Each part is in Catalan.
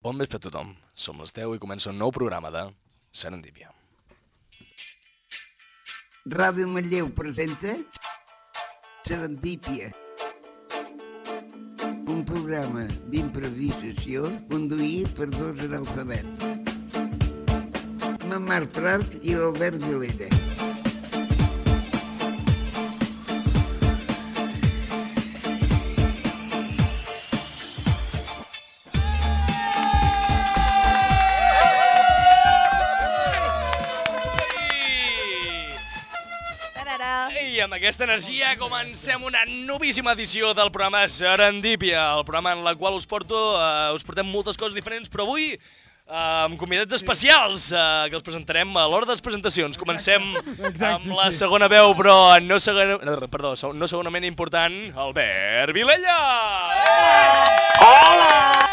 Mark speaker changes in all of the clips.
Speaker 1: Bon vespre a tothom. Som les 10 i comença un nou programa de Serendípia.
Speaker 2: Ràdio Manlleu presenta Serendípia. Un programa d'improvisació conduït per dos analfabets. La Marta Trart i l'Albert Vilera.
Speaker 3: Tararà.
Speaker 1: I amb aquesta energia comencem una novíssima edició del programa Serendípia, el programa en la qual us porto, eh, us portem moltes coses diferents, però avui eh, amb convidats especials eh, que els presentarem a l'hora de les presentacions. Comencem amb la segona veu, però no, segona, no, perdó, seg- no segonament important, Albert Vilella! Hola!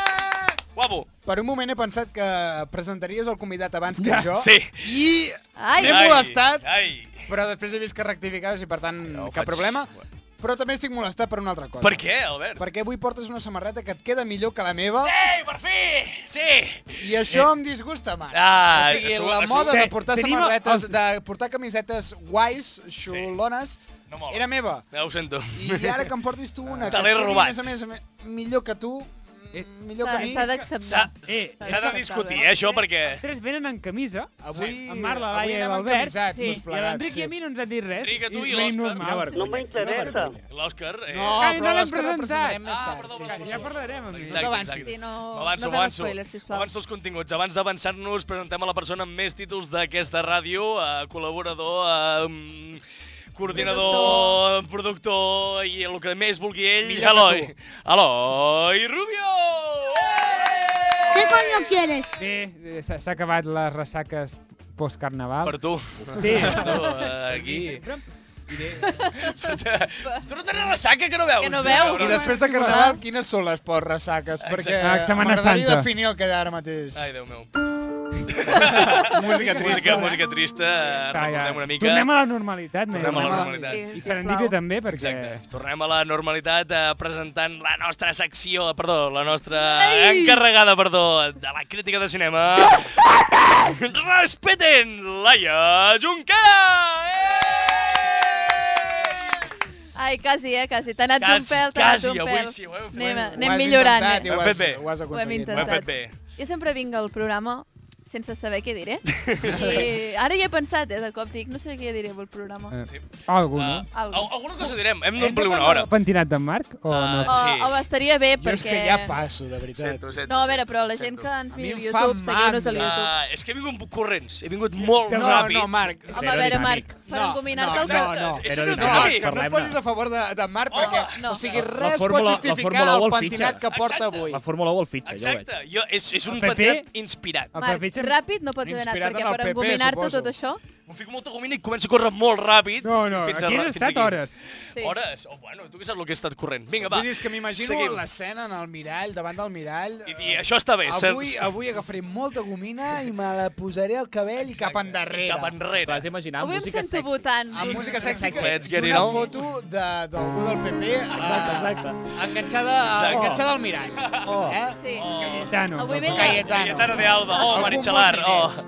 Speaker 1: Guapo!
Speaker 4: Per un moment he pensat que presentaries el convidat abans que jo.
Speaker 1: sí.
Speaker 4: I
Speaker 3: Ai.
Speaker 4: m'he
Speaker 1: Ai,
Speaker 4: molestat,
Speaker 1: Ai,
Speaker 4: però després he vist que rectificaves i per tant
Speaker 1: No,
Speaker 4: cap
Speaker 1: faig-
Speaker 4: problema. Però també estic molestat per una altra cosa.
Speaker 1: Per què, Albert?
Speaker 4: Perquè avui portes una samarreta que et queda millor que la meva
Speaker 1: Ei, per fi! Sí! Eh.
Speaker 4: i això em disgusta, mare.
Speaker 1: Ah,
Speaker 4: o sigui,
Speaker 1: segur-
Speaker 4: la
Speaker 1: segur-
Speaker 4: moda de
Speaker 1: Te-
Speaker 4: portar
Speaker 1: tenim
Speaker 4: samarretes, de portar camisetes guais, xulones,
Speaker 1: No mola.
Speaker 4: era meva.
Speaker 1: Ja ho sento.
Speaker 4: I ara que em portis tu una
Speaker 1: Te
Speaker 4: que
Speaker 1: l'he
Speaker 4: quedi,
Speaker 1: robat.
Speaker 4: més a més, a més, millor que tu, millor que mi...
Speaker 3: S'ha
Speaker 1: S'ha
Speaker 3: d'acceptar.
Speaker 1: eh,
Speaker 5: Eh,
Speaker 1: s'ha de
Speaker 3: eh,
Speaker 1: discutir,
Speaker 3: eh,
Speaker 1: eh, això, perquè...
Speaker 5: Tres venen en camisa,
Speaker 4: Avui,
Speaker 1: Sí.
Speaker 5: en Marc, la
Speaker 4: avui
Speaker 5: Laia i
Speaker 4: anem
Speaker 5: l'Albert,
Speaker 4: encamisats,
Speaker 5: sí,
Speaker 4: tots
Speaker 5: i l'Enric
Speaker 4: plegats,
Speaker 5: i a
Speaker 4: sí.
Speaker 5: mi no ens han dit res.
Speaker 1: Enric, a tu i
Speaker 5: venim
Speaker 1: l'Òscar.
Speaker 5: normal.
Speaker 1: Quina
Speaker 6: No m'interessa.
Speaker 1: L'Òscar... Eh...
Speaker 4: No,
Speaker 5: Ai, no
Speaker 4: però
Speaker 5: l'hem
Speaker 4: les coses les
Speaker 5: presentat.
Speaker 4: presentarem més
Speaker 1: Ah,
Speaker 4: tard.
Speaker 1: perdó,
Speaker 4: sí,
Speaker 1: perdó,
Speaker 4: sí, sí.
Speaker 5: Ja parlarem, amic.
Speaker 4: Exacte.
Speaker 3: Sí, no-
Speaker 1: avanço,
Speaker 3: no fem
Speaker 1: avanço.
Speaker 3: spoilers, sisplau.
Speaker 1: avanço els continguts. Abans d'avançar-nos, presentem a la persona amb més títols d'aquesta ràdio, eh, col·laborador, eh, mm, coordinador, productor. i el que més vulgui ell,
Speaker 4: Millor que
Speaker 1: Eloi.
Speaker 4: tu.
Speaker 1: Eloi Rubio!
Speaker 7: ¿Qué coño quieres?
Speaker 5: Bé, eh, s'ha s'ha acabat les ressaques post-carnaval.
Speaker 1: Per tu.
Speaker 5: Sí.
Speaker 1: Per tu, eh, aquí.
Speaker 5: Sempre.
Speaker 1: Tu no tens la saca eh, que no veus?
Speaker 3: Que no veus.
Speaker 4: I després de Carnaval, quines són les pors ressaques? Perquè
Speaker 5: Ah, Setmana
Speaker 4: m'agradaria
Speaker 5: Santa.
Speaker 4: definir el que hi ha ara mateix.
Speaker 1: Ai, Déu meu.
Speaker 4: Música
Speaker 1: Música,
Speaker 4: trista.
Speaker 1: música trista, eh, recordem una mica.
Speaker 5: Tornem a la normalitat, nen.
Speaker 1: Tornem a la
Speaker 4: Tornem a la-
Speaker 1: normalitat.
Speaker 3: Sí,
Speaker 5: I
Speaker 3: sisplau.
Speaker 5: Serendipia també, perquè...
Speaker 1: Exacte. Tornem a la normalitat eh, presentant la nostra secció, perdó, la nostra encarregada, perdó, de la crítica de cinema. Respeten Laia Junquera!
Speaker 3: Ai, quasi, eh, quasi. T'ha anat d'un
Speaker 1: Quasi,
Speaker 3: pèl, t'ha anat
Speaker 1: quasi,
Speaker 3: d'un
Speaker 1: avui
Speaker 3: pèl.
Speaker 1: sí, ho heu fet.
Speaker 3: anem,
Speaker 1: Ho
Speaker 3: anem millorant,
Speaker 1: Ho
Speaker 3: eh?
Speaker 4: Intentat, i
Speaker 1: hem
Speaker 4: ho, has,
Speaker 1: fet bé.
Speaker 4: ho has
Speaker 3: Ho hem
Speaker 4: aconseguit.
Speaker 1: Ho hem fet
Speaker 3: intentat.
Speaker 1: bé.
Speaker 3: Jo sempre vinc al programa sense saber què diré. I ara ja he pensat, eh, de cop dic, no sé què diré pel programa.
Speaker 5: Eh, Algú, no?
Speaker 1: Uh,
Speaker 3: Algo.
Speaker 1: alguna cosa direm, hem
Speaker 5: Hem de
Speaker 1: d'omplir una
Speaker 5: parlar
Speaker 1: hora.
Speaker 5: del Pentinat d'en Marc? O
Speaker 1: Ah,
Speaker 3: O,
Speaker 5: no?
Speaker 1: sí.
Speaker 3: o estaria bé
Speaker 4: Jo és que
Speaker 3: perquè...
Speaker 4: ja passo, de veritat.
Speaker 1: Sento, sento,
Speaker 3: No, a veure,
Speaker 1: sento,
Speaker 3: però la gent
Speaker 1: sento.
Speaker 3: que ens
Speaker 4: A mi
Speaker 3: mira
Speaker 4: em
Speaker 3: a
Speaker 4: fa
Speaker 3: YouTube, seguiu-nos a
Speaker 4: mandra.
Speaker 3: YouTube.
Speaker 1: Ah, és que he vingut corrents, he vingut molt
Speaker 5: No,
Speaker 1: ràpid.
Speaker 4: no, Marc.
Speaker 3: Home, a
Speaker 5: Zero
Speaker 3: veure,
Speaker 5: dinàmic.
Speaker 3: Marc, per
Speaker 4: No,
Speaker 3: encominar-te
Speaker 4: no,
Speaker 3: el que...
Speaker 5: no,
Speaker 1: És que
Speaker 5: zero
Speaker 1: no
Speaker 4: No,
Speaker 1: tinc
Speaker 5: dinàmic.
Speaker 4: és que no
Speaker 5: parlem-ne.
Speaker 4: et posis a favor de, de Marc, perquè
Speaker 3: Oh, no.
Speaker 4: o sigui,
Speaker 8: La
Speaker 4: res pot
Speaker 8: Fórmula- la
Speaker 4: justificar
Speaker 8: Fórmula
Speaker 4: el,
Speaker 8: u el
Speaker 4: pentinat
Speaker 8: fitxa.
Speaker 4: que porta
Speaker 1: Exacte.
Speaker 4: avui.
Speaker 8: La Fórmula 1 el fitxa,
Speaker 1: Exacte, jo, és, és un
Speaker 5: El PP?
Speaker 1: patinat inspirat.
Speaker 5: El
Speaker 3: Marc,
Speaker 5: Pepitxa-
Speaker 3: ràpid no pots haver anat,
Speaker 4: Inspirat en
Speaker 3: perquè
Speaker 4: el
Speaker 3: per
Speaker 4: PP,
Speaker 3: encominar-te
Speaker 4: suposo.
Speaker 3: tot això...
Speaker 1: Em fico molta gomina i començo a córrer molt ràpid.
Speaker 5: No, no, aquí
Speaker 1: ra-
Speaker 5: has estat
Speaker 1: aquí.
Speaker 5: hores.
Speaker 3: Sí.
Speaker 1: Hores? Oh, bueno, tu què saps el que he estat corrent. Vinga, va.
Speaker 4: Vull dir, és que m'imagino
Speaker 1: Seguim.
Speaker 4: l'escena en el mirall, davant del mirall.
Speaker 1: I dir, això està bé.
Speaker 4: Avui,
Speaker 1: saps?
Speaker 4: avui agafaré molta gomina i me la posaré al cabell i cap endarrere.
Speaker 1: Cap enrere.
Speaker 8: Vas imaginar
Speaker 3: Avui em
Speaker 8: música
Speaker 3: sento
Speaker 8: sexy.
Speaker 3: votant.
Speaker 4: amb Ah, música sexy que,
Speaker 1: Let's get
Speaker 4: i
Speaker 1: it
Speaker 4: una
Speaker 1: on.
Speaker 4: foto de- d'algú del PP
Speaker 8: Exacte,
Speaker 4: exacte,
Speaker 8: exacte.
Speaker 4: enganxada,
Speaker 1: Exacte.
Speaker 4: enganxada al mirall.
Speaker 8: Oh.
Speaker 4: Eh?
Speaker 3: Sí.
Speaker 5: Cayetano.
Speaker 3: Avui ve la-
Speaker 4: Cayetano.
Speaker 1: Cayetano de Alba. Oh,
Speaker 4: Algun
Speaker 1: Marichalar. Oh.
Speaker 4: músic és.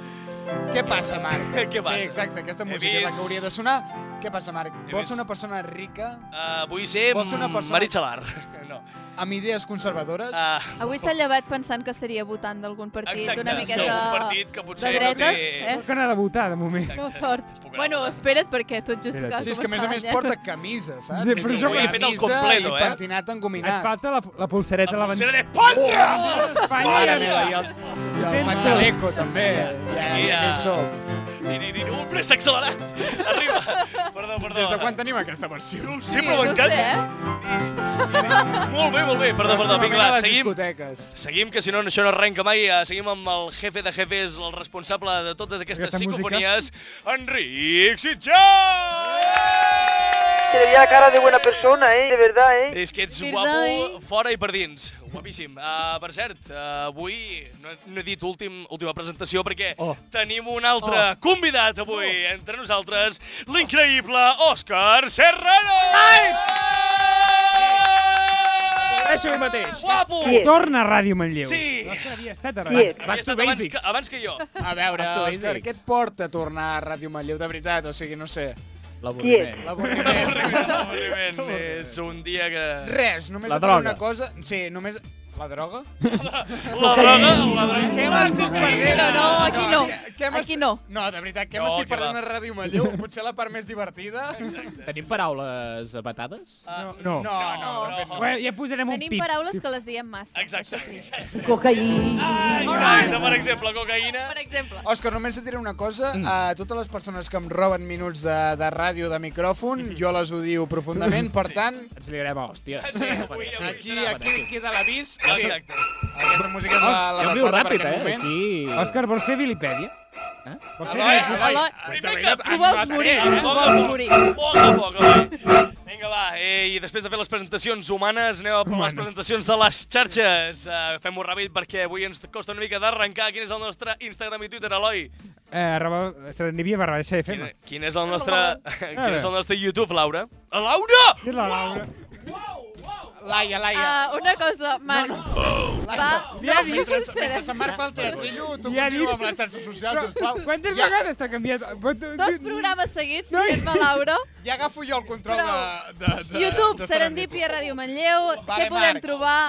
Speaker 4: Què passa, Marc?
Speaker 1: Què passa?
Speaker 4: Sí, exacte, aquesta
Speaker 1: He
Speaker 4: música és la
Speaker 1: vist-
Speaker 4: que hauria de sonar. Què passa, Marc?
Speaker 1: He
Speaker 4: Vols
Speaker 1: vist-
Speaker 4: ser una persona rica,
Speaker 1: Uh, vull ser
Speaker 4: Vols ser una persona-
Speaker 1: Marichalar. No.
Speaker 4: amb idees conservadores?
Speaker 1: Uh,
Speaker 3: Avui s'ha llevat pensant que seria votant d'algun partit,
Speaker 1: exacte,
Speaker 3: d'una
Speaker 1: sí,
Speaker 3: miqueta
Speaker 1: un partit que potser
Speaker 3: de dretes,
Speaker 1: no
Speaker 3: eh?
Speaker 5: Que anar a votar, de moment.
Speaker 3: No, sort.
Speaker 1: Puc anar
Speaker 3: Bueno,
Speaker 1: votant.
Speaker 3: espera't, perquè tot just eh?
Speaker 5: Espera't.
Speaker 3: acaba
Speaker 4: Sí, és que a més a més porta camisa, saps?
Speaker 5: Sí, però
Speaker 4: Vull dir,
Speaker 5: jo- Avui
Speaker 1: he fet el
Speaker 4: camisa
Speaker 1: completo, eh?
Speaker 4: I pentinat
Speaker 5: Et
Speaker 4: engominat.
Speaker 5: falta la, la pulsera
Speaker 1: té...
Speaker 5: de la
Speaker 1: La
Speaker 5: bandera.
Speaker 1: pulsera d'Espanya!
Speaker 4: Oh! Mare
Speaker 5: Espanya!
Speaker 4: meva, i el, i el
Speaker 5: Tens
Speaker 4: Machaleco, també. Ja,
Speaker 1: Ja.
Speaker 4: ja, ja. Som.
Speaker 1: Oh! Un press accelerat! Arriba! Perdó, perdó.
Speaker 4: Des de quan tenim aquesta versió?
Speaker 1: No ho sé, però
Speaker 3: no ho sé,
Speaker 1: m'encanta.
Speaker 3: eh?
Speaker 1: Molt bé, molt bé. Perdó, perdó.
Speaker 4: Pròximament
Speaker 1: Vinga,
Speaker 4: a
Speaker 1: va,
Speaker 4: les
Speaker 1: seguim.
Speaker 4: discoteques.
Speaker 1: Seguim, que si no, això no arrenca mai. Eh, Seguim amb el jefe de jefes, el responsable de totes aquestes
Speaker 5: Aquesta música.
Speaker 1: psicofonies, Enric Sitjar!
Speaker 6: Se le veía cara de buena persona, ¿eh? De verdad, ¿eh?
Speaker 1: És que ets
Speaker 3: Verdai.
Speaker 1: guapo fora i per dins. Guapíssim. Uh, per cert, uh, avui no, he- no he dit últim, última presentació perquè oh.
Speaker 8: Oh.
Speaker 1: tenim un altre oh. convidat avui oh. entre nosaltres, l'increïble Òscar Serrano! Ai! Això mateix. Guapo!
Speaker 6: Qui és?
Speaker 5: Torna a Ràdio Manlleu.
Speaker 1: Eh! Sí!
Speaker 5: Òscar havia estat a
Speaker 6: Qui
Speaker 5: Ràdio
Speaker 6: ets?
Speaker 1: Havia
Speaker 5: Back to
Speaker 1: estat abans
Speaker 5: Basics.
Speaker 1: que, abans que jo.
Speaker 4: A veure,
Speaker 5: Back to
Speaker 4: Òscar,
Speaker 5: basics.
Speaker 4: què et porta a tornar a Ràdio Manlleu de veritat? O sigui, no sé,
Speaker 6: Qui
Speaker 4: l'avorriment.
Speaker 6: ets?
Speaker 1: L'avorriment, l'avorriment és un dia que...
Speaker 4: Res, només
Speaker 9: La
Speaker 4: et dono
Speaker 9: droga.
Speaker 4: una cosa... Sí, només... La droga?
Speaker 1: La droga, la droga...
Speaker 4: Què m'estic perdent?
Speaker 3: No, aquí no.
Speaker 4: què- què m'estic-
Speaker 3: Aquí no.
Speaker 4: No, de veritat, què
Speaker 1: No,
Speaker 4: m'estic
Speaker 1: que va.
Speaker 4: perdent a Ràdio Manlleu? Potser la part més divertida? Ah,
Speaker 9: Tenim paraules batades?
Speaker 5: No, no.
Speaker 4: No, no.
Speaker 5: Bueno, ja posarem un
Speaker 3: Tenim
Speaker 5: pip.
Speaker 3: paraules que les diem massa.
Speaker 1: Exacte.
Speaker 3: això sí.
Speaker 6: Cocaïna.
Speaker 1: Ah, exacte, per exemple, cocaïna.
Speaker 3: Per exemple.
Speaker 4: Òscar, només et diré una cosa. A totes les persones que em roben minuts de, de ràdio, de micròfon, jo les odio profundament. Per tant,
Speaker 9: Ens liarem a hòsties.
Speaker 1: Sí, avui, avui
Speaker 4: aquí,
Speaker 1: serà
Speaker 4: aquí queda l'avís. Sí,
Speaker 1: Exacte.
Speaker 4: aquesta música és la,
Speaker 5: Ah,
Speaker 4: la
Speaker 9: Jo viu
Speaker 4: recordo per
Speaker 9: ràpid,
Speaker 4: aquest
Speaker 9: eh?
Speaker 4: moment.
Speaker 9: Aquí...
Speaker 5: Òscar, vols fer Vilipèdia? Eh? Vols fer
Speaker 4: Eloi, Eloi,
Speaker 5: Vilipèdia?
Speaker 3: Eloi,
Speaker 4: de
Speaker 1: primer
Speaker 4: veritat,
Speaker 3: Tu vols morir,
Speaker 1: Eh,
Speaker 3: tu vols morir.
Speaker 1: A poc a poc, avui. Vinga, va, eh, i després de fer les presentacions humanes, anem a per les presentacions de les xarxes. Uh, Fem-ho ràpid perquè avui ens costa una mica d'arrencar. Quin és el nostre Instagram i Twitter, Eloi?
Speaker 5: Eh, arroba Serendipia barra baixa
Speaker 1: Quin,
Speaker 5: FM.
Speaker 1: quin és el nostre, quin
Speaker 5: veure.
Speaker 1: és el nostre YouTube, Laura? Eh, Laura!
Speaker 5: Què és la Laura?
Speaker 4: Laia, Laia.
Speaker 3: Ah, una cosa, Marc. Va,
Speaker 5: Ja
Speaker 3: no,
Speaker 5: dic.
Speaker 4: Mentre, mentre se'n marca el teatrillo, tu
Speaker 5: Ja
Speaker 4: continua
Speaker 5: dic.
Speaker 4: amb les xarxes socials, sisplau.
Speaker 5: Quantes
Speaker 4: Ja-
Speaker 5: vegades t'ha canviat? Pot-
Speaker 3: Dos programes seguits, dient-me Laura.
Speaker 4: Ja agafo jo el control de... de, de
Speaker 3: YouTube,
Speaker 4: de
Speaker 3: Serendipia, Ràdio Manlleu,
Speaker 4: Vale,
Speaker 3: què podem
Speaker 4: Marc.
Speaker 3: trobar?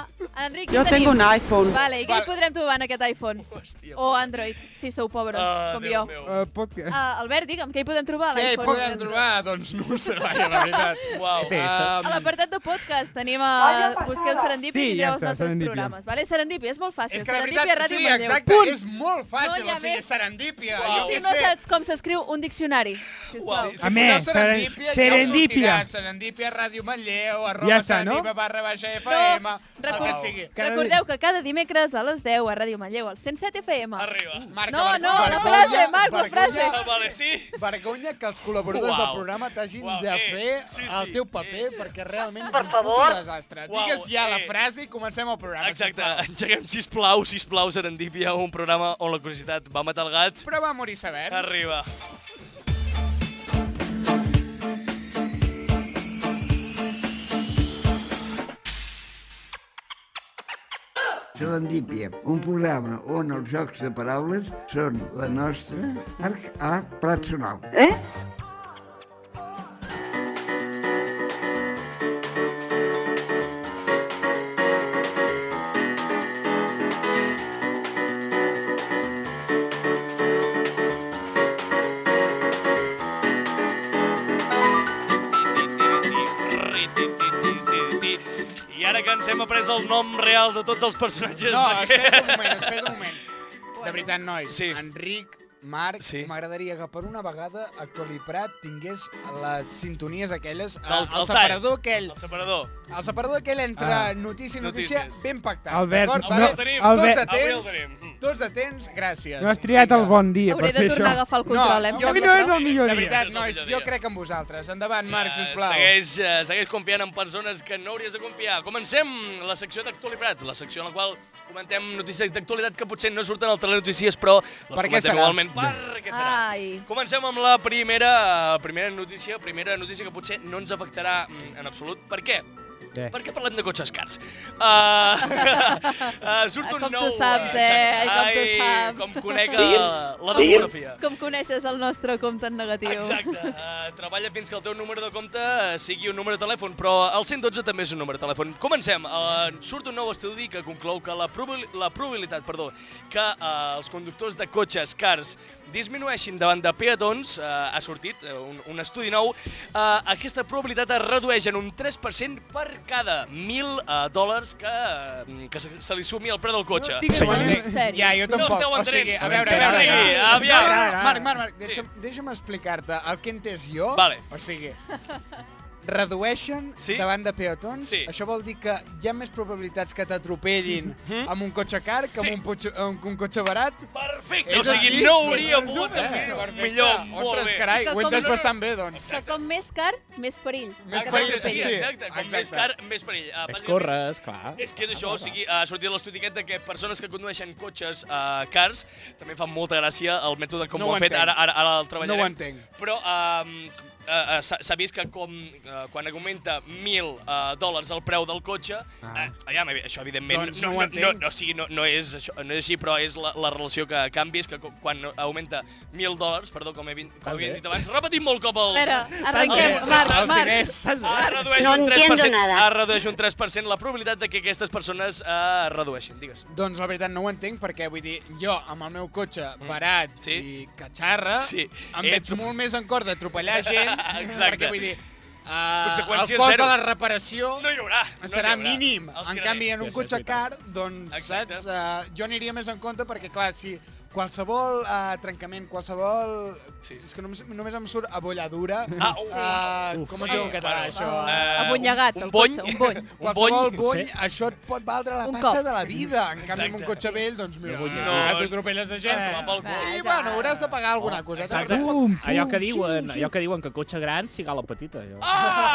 Speaker 3: Enric,
Speaker 6: Jo
Speaker 3: què tenim?
Speaker 6: tengo un iPhone.
Speaker 3: Vale, i què
Speaker 4: Vale.
Speaker 3: podrem trobar en aquest iPhone?
Speaker 1: Hòstia,
Speaker 3: O Android, si sou pobres,
Speaker 1: Ah,
Speaker 3: com
Speaker 1: Déu
Speaker 3: jo.
Speaker 1: meu.
Speaker 5: Eh, podcast.
Speaker 3: Ah, Albert, digue'm, què hi podem trobar a
Speaker 4: Què hi
Speaker 3: l'iPhone?
Speaker 4: podem trobar? Doncs no ho sé, Laia, la veritat.
Speaker 1: Uau.
Speaker 4: Um,
Speaker 3: A l'apartat de podcast tenim
Speaker 6: Vaya
Speaker 3: a...
Speaker 6: patada.
Speaker 3: Busqueu Serendipia i
Speaker 5: Sí, ja
Speaker 3: tindreu els
Speaker 5: està,
Speaker 3: nostres
Speaker 5: Serendipia.
Speaker 3: programes. Vale? Serendipia, és molt fàcil.
Speaker 4: és que la
Speaker 3: Serendipia,
Speaker 4: veritat,
Speaker 3: Ràdio
Speaker 4: sí,
Speaker 3: Manlleu.
Speaker 4: exacte,
Speaker 3: Punt.
Speaker 4: és molt fàcil,
Speaker 3: No hi ha
Speaker 4: o sigui,
Speaker 3: més.
Speaker 4: serendípia, jo
Speaker 1: Uau.
Speaker 4: què
Speaker 3: Si no
Speaker 4: sé.
Speaker 3: saps com s'escriu un diccionari, sisplau.
Speaker 4: Si
Speaker 5: A
Speaker 4: poseu
Speaker 5: més,
Speaker 4: serendípia,
Speaker 5: serendípia.
Speaker 4: serendípia. Ja us sortirà, serendípia, ràdio Manlleu, arroba
Speaker 5: Ja
Speaker 4: ja
Speaker 5: està, no?
Speaker 4: serendipia, barra baixa FM, el que
Speaker 3: recor-
Speaker 4: sigui.
Speaker 5: Cada dia.
Speaker 3: Recordeu que cada dimecres a les 10 a Ràdio Manlleu, al 107 FM.
Speaker 1: Arriba.
Speaker 4: Marca,
Speaker 3: No,
Speaker 4: Marc-
Speaker 3: no, la
Speaker 4: Vergonya-
Speaker 3: frase, Marc, la
Speaker 4: vergonya-
Speaker 3: frase.
Speaker 1: Ah, vale, sí?
Speaker 4: Vergonya que els col·laboradors
Speaker 1: Uau.
Speaker 4: del programa t'hagin
Speaker 1: Uau,
Speaker 4: de
Speaker 1: eh,
Speaker 4: fer
Speaker 1: sí, sí,
Speaker 4: el teu paper
Speaker 1: eh.
Speaker 4: perquè realment és
Speaker 6: Per
Speaker 4: un
Speaker 6: favor.
Speaker 4: puto desastre.
Speaker 1: Uau,
Speaker 4: Digues ja la
Speaker 1: eh.
Speaker 4: frase i comencem el programa.
Speaker 1: Exacte,
Speaker 4: sisplau.
Speaker 1: engeguem, sisplau, sisplau, Serendipia, un programa on la curiositat va matar el gat.
Speaker 4: Però va morir Saber.
Speaker 1: Arriba.
Speaker 2: Serendípia, un programa on els jocs de paraules són la nostra arc a plat sonal.
Speaker 6: Eh?
Speaker 1: I ara que ens hem après el nom real de tots els personatges...
Speaker 4: No,
Speaker 1: d'aquest-
Speaker 4: espera un moment, espera un moment. De veritat, nois,
Speaker 1: Sí.
Speaker 4: Enric, Marc,
Speaker 1: Sí.
Speaker 4: m'agradaria que per una vegada Actualiprat tingués les sintonies aquelles, eh,
Speaker 1: Del-
Speaker 4: el,
Speaker 1: del
Speaker 4: separador
Speaker 1: tall.
Speaker 4: aquell,
Speaker 1: El separador.
Speaker 4: el separador aquell entre
Speaker 5: Ah.
Speaker 4: notícia i notícia
Speaker 1: Notícies.
Speaker 4: ben pactat.
Speaker 5: Albert,
Speaker 4: d'acord?
Speaker 5: no,
Speaker 4: Vale?
Speaker 1: tenim.
Speaker 5: Albert.
Speaker 4: Tots
Speaker 1: Avui el
Speaker 4: atents,
Speaker 1: tenim.
Speaker 4: tots atents, gràcies.
Speaker 5: No has triat el
Speaker 4: Vinga.
Speaker 5: bon dia per
Speaker 3: Hauré
Speaker 5: fer
Speaker 3: de tornar a
Speaker 5: això.
Speaker 3: agafar el control, eh?
Speaker 4: No,
Speaker 5: jo-
Speaker 3: Em
Speaker 5: Avui
Speaker 3: sembla
Speaker 5: no és el millor
Speaker 4: De
Speaker 5: dia.
Speaker 4: veritat,
Speaker 1: És el
Speaker 4: nois,
Speaker 1: millor
Speaker 4: jo
Speaker 1: dia.
Speaker 4: crec en vosaltres. Endavant, Marc, sisplau.
Speaker 1: Eh, Segueix, eh, segueix confiant en persones que no hauries de confiar. Comencem la secció d'actualitat, la secció en la qual comentem notícies d'actualitat que potser no surten al telenotícies, però les
Speaker 4: Per què
Speaker 1: comentem
Speaker 4: serà?
Speaker 1: igualment. Per què serà?
Speaker 3: Ai.
Speaker 1: Comencem amb la primera, primera notícia, primera notícia que potser no ens afectarà mm, en absolut. Per què?
Speaker 5: Què?
Speaker 1: Per què parlem de cotxes cars? Uh, uh, surt
Speaker 3: Ah,
Speaker 1: un
Speaker 3: com tu
Speaker 1: nou...
Speaker 3: saps,
Speaker 1: eh,
Speaker 3: eh?
Speaker 1: exacte.
Speaker 3: Ai, com tu
Speaker 1: Ai,
Speaker 3: saps.
Speaker 1: com conec eh,
Speaker 6: Digui'm.
Speaker 1: la
Speaker 6: Digui'm.
Speaker 1: demografia.
Speaker 3: Com coneixes el nostre compte en negatiu?
Speaker 1: Exacte. Uh, treballa fins que el teu número de compte eh, sigui un número de telèfon, però el 112 també és un número de telèfon. Comencem. Uh, surt un nou estudi que conclou que la, probabil la probabilitat perdó, que uh, els conductors de cotxes, cars, disminueixin davant de peatons, uh, ha sortit uh, un, un estudi nou, uh, aquesta probabilitat es redueix en un 3% per cada 1.000 uh, dòlars que, uh, que se, se li sumi al preu del cotxe.
Speaker 5: digues
Speaker 4: Sí,
Speaker 5: Bueno,
Speaker 4: ho entenc.
Speaker 3: en sèrio.
Speaker 4: Ja, jo
Speaker 1: No
Speaker 4: tampoc.
Speaker 1: esteu
Speaker 4: o sigui,
Speaker 1: entrant.
Speaker 4: a veure, a
Speaker 1: Entenc.
Speaker 4: veure. a veure.
Speaker 1: Sí, aviam.
Speaker 4: No, no,
Speaker 5: Ara,
Speaker 4: no,
Speaker 5: ara.
Speaker 4: Marc, Marc, Marc,
Speaker 1: Sí.
Speaker 4: deixa'm, deixa'm explicar-te el que he entès jo.
Speaker 1: Vale.
Speaker 4: O sigui, redueixen
Speaker 1: Sí?
Speaker 4: davant de peatons.
Speaker 1: Sí.
Speaker 4: Això vol dir que hi ha més probabilitats que t'atropellin amb un cotxe car que
Speaker 1: Mhm. Sí. Eh,
Speaker 4: amb un, cotxe, amb un cotxe barat.
Speaker 1: Perfecte,
Speaker 4: És
Speaker 1: o sigui,
Speaker 4: així?
Speaker 1: no hauria pogut
Speaker 4: Eh,
Speaker 1: tenir
Speaker 4: perfecte.
Speaker 1: millor, molt
Speaker 4: Ostres,
Speaker 1: bé.
Speaker 4: carai,
Speaker 3: Que
Speaker 4: ho he
Speaker 3: com
Speaker 4: entès
Speaker 3: no-
Speaker 4: bastant bé, doncs.
Speaker 3: Que com més car, més perill.
Speaker 4: Més
Speaker 3: Que
Speaker 4: perill,
Speaker 1: Exacte,
Speaker 3: més
Speaker 1: sí,
Speaker 4: sí,
Speaker 1: sí,
Speaker 4: sí.
Speaker 1: exacte. Com
Speaker 4: Exacte.
Speaker 1: més car, més perill. Uh,
Speaker 9: Més
Speaker 1: bàsicament,
Speaker 9: corres, clar.
Speaker 1: És que és això, o sigui, ha sortit l'estudi aquest de que persones que condueixen cotxes uh, cars també fan molta gràcia el mètode com
Speaker 4: No
Speaker 1: ho
Speaker 4: ho
Speaker 1: ha fet,
Speaker 4: entenc.
Speaker 1: ara, ara, ara el
Speaker 4: No
Speaker 1: treballarem.
Speaker 4: ho entenc.
Speaker 1: Però um, eh, eh, s'ha s'ha vist que com, eh, quan augmenta 1.000 eh, dòlars el preu del cotxe, eh, aviam, evi- això evidentment
Speaker 4: Ah. Doncs no ho
Speaker 1: no,
Speaker 4: entenc.
Speaker 1: no, o sigui, no, no, és, això, no és així, però és la, la relació que, que han vist, que co- quan augmenta 1.000 dòlars, perdó, com he, vin- com
Speaker 9: També.
Speaker 1: havia dit abans, repetim molt cop els...
Speaker 3: Espera, arrenquem.
Speaker 1: els-
Speaker 3: Marc,
Speaker 1: els-
Speaker 3: Marc.
Speaker 1: Es Ah, redueix,
Speaker 7: No
Speaker 1: un
Speaker 7: entiendo
Speaker 1: 3%,
Speaker 7: nada.
Speaker 1: es Ah, redueix un 3% la probabilitat de que aquestes persones eh, es redueixin, digues.
Speaker 4: Doncs la veritat no ho entenc perquè, vull dir, jo amb el meu cotxe barat
Speaker 1: Mm. Sí.
Speaker 4: i catxarra
Speaker 1: Sí.
Speaker 4: em
Speaker 1: Eh,
Speaker 4: veig
Speaker 1: tu-
Speaker 4: molt més en cor d'atropellar gent
Speaker 1: Exacte.
Speaker 4: perquè, vull dir, uh,
Speaker 1: Conseqüències
Speaker 4: el cost
Speaker 1: zero.
Speaker 4: de la reparació
Speaker 1: No hi haurà. no hi
Speaker 4: serà
Speaker 1: haurà.
Speaker 4: mínim.
Speaker 1: Els
Speaker 4: En
Speaker 1: crèdits.
Speaker 4: canvi, en un
Speaker 9: Sí, això és
Speaker 4: cotxe car,
Speaker 9: veritat.
Speaker 4: doncs,
Speaker 1: Exacte.
Speaker 4: saps, uh, jo aniria més en compte perquè, clar, si qualsevol uh, trencament, qualsevol...
Speaker 1: Sí.
Speaker 4: Sí. És que només, només em surt abolladura.
Speaker 1: Ah,
Speaker 4: uh, com es diu en català,
Speaker 1: bueno,
Speaker 4: això?
Speaker 1: eh,
Speaker 4: Uh,
Speaker 3: Abonyegat,
Speaker 1: un
Speaker 3: el
Speaker 1: bony.
Speaker 3: cotxe, un bony.
Speaker 4: Qualsevol bony,
Speaker 9: potser.
Speaker 4: això et pot valdre la
Speaker 3: Un
Speaker 4: pasta
Speaker 3: cop.
Speaker 4: de la vida. En canvi, amb un
Speaker 1: Exacte.
Speaker 4: cotxe vell, doncs mira,
Speaker 9: No vull dir.
Speaker 4: no,
Speaker 1: No, Eh.
Speaker 4: t'atropelles de gent.
Speaker 1: va pel
Speaker 3: Ah,
Speaker 1: cul.
Speaker 4: I, bueno, hauràs de pagar alguna cosa.
Speaker 9: Exacte.
Speaker 10: Pum,
Speaker 9: allò que
Speaker 10: pum,
Speaker 9: diuen,
Speaker 10: sí, sí.
Speaker 9: allò que diuen que cotxe gran siga la petita. Allò.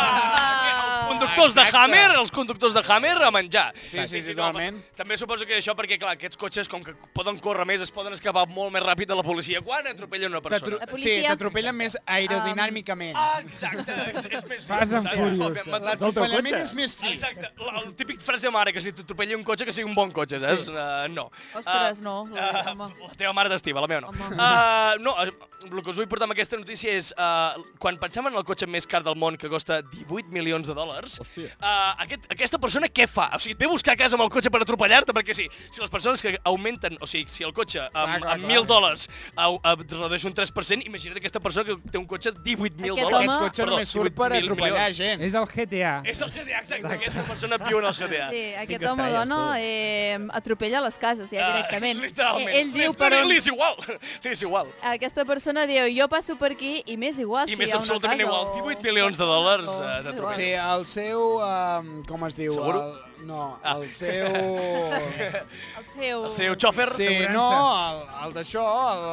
Speaker 1: Ah! Els conductors de
Speaker 4: Exacte.
Speaker 1: Hammer, els conductors de Hammer a menjar.
Speaker 4: Sí, sí, sí,
Speaker 1: no,
Speaker 4: totalment.
Speaker 1: També suposo que això perquè, clar, aquests cotxes, com que poden córrer més, es poden escapar molt més ràpid de la policia quan atropellen una persona.
Speaker 3: La
Speaker 4: T'atro- Sí,
Speaker 3: policia-
Speaker 4: t'atropellen més aerodinàmicament.
Speaker 1: Ah, exacte, és, és més
Speaker 5: Vas
Speaker 1: viu,
Speaker 5: amb
Speaker 1: saps?
Speaker 5: furiós.
Speaker 1: Òbviament, m'ha atro-
Speaker 4: L'atropellament és més fi.
Speaker 1: Exacte, la- el típic frase de mare, que si t'atropella un cotxe, que sigui un bon cotxe, saps? Uh, no.
Speaker 3: Ostres,
Speaker 1: Ah,
Speaker 3: no, la-
Speaker 1: ah,
Speaker 3: home.
Speaker 1: La teva mare t'estima, la meva no.
Speaker 3: Home.
Speaker 1: Uh, no, eh, el que us vull portar amb aquesta notícia és, uh, quan pensava en el cotxe més car del món, que costa 18 milions de dòlars,
Speaker 9: Hòstia.
Speaker 1: uh, aquest, aquesta persona què fa? O sigui, et ve a buscar a casa amb el cotxe per atropellar-te, perquè si, si les persones que augmenten, o sigui, si el cotxe amb,
Speaker 4: clar,
Speaker 1: amb
Speaker 4: clar.
Speaker 1: 1.000 dòlars au- eh, redueix un 3%, imagina't aquesta persona que té un cotxe 18.000
Speaker 3: Aquest
Speaker 1: dòlars.
Speaker 4: Aquest
Speaker 3: Home,
Speaker 4: cotxe
Speaker 1: Perdó,
Speaker 4: només surt
Speaker 1: 18.000
Speaker 4: per atropellar
Speaker 1: milions.
Speaker 4: gent.
Speaker 5: És el GTA.
Speaker 1: És el GTA, exacte. Aquesta persona viu en el GTA.
Speaker 3: Sí, aquest
Speaker 9: que
Speaker 3: home o
Speaker 9: estàs,
Speaker 3: dona
Speaker 9: tu.
Speaker 3: eh, atropella les cases,
Speaker 4: eh,
Speaker 3: ja, directament.
Speaker 1: Uh, literalment.
Speaker 3: Eh, Ell diu per
Speaker 1: Li-
Speaker 3: on...
Speaker 1: Li és igual. Li és igual.
Speaker 3: Aquesta persona diu, jo passo per aquí i m'és igual
Speaker 1: I
Speaker 3: si
Speaker 1: m'és
Speaker 3: hi ha una
Speaker 1: absolutament
Speaker 3: casa
Speaker 1: igual.
Speaker 3: o-
Speaker 1: 18 milions de dòlars,
Speaker 3: o-
Speaker 1: eh, d'atropell.
Speaker 4: Sí, el seu... Um, com es diu?
Speaker 1: Seguro? Ah.
Speaker 4: El, no, el seu...
Speaker 3: El seu...
Speaker 1: El seu xòfer...
Speaker 4: Sí, no, el, el d'això,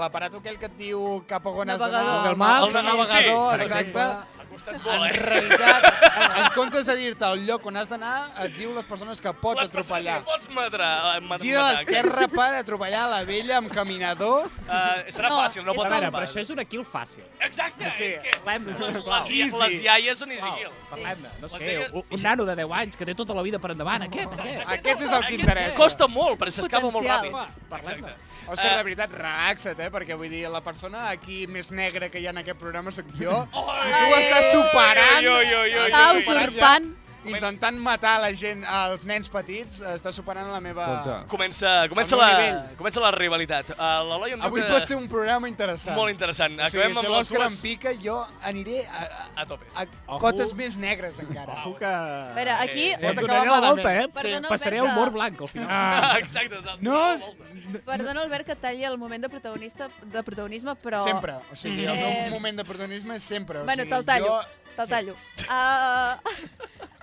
Speaker 4: l'aparat aquell que et diu cap a on has d'anar.
Speaker 3: Navegador.
Speaker 4: El mar,
Speaker 1: El
Speaker 4: el
Speaker 1: navegador, sí.
Speaker 4: navegador,
Speaker 1: Per
Speaker 4: exacte.
Speaker 1: Ha costat
Speaker 4: En
Speaker 1: molt, eh?
Speaker 4: realitat, en comptes de dir-te el lloc on has d'anar, et diu les persones que pots
Speaker 1: Les persones
Speaker 4: atropellar.
Speaker 1: que pots eh, matar.
Speaker 4: Gira a l'esquerra per atropellar la vella amb caminador.
Speaker 1: Uh, serà
Speaker 3: No,
Speaker 1: fàcil, no
Speaker 3: és
Speaker 1: pot
Speaker 9: A
Speaker 3: com-
Speaker 9: veure,
Speaker 1: atrapar.
Speaker 9: però això és una kill fàcil.
Speaker 1: Exacte,
Speaker 4: Sí.
Speaker 1: és que
Speaker 9: Parlem-ne,
Speaker 1: les,
Speaker 9: sisplau.
Speaker 1: les, les
Speaker 4: Easy.
Speaker 1: iaies són easy
Speaker 9: Sisplau,
Speaker 1: kill.
Speaker 9: Parlem-ne, no
Speaker 1: Les
Speaker 9: sé,
Speaker 1: illes-
Speaker 9: un, un nano de 10 anys que té tota la vida per endavant, aquest, aquest.
Speaker 4: Aquest és el que interessa.
Speaker 1: Costa molt, perquè s'escapa molt
Speaker 3: Potencial.
Speaker 1: ràpid. Exacte.
Speaker 4: Òscar,
Speaker 1: Eh,
Speaker 4: de veritat, relaxa't, eh? Perquè vull dir, la persona aquí més negra que hi ha en aquest programa sóc jo.
Speaker 1: Oi!
Speaker 4: I tu ho estàs superant.
Speaker 1: Oi, oi, oi, oi,
Speaker 4: Estàs
Speaker 1: oi, oi.
Speaker 4: superant ja.
Speaker 3: Usurpant.
Speaker 4: Intentant matar la gent, els nens petits, està superant la meva...
Speaker 5: Escolta.
Speaker 1: Comença, comença,
Speaker 4: Al meu
Speaker 1: la,
Speaker 4: nivell.
Speaker 1: comença la rivalitat. Uh, L'Eloi em diu
Speaker 4: Avui
Speaker 1: que...
Speaker 4: pot ser un programa interessant.
Speaker 1: Molt interessant.
Speaker 4: O sigui,
Speaker 1: Acabem
Speaker 4: si
Speaker 1: amb les
Speaker 4: l'Òscar em
Speaker 1: dues
Speaker 4: pica, jo aniré a, a,
Speaker 1: a tope.
Speaker 4: a
Speaker 9: Ojo.
Speaker 4: cotes més negres encara.
Speaker 9: Ojo que...
Speaker 3: A veure, aquí...
Speaker 1: Eh,
Speaker 4: Pot
Speaker 9: Pot
Speaker 4: acabar
Speaker 9: acabar la
Speaker 4: malament.
Speaker 9: volta, eh?
Speaker 3: Perdona,
Speaker 9: Passaré
Speaker 3: Alberta.
Speaker 9: el mor blanc al final.
Speaker 5: Ah,
Speaker 1: Exacte. de-
Speaker 5: no,
Speaker 1: de la volta.
Speaker 3: Perdona, Albert, que et talli el moment de protagonista de protagonisme, però...
Speaker 4: Sempre. O sigui, el meu
Speaker 3: Eh,
Speaker 4: moment de protagonisme és sempre. O
Speaker 3: Bueno,
Speaker 4: sigui,
Speaker 3: te'l tallo,
Speaker 4: Jo...
Speaker 3: te'l tallo. Ah,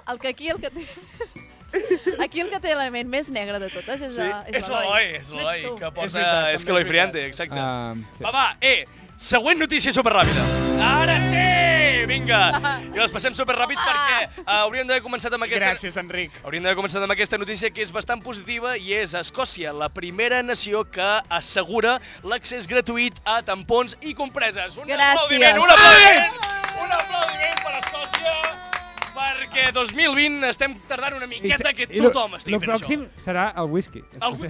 Speaker 3: el que aquí, el que té... Aquí el que té la ment més negra de totes és,
Speaker 1: Sí,
Speaker 3: a-
Speaker 1: és l'Eloi, és l'Eloi,
Speaker 3: No ets tu.
Speaker 1: que posa...
Speaker 4: veritat, també
Speaker 1: És que l'Eloi
Speaker 4: és
Speaker 1: Friante,
Speaker 4: veritat.
Speaker 1: exacte.
Speaker 5: Ah, sí.
Speaker 1: Va, va, eh, següent notícia superràpida. Ara sí! Vinga! I les passem superràpid perquè eh, hauríem d'haver començat amb aquesta...
Speaker 4: Gràcies, Enric.
Speaker 1: Hauríem d'haver començat amb aquesta notícia que és bastant positiva i és Escòcia, la primera nació que assegura l'accés gratuït a tampons i compreses. Un
Speaker 3: Gràcies.
Speaker 1: aplaudiment, un aplaudiment! Un aplaudiment per Escòcia! Perquè 2020 estem tardant una miqueta que
Speaker 5: lo-
Speaker 1: tothom estigui
Speaker 5: lo
Speaker 1: fent això.
Speaker 5: pròxim serà el whisky.
Speaker 1: Algú,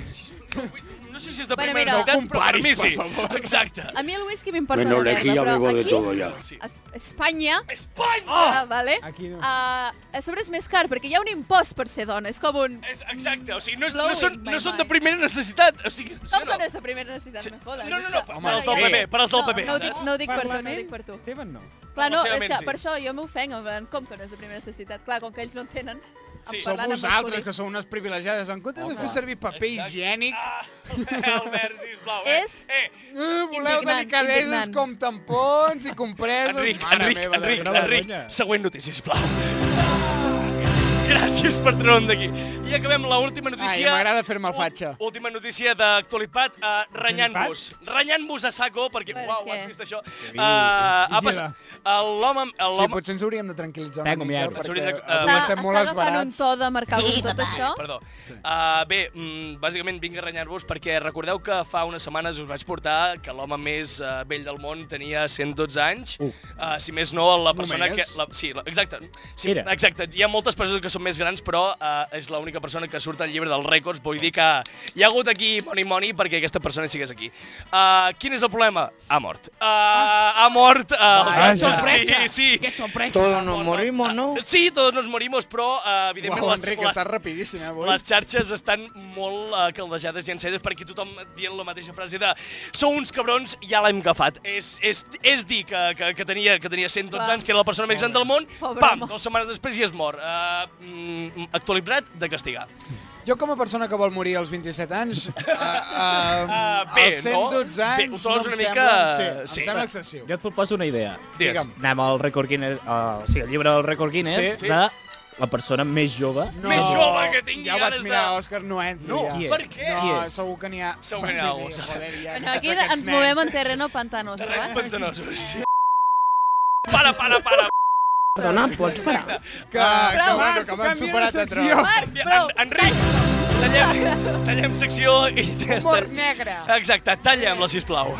Speaker 1: no sé si és de primera
Speaker 3: Bueno, mira.
Speaker 1: necessitat,
Speaker 4: No comparis,
Speaker 1: però per mi sí.
Speaker 4: per favor.
Speaker 1: Exacte.
Speaker 3: A mi el whisky m'importa
Speaker 11: Bueno,
Speaker 3: una
Speaker 11: de aquí
Speaker 3: merda,
Speaker 11: ya
Speaker 3: però
Speaker 11: bebo de
Speaker 3: aquí,
Speaker 11: todo ya.
Speaker 1: Sí.
Speaker 3: Es Espanya,
Speaker 1: Espanya!
Speaker 3: ah, vale?
Speaker 5: Aquí no.
Speaker 3: Ah, a sobre és més car, perquè hi ha un impost per ser dona. És com un...
Speaker 1: És exacte, o sigui, no, és, no,
Speaker 3: Blowing
Speaker 1: són,
Speaker 3: my
Speaker 1: no són de
Speaker 3: mind.
Speaker 1: primera necessitat. O sigui, sí
Speaker 3: Com
Speaker 1: o
Speaker 3: que no
Speaker 1: no?
Speaker 3: és de primera necessitat,
Speaker 1: Sí.
Speaker 3: no jodes.
Speaker 1: No, no, no, per,
Speaker 4: Home,
Speaker 1: per als del
Speaker 4: sí.
Speaker 1: PP, per als del PP.
Speaker 3: No, no ho dic,
Speaker 1: saps?
Speaker 3: no ho dic per tu, no ho
Speaker 5: Parlament.
Speaker 3: dic per tu.
Speaker 5: Seven no.
Speaker 3: Clar, no, és
Speaker 1: Segurament
Speaker 3: que
Speaker 1: sí.
Speaker 3: per això jo m'ofenc, en plan, com que no és de primera necessitat? Clar, com que ells no en tenen,
Speaker 1: Sí.
Speaker 3: em
Speaker 4: Sou
Speaker 3: parlant en
Speaker 4: vosaltres,
Speaker 3: masculí.
Speaker 4: que sou unes privilegiades. En comptes de fer servir paper higiènic,
Speaker 1: Ah, Albert, sisplau, eh?
Speaker 3: És-
Speaker 1: Eh,
Speaker 4: eh, voleu
Speaker 3: Indignant,
Speaker 4: delicadeses
Speaker 3: indignant.
Speaker 4: com tampons i compreses.
Speaker 1: Enric,
Speaker 4: Mare
Speaker 1: Enric,
Speaker 4: meva, de
Speaker 1: Enric,
Speaker 4: veritat.
Speaker 1: Enric, següent notícia, sisplau. Gràcies per treure'm d'aquí. I acabem la última
Speaker 4: Ai,
Speaker 1: notícia.
Speaker 4: m'agrada fer-me el fatxa.
Speaker 1: Última notícia d'actualitat, uh, renyant-vos. Renyant-vos a saco, perquè,
Speaker 3: Per
Speaker 1: uau,
Speaker 3: què?
Speaker 1: has vist això? Uh, ha
Speaker 5: Vigila.
Speaker 1: passat... L'home...
Speaker 4: Sí,
Speaker 1: l'home-
Speaker 4: potser ens hauríem de tranquil·litzar
Speaker 9: Tengo
Speaker 4: una mica,
Speaker 9: miedo.
Speaker 1: Ens hauríem
Speaker 4: perquè
Speaker 1: de- eh,
Speaker 4: avui estem molt
Speaker 3: Està agafant un
Speaker 4: esverats.
Speaker 3: to de marcar sí, tot això.
Speaker 1: Perdó. Sí. Uh, bé, mm, bàsicament vinc a renyar-vos perquè recordeu que fa unes setmanes us vaig portar que l'home més uh, vell del món tenia 112 anys. Uh. Uh, si més no, la persona
Speaker 4: Només?
Speaker 1: que... La, sí, la, exacte. Sí,
Speaker 9: Era.
Speaker 1: exacte. Hi ha moltes persones que són més grans, però uh, és l'única persona que surt al llibre dels rècords. Vull dir que hi ha hagut aquí moni moni perquè aquesta persona sigués aquí. Uh, quin és el problema? Ha mort. Uh, ha mort... Uh, sí, sí.
Speaker 9: Que sorpresa!
Speaker 4: Todos nos morimos, ¿no?
Speaker 1: Sí, tots nos morimos, però uh, evidentment
Speaker 4: Uau,
Speaker 1: les,
Speaker 4: Enric,
Speaker 1: les,
Speaker 4: estàs rapidíssim, eh, avui.
Speaker 1: les xarxes estan molt uh, caldejades i enceses perquè tothom dient la mateixa frase de sou uns cabrons, ja l'hem agafat. És, és, és dir que, que, que, tenia, que tenia 112
Speaker 3: Clar.
Speaker 1: anys, que era la persona més gran del món,
Speaker 3: Pobre
Speaker 1: pam,
Speaker 3: home.
Speaker 1: dues setmanes després i és mort. Uh, mm, actualitzat de castigar.
Speaker 4: Jo com a persona que vol morir als 27 anys, uh, uh,
Speaker 1: Ah, bé,
Speaker 4: als 112
Speaker 1: no? Bé, ho
Speaker 4: anys
Speaker 1: trobes
Speaker 4: no
Speaker 1: una
Speaker 4: em sembla,
Speaker 1: mica-
Speaker 4: sí, em
Speaker 1: sí.
Speaker 4: sembla excessiu.
Speaker 9: Jo et proposo una idea.
Speaker 1: Digues.
Speaker 4: Digue'm.
Speaker 9: Anem al record Guinness, uh, o sigui, el llibre del record Guinness
Speaker 4: Sí.
Speaker 9: sí. de la persona més jove.
Speaker 4: No,
Speaker 1: Més jove que tingui
Speaker 4: ja ho
Speaker 1: ganes
Speaker 4: vaig
Speaker 1: de-
Speaker 4: mirar, Òscar, no entro
Speaker 1: No,
Speaker 4: ja.
Speaker 1: per què?
Speaker 4: No,
Speaker 9: Qui és?
Speaker 4: segur que n'hi ha...
Speaker 1: Segur que n'hi ha un.
Speaker 4: Joder, ja,
Speaker 3: Bueno, aquí
Speaker 4: aquests
Speaker 3: ens
Speaker 4: nens.
Speaker 3: movem en terreno pantanoso,
Speaker 1: Terrenys
Speaker 3: eh?
Speaker 1: pantanosos. Para, para, para.
Speaker 6: Perdona, pots parar?
Speaker 4: Que, que,
Speaker 3: Ah, Prou,
Speaker 4: bueno, que m'han superat a tros.
Speaker 3: Marc, prou!
Speaker 1: En, Enric, tallem, tallem secció i...
Speaker 4: Humor negre.
Speaker 1: Exacte, tallem-la, sisplau.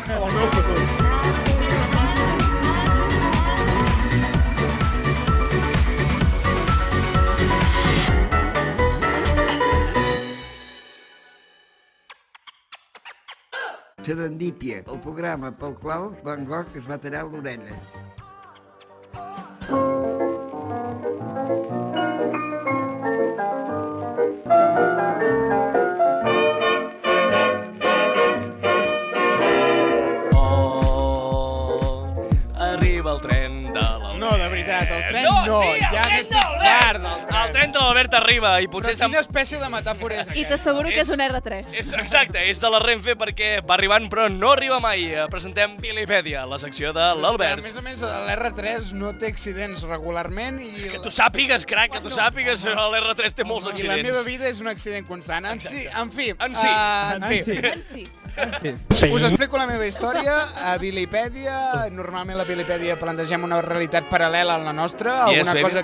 Speaker 2: Serendípia, el programa pel qual Van Gogh es va tallar l'orella.
Speaker 1: Oh, arriba el tren de l'Albert.
Speaker 4: No, de veritat, el tren Eh, no,
Speaker 1: sí, el
Speaker 4: ja
Speaker 1: tren
Speaker 4: hagués
Speaker 1: no,
Speaker 4: estat
Speaker 1: Albert.
Speaker 4: tard, el tren.
Speaker 1: El tren de l'Albert arriba i
Speaker 4: Però
Speaker 1: potser...
Speaker 4: quina
Speaker 1: se'n-
Speaker 4: espècie de metàfora és
Speaker 3: I
Speaker 4: aquesta?
Speaker 3: t'asseguro que és
Speaker 1: És-
Speaker 3: un R3.
Speaker 1: És, exacte, és de la Renfe perquè va arribant però no arriba mai. Eh, Presentem Bilipèdia, la secció de
Speaker 4: A
Speaker 1: l'Albert.
Speaker 4: més a més, l'R3 no té accidents regularment i...
Speaker 1: Que tu sàpigues, crac, que tu sàpigues, l'R3 té molts
Speaker 4: I la meva
Speaker 1: accidents.
Speaker 4: vida és un accident constant. En si, en fi,
Speaker 1: En si.
Speaker 4: eh,
Speaker 5: Ah,
Speaker 4: en si.
Speaker 3: En Sí.
Speaker 4: Us explico la meva història a Vilipèdia. Normalment a Vilipèdia plantegem una realitat paral·lela a la nostra,
Speaker 1: Yes,
Speaker 4: alguna
Speaker 1: baby.
Speaker 4: cosa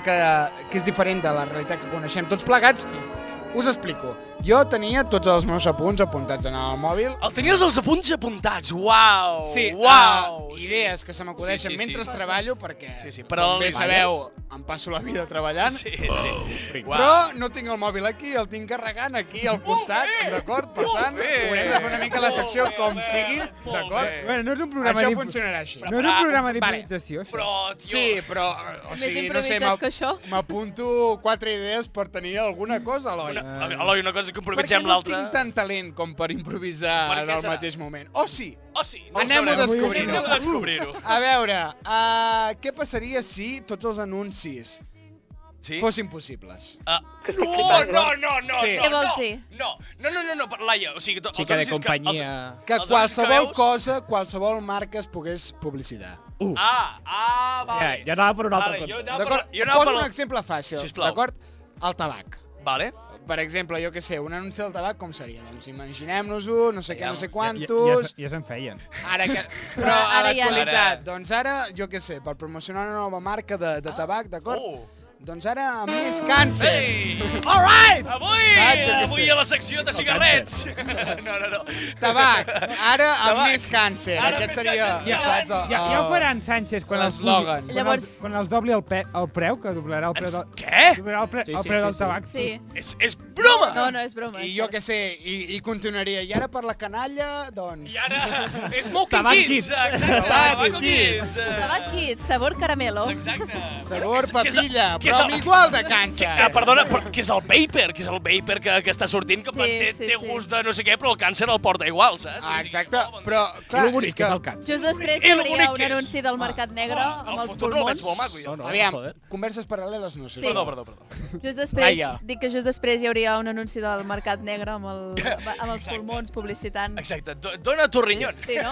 Speaker 4: que, que és diferent de la realitat que coneixem tots plegats. Us explico. Jo tenia tots els meus apunts apuntats en el mòbil.
Speaker 1: El tenies els apunts apuntats, uau,
Speaker 4: Sí,
Speaker 1: uau.
Speaker 4: eh, idees que se m'acudeixen
Speaker 1: Sí, sí, sí.
Speaker 4: mentre treballo, perquè,
Speaker 1: Sí, sí,
Speaker 4: com bé
Speaker 1: paral·leles.
Speaker 4: sabeu, em passo la vida treballant.
Speaker 1: Sí, sí. Uau.
Speaker 4: Oh, Però no tinc el mòbil aquí, el tinc carregant aquí al costat,
Speaker 1: bé!
Speaker 4: d'acord? Per
Speaker 1: Molt
Speaker 4: tant,
Speaker 1: bé!
Speaker 4: haurem de fer una mica la secció
Speaker 1: Molt bé,
Speaker 4: com
Speaker 1: Albert,
Speaker 4: sigui,
Speaker 1: molt
Speaker 4: d'acord?
Speaker 5: Bueno, no és un programa
Speaker 4: Això
Speaker 5: d'imp-
Speaker 4: funcionarà així.
Speaker 5: No és un programa
Speaker 4: Vale.
Speaker 5: d'improvisació, això.
Speaker 1: Però, tio...
Speaker 4: Sí, però, eh, o
Speaker 3: Més
Speaker 4: sigui, no sé,
Speaker 3: improvisat
Speaker 4: m'ap-
Speaker 3: que això.
Speaker 4: m'apunto quatre idees per tenir alguna cosa, Eloi.
Speaker 1: Una, Eloi, una cosa que
Speaker 4: Perquè
Speaker 1: improvisem
Speaker 4: no
Speaker 1: l'altra.
Speaker 4: tinc tant talent com per improvisar
Speaker 1: Per
Speaker 4: en
Speaker 1: què
Speaker 4: el
Speaker 1: serà?
Speaker 4: mateix moment. O sí,
Speaker 1: Oh, sí, no
Speaker 4: anem-ho
Speaker 1: sabrem.
Speaker 4: descobrint.
Speaker 1: Anem a descobrir-ho.
Speaker 4: A veure, uh, què passaria si tots els anuncis
Speaker 1: Sí?
Speaker 4: fossin possibles?
Speaker 1: Ah, no, no, no, no,
Speaker 4: Sí.
Speaker 1: no,
Speaker 3: Què vols
Speaker 1: no,
Speaker 3: dir?
Speaker 1: No, no, no, no, no, per- Laia, o sigui... to- els
Speaker 9: Xica de
Speaker 1: anuncis que-
Speaker 9: companyia.
Speaker 4: Que
Speaker 1: els
Speaker 4: qualsevol
Speaker 1: anuncis que veus-
Speaker 4: cosa, qualsevol marca es pogués publicitar.
Speaker 1: Ah, ah,
Speaker 9: Ja,
Speaker 1: vale.
Speaker 9: ja anava per un altre
Speaker 1: Vale, jo
Speaker 9: cantó.
Speaker 1: anava per-
Speaker 4: D'acord?
Speaker 1: Ah, Jo anava
Speaker 4: Poso
Speaker 1: per...
Speaker 4: un exemple fàcil,
Speaker 1: Sisplau.
Speaker 4: d'acord? El tabac.
Speaker 1: Vale.
Speaker 4: Per exemple, jo que sé, un anunci del tabac com seria? Doncs imaginem-nos-ho, no sé què,
Speaker 1: Ja,
Speaker 4: no sé
Speaker 5: Ja,
Speaker 4: quantos...
Speaker 5: ja, ja se'n feien.
Speaker 4: Ara que... Però a
Speaker 3: Ara ja no.
Speaker 4: l'actualitat, doncs ara, jo que sé, per promocionar una nova marca de, de tabac, d'acord?
Speaker 1: Oh.
Speaker 4: Doncs ara amb més càncer.
Speaker 1: Ei!
Speaker 4: All right!
Speaker 1: Avui,
Speaker 4: Saps, jo què
Speaker 1: avui
Speaker 4: sé.
Speaker 1: a la secció de cigarrets. No, no, no.
Speaker 4: Tabac, ara amb
Speaker 1: Tabac.
Speaker 4: més càncer.
Speaker 1: Ara
Speaker 4: Aquest
Speaker 1: més
Speaker 4: seria,
Speaker 1: càncer. Ja,
Speaker 4: saps?
Speaker 5: Ja,
Speaker 4: el-
Speaker 5: ja ho faran Sánchez quan els, pugi-
Speaker 4: l'eslògan.
Speaker 5: quan, els,
Speaker 3: Llavors-
Speaker 5: quan els dobli el, pe, el preu, que doblarà el preu del...
Speaker 1: Què?
Speaker 5: Doblarà el, pre,
Speaker 9: Sí,
Speaker 5: el
Speaker 9: sí,
Speaker 5: preu
Speaker 9: sí,
Speaker 5: del
Speaker 9: sí.
Speaker 5: tabac.
Speaker 3: Sí.
Speaker 1: És, és broma!
Speaker 3: No, no, és broma.
Speaker 4: I
Speaker 3: és
Speaker 4: jo
Speaker 3: broma.
Speaker 4: que sé, i, i continuaria. I ara per la canalla, doncs...
Speaker 1: I ara és molt
Speaker 9: Tabac
Speaker 1: quinquins.
Speaker 9: Kids.
Speaker 1: Exacte,
Speaker 4: Tabac
Speaker 1: tabac
Speaker 4: Kids.
Speaker 1: Kids. eh,
Speaker 3: Tabac Kids, sabor caramelo.
Speaker 1: Exacte.
Speaker 4: Sabor
Speaker 1: Bueno, que és- que és-
Speaker 4: papilla,
Speaker 1: que és
Speaker 4: però
Speaker 1: el-
Speaker 4: amb igual de càncer.
Speaker 1: Ah, perdona, però què és el vapor? Què és el vapor que, que està sortint? Que
Speaker 3: Sí,
Speaker 1: sí, té,
Speaker 3: sí,
Speaker 1: té
Speaker 3: sí.
Speaker 1: gust de no sé què, però el càncer el porta igual, saps? O
Speaker 4: Ah,
Speaker 1: sigui,
Speaker 4: exacte,
Speaker 1: molt bon
Speaker 4: però
Speaker 5: Que
Speaker 4: clar,
Speaker 5: lo bonic que és el cans.
Speaker 3: Just després
Speaker 1: I
Speaker 3: hi
Speaker 1: lo
Speaker 3: hauria
Speaker 1: bonic
Speaker 3: un
Speaker 1: que és.
Speaker 3: anunci del Mercat Negre
Speaker 1: Ah, el
Speaker 3: amb els
Speaker 1: futur no el veig molt
Speaker 3: pulmons.
Speaker 1: maco, jo.
Speaker 9: No,
Speaker 4: Aviam,
Speaker 9: joder.
Speaker 4: converses paral·leles no sé.
Speaker 3: Sí.
Speaker 1: Perdó, perdó, perdó.
Speaker 3: Just després,
Speaker 4: Laia.
Speaker 3: dic que just després hi hauria un anunci del Mercat Negre amb, el, amb els pulmons publicitant.
Speaker 1: Exacte, do- dona Torrinyón.
Speaker 3: Sí, no?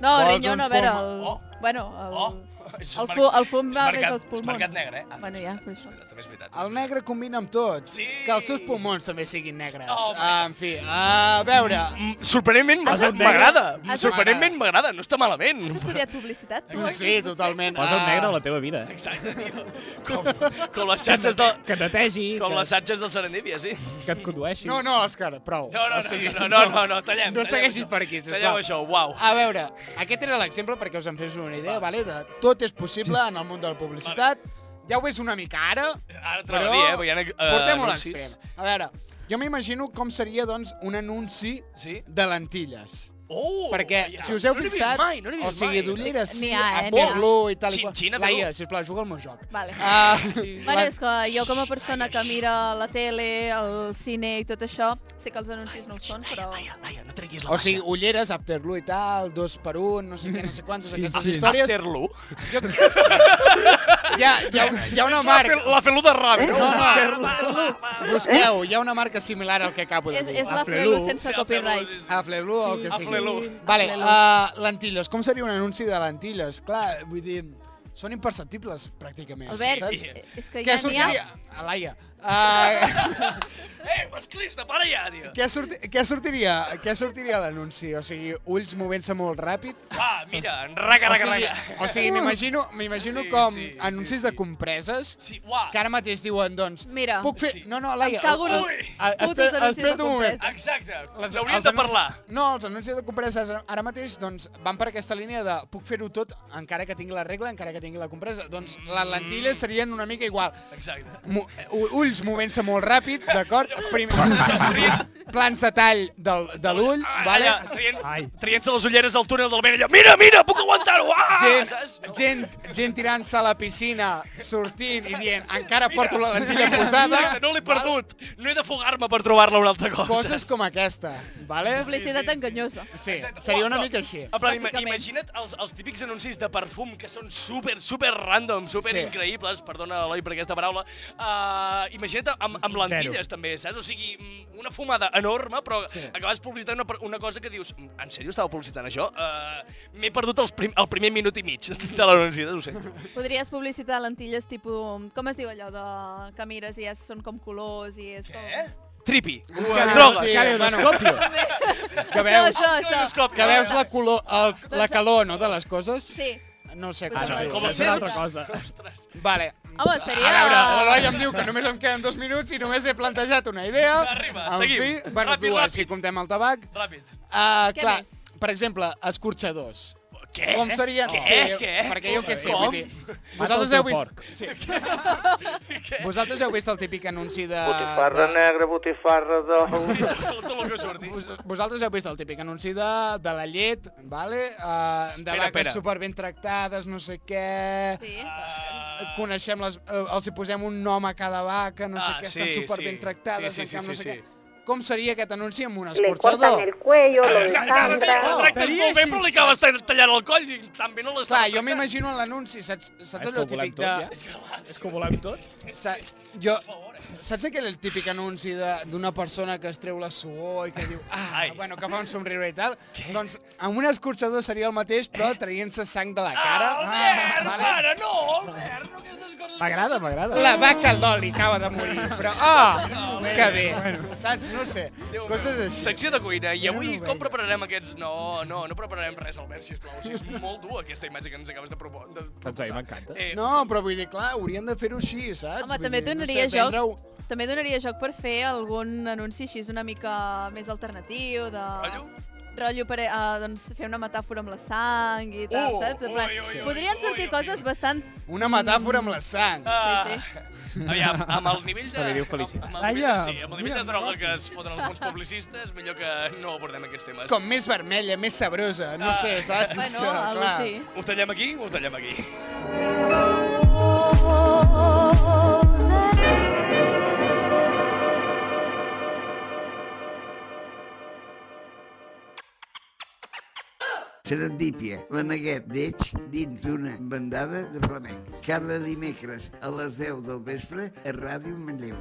Speaker 3: No,
Speaker 4: Vols
Speaker 3: Rinyón,
Speaker 4: un
Speaker 3: a veure,
Speaker 4: pulmó?
Speaker 3: el... Bueno, el...
Speaker 1: Oh.
Speaker 3: El, fu el fum
Speaker 1: és
Speaker 3: va més
Speaker 1: mercat-
Speaker 3: als
Speaker 1: És
Speaker 3: pulmons.
Speaker 1: mercat negre, eh?
Speaker 3: Bueno, ja, per això.
Speaker 1: També és veritat.
Speaker 4: El negre combina amb tot.
Speaker 1: Sí.
Speaker 4: Que els seus pulmons també siguin negres.
Speaker 1: Oh, my
Speaker 4: Ah, en fi, a veure...
Speaker 1: Mm, Sorprenentment m'agrada,
Speaker 9: Posa't negre.
Speaker 1: m'agrada.
Speaker 3: Has-
Speaker 1: Sorprenentment m'agrada, no està malament.
Speaker 3: Has estudiat publicitat, tu?
Speaker 4: Sí, totalment.
Speaker 9: Posa el
Speaker 4: Ah,
Speaker 9: negre a la teva vida, eh?
Speaker 1: Exacte, tio. Com, com les xarxes del...
Speaker 5: Que et netegi,
Speaker 1: Com
Speaker 5: que,
Speaker 1: les xarxes del Serendipia, sí.
Speaker 5: que et condueixi.
Speaker 4: No, no, Òscar, prou.
Speaker 1: No, no,
Speaker 4: O sigui,
Speaker 1: no, no, no, no, no tallem.
Speaker 4: No
Speaker 1: tallem
Speaker 4: segueixis
Speaker 1: això.
Speaker 4: per aquí, sisplau.
Speaker 1: Tallem això, uau.
Speaker 4: A veure, aquest era l'exemple perquè us en fes una idea, vale? de tot és possible en el món de la publicitat. Ja ho és una mica ara,
Speaker 1: Ara te
Speaker 4: però
Speaker 1: però... dir, eh? Veient, eh,
Speaker 4: portem-ho a
Speaker 1: anuncis.
Speaker 4: l'extrem. A veure, jo m'imagino com seria doncs, un anunci
Speaker 1: Sí?
Speaker 4: de lentilles.
Speaker 1: Oh,
Speaker 4: perquè,
Speaker 1: ja.
Speaker 4: si us heu
Speaker 1: no n'he vist
Speaker 4: fixat,
Speaker 1: mai, no n'he
Speaker 4: o
Speaker 1: vist
Speaker 4: sigui,
Speaker 1: mai.
Speaker 4: d'ulleres sí,
Speaker 3: N'hi ha, eh,
Speaker 4: a
Speaker 3: n'hi ha.
Speaker 4: blu i tal i
Speaker 1: Xin-
Speaker 4: qual.
Speaker 1: xina,
Speaker 4: Laia,
Speaker 1: tu.
Speaker 4: sisplau, juga al meu joc.
Speaker 3: Vale.
Speaker 4: Ah,
Speaker 3: Bueno, és que jo com a persona que mira la tele, el cine i tot això, sé que els anuncis no ho són, però...
Speaker 1: Laia, Laia, no treguis la
Speaker 4: o sigui, ulleres, after blue i tal, dos per un, no sé què, no sé quantes,
Speaker 5: Sí,
Speaker 4: aquestes
Speaker 5: sí.
Speaker 4: històries.
Speaker 1: Afterloo.
Speaker 4: Jo... hi, ha, hi, ha, una- hi ha una marca...
Speaker 1: L'Afterloo de Rabi.
Speaker 4: No, no, busqueu, hi ha una marca similar al que acabo de
Speaker 3: És,
Speaker 4: dir.
Speaker 3: és la Flelu sense copyright.
Speaker 4: Aflelu o el que sigui.
Speaker 1: Aflelu.
Speaker 4: Vale,
Speaker 3: Aflelu.
Speaker 4: uh, lentilles. Com seria un anunci de lentilles? Clar, vull dir, són imperceptibles, pràcticament.
Speaker 3: Albert,
Speaker 4: saps?
Speaker 3: és- és que
Speaker 4: Què
Speaker 3: ja n'hi ha...
Speaker 4: sortiria... Laia. Uh,
Speaker 1: Eh, masclista, para ja, tio.
Speaker 4: què, sorti... què sortiria, què sortiria a l'anunci? O sigui, ulls movent-se molt ràpid?
Speaker 1: Va, mira, raca,
Speaker 4: O
Speaker 1: raca,
Speaker 4: sigui,
Speaker 1: raca.
Speaker 4: o sigui m'imagino m'imagino
Speaker 1: Sí,
Speaker 4: com
Speaker 1: sí, sí,
Speaker 4: anuncis
Speaker 1: sí.
Speaker 4: de compreses
Speaker 1: Sí, uah.
Speaker 4: que ara mateix diuen, doncs,
Speaker 3: Mira.
Speaker 4: puc fer...
Speaker 1: Sí.
Speaker 4: No, no, Laia...
Speaker 3: Em cago en els
Speaker 4: Ui!
Speaker 3: putos anuncis
Speaker 4: Espera-
Speaker 3: de
Speaker 4: espera't un moment.
Speaker 3: compreses.
Speaker 1: Exacte, les
Speaker 4: Els
Speaker 1: hauríem de
Speaker 4: anuncis-
Speaker 1: parlar.
Speaker 4: No, els anuncis de compreses ara mateix doncs, van per aquesta línia de puc fer-ho tot encara que tingui la regla, encara que tingui la compresa. Doncs
Speaker 1: Mm.
Speaker 4: les lentilles serien una mica igual.
Speaker 1: Exacte.
Speaker 4: Mo u- ulls movent-se molt ràpid, d'acord? Primer, plans de tall del, de l'ull,
Speaker 1: Ah,
Speaker 4: vale?
Speaker 1: allà, traient-
Speaker 5: Ai.
Speaker 1: Traient-se les ulleres del túnel del vent, allò, mira, mira, puc aguantar-ho, ah!
Speaker 4: Gent,
Speaker 1: saps? No.
Speaker 4: gent, gent tirant-se a la piscina, sortint i dient encara porto la lentilla posada.
Speaker 1: Exacte, no l'he
Speaker 4: val?
Speaker 1: perdut. No he de fugar-me per trobar-la una altra cosa.
Speaker 4: Coses com aquesta, vale?
Speaker 3: Publicitat enganyosa.
Speaker 4: Sí,
Speaker 1: Exacte.
Speaker 4: seria
Speaker 1: Oh,
Speaker 4: una
Speaker 1: no.
Speaker 4: mica així.
Speaker 1: En plan, ima-
Speaker 3: Bàsicament.
Speaker 1: imagina't els, els típics anuncis de perfum que són super, super random, super
Speaker 4: Sí.
Speaker 1: sí. increïbles, perdona Eloi per aquesta paraula, uh, imagina't amb, amb lentilles també, saps? O sigui, mm, una fumada enorme, però
Speaker 4: Sí.
Speaker 1: sí. acabes publicitant una, per- una cosa que dius, "Mm, en sèrio estava publicitant això? Uh, M'he perdut els prim, el primer minut i mig de l'anunci, ho sento.
Speaker 3: Podries publicitar lentilles tipus... Com es diu allò de... que mires i és, són com colors i és com...
Speaker 1: Eh? Tripi.
Speaker 4: Que
Speaker 1: drogues.
Speaker 4: bueno, que
Speaker 3: Això,
Speaker 4: veus,
Speaker 3: això, això.
Speaker 1: Colonoscopi.
Speaker 4: que veus la, color, el, la calor no, de les coses?
Speaker 3: Doncs Sí.
Speaker 4: No sé
Speaker 3: Ah,
Speaker 4: com
Speaker 3: no,
Speaker 4: es diu.
Speaker 1: com
Speaker 9: a
Speaker 1: els
Speaker 9: ser una altra
Speaker 1: nervis.
Speaker 9: cosa.
Speaker 1: Ostres.
Speaker 4: Vale.
Speaker 3: Home, seria...
Speaker 4: A veure, l'Eloi em diu que només em queden dos minuts i només he plantejat una idea.
Speaker 1: Arriba,
Speaker 4: en
Speaker 1: seguim.
Speaker 4: Fi, bueno,
Speaker 1: Ràpid,
Speaker 4: dues,
Speaker 1: ràpid.
Speaker 4: si comptem el tabac.
Speaker 1: Ràpid.
Speaker 4: Uh,
Speaker 3: Què
Speaker 4: clar,
Speaker 3: més?
Speaker 4: per exemple, escorxadors.
Speaker 1: Què?
Speaker 4: Com serien?
Speaker 1: Què? Què?
Speaker 4: Perquè jo què sé,
Speaker 1: eh, Com?
Speaker 4: vull dir... Vosaltres
Speaker 9: el
Speaker 4: heu
Speaker 9: teu
Speaker 4: vist... Sí. Vosaltres heu vist el típic anunci de...
Speaker 12: Ah,
Speaker 11: negra, botifarra d'ou.
Speaker 1: Tot el que surti.
Speaker 4: Vos, vosaltres heu vist el típic anunci de, de la llet, vale? Uh, de
Speaker 1: Espera,
Speaker 4: vaques
Speaker 1: espera.
Speaker 4: superben tractades, no sé què...
Speaker 3: Sí.
Speaker 1: Ah.
Speaker 4: Coneixem les... eh, els hi posem un nom a cada vaca, no sé
Speaker 1: Ah,
Speaker 4: què,
Speaker 1: sí,
Speaker 4: estan superben
Speaker 1: sí.
Speaker 4: tractades,
Speaker 1: Sí, sí,
Speaker 4: en
Speaker 1: sí,
Speaker 4: camp, no
Speaker 1: sí,
Speaker 4: sé
Speaker 1: sí.
Speaker 4: què. Com seria aquest anunci amb un
Speaker 11: Le cortan
Speaker 4: escorxador?
Speaker 11: el cuello, lo
Speaker 1: Encara té- el
Speaker 11: desangran.
Speaker 1: tractes molt bé, però li acabes ta- tallant el coll i també no l'està...
Speaker 4: Clar, jo m'imagino en l'anunci, saps, saps
Speaker 9: Ah, és que
Speaker 4: allò
Speaker 9: ho volem
Speaker 4: típic
Speaker 9: tot,
Speaker 4: de...
Speaker 9: ja? És que ho volem tot?
Speaker 4: Sa, jo, saps aquell el típic anunci de- d'una persona que es treu la suor i que diu, ah,
Speaker 1: Ai.
Speaker 4: bueno, que fa un somriure i tal? Doncs amb un escorxador seria el mateix, però
Speaker 1: Eh?
Speaker 4: traient-se sang de la cara.
Speaker 1: Ah,
Speaker 4: Ah,
Speaker 1: Albert,
Speaker 4: vale?
Speaker 1: pare, no, Albert, no aquestes coses...
Speaker 5: M'agrada, m'agrada.
Speaker 4: Ah, La vaca al dol li acaba de morir, però, oh, que bé, saps? No sé,
Speaker 1: Déu
Speaker 4: coses
Speaker 1: meu.
Speaker 4: així.
Speaker 1: Secció de cuina, i avui com prepararem aquests... No, no, no prepararem res, Albert, sisplau. O sigui, és molt dur aquesta imatge que ens acabes de propor- de
Speaker 9: Doncs a mi
Speaker 1: proposar.
Speaker 9: m'encanta.
Speaker 1: Eh,
Speaker 4: No, però vull dir, clar, haurien de fer-ho així, saps?
Speaker 3: Home,
Speaker 4: Vull
Speaker 3: també
Speaker 4: dir, no
Speaker 3: donaria
Speaker 4: sé, prendre-ho-
Speaker 3: joc. També donaria joc per fer algun anunci així una mica més alternatiu, de...
Speaker 1: Rotllo?
Speaker 3: Rotllo per uh, doncs, fer una metàfora amb la sang i tal,
Speaker 1: Uh,
Speaker 4: Oh,
Speaker 3: saps? En
Speaker 1: ui,
Speaker 3: plan,
Speaker 1: ui, ui,
Speaker 3: podrien
Speaker 1: ui,
Speaker 3: sortir
Speaker 1: ui.
Speaker 3: coses bastant...
Speaker 4: Una metàfora amb la sang.
Speaker 1: Ah,
Speaker 3: Sí,
Speaker 1: aviam, amb el nivell de...
Speaker 9: Se li diu felicitat.
Speaker 1: Amb, amb el nivell,
Speaker 5: Laia,
Speaker 1: de- sí, amb el nivell de
Speaker 5: mira,
Speaker 1: droga
Speaker 5: negoci.
Speaker 1: que es foten alguns publicistes, millor que no abordem aquests temes.
Speaker 4: Com més vermella, més sabrosa,
Speaker 1: Ah.
Speaker 4: no sé, saps? És
Speaker 3: Bueno,
Speaker 4: que,
Speaker 3: algo
Speaker 4: clar.
Speaker 3: així.
Speaker 1: Ho tallem aquí o ho tallem aquí?
Speaker 2: Serendípia, l'aneguet d'Eix dins d'una bandada de flamenc. Cada dimecres a les 10 del vespre a Ràdio Manlleu.
Speaker 1: Di,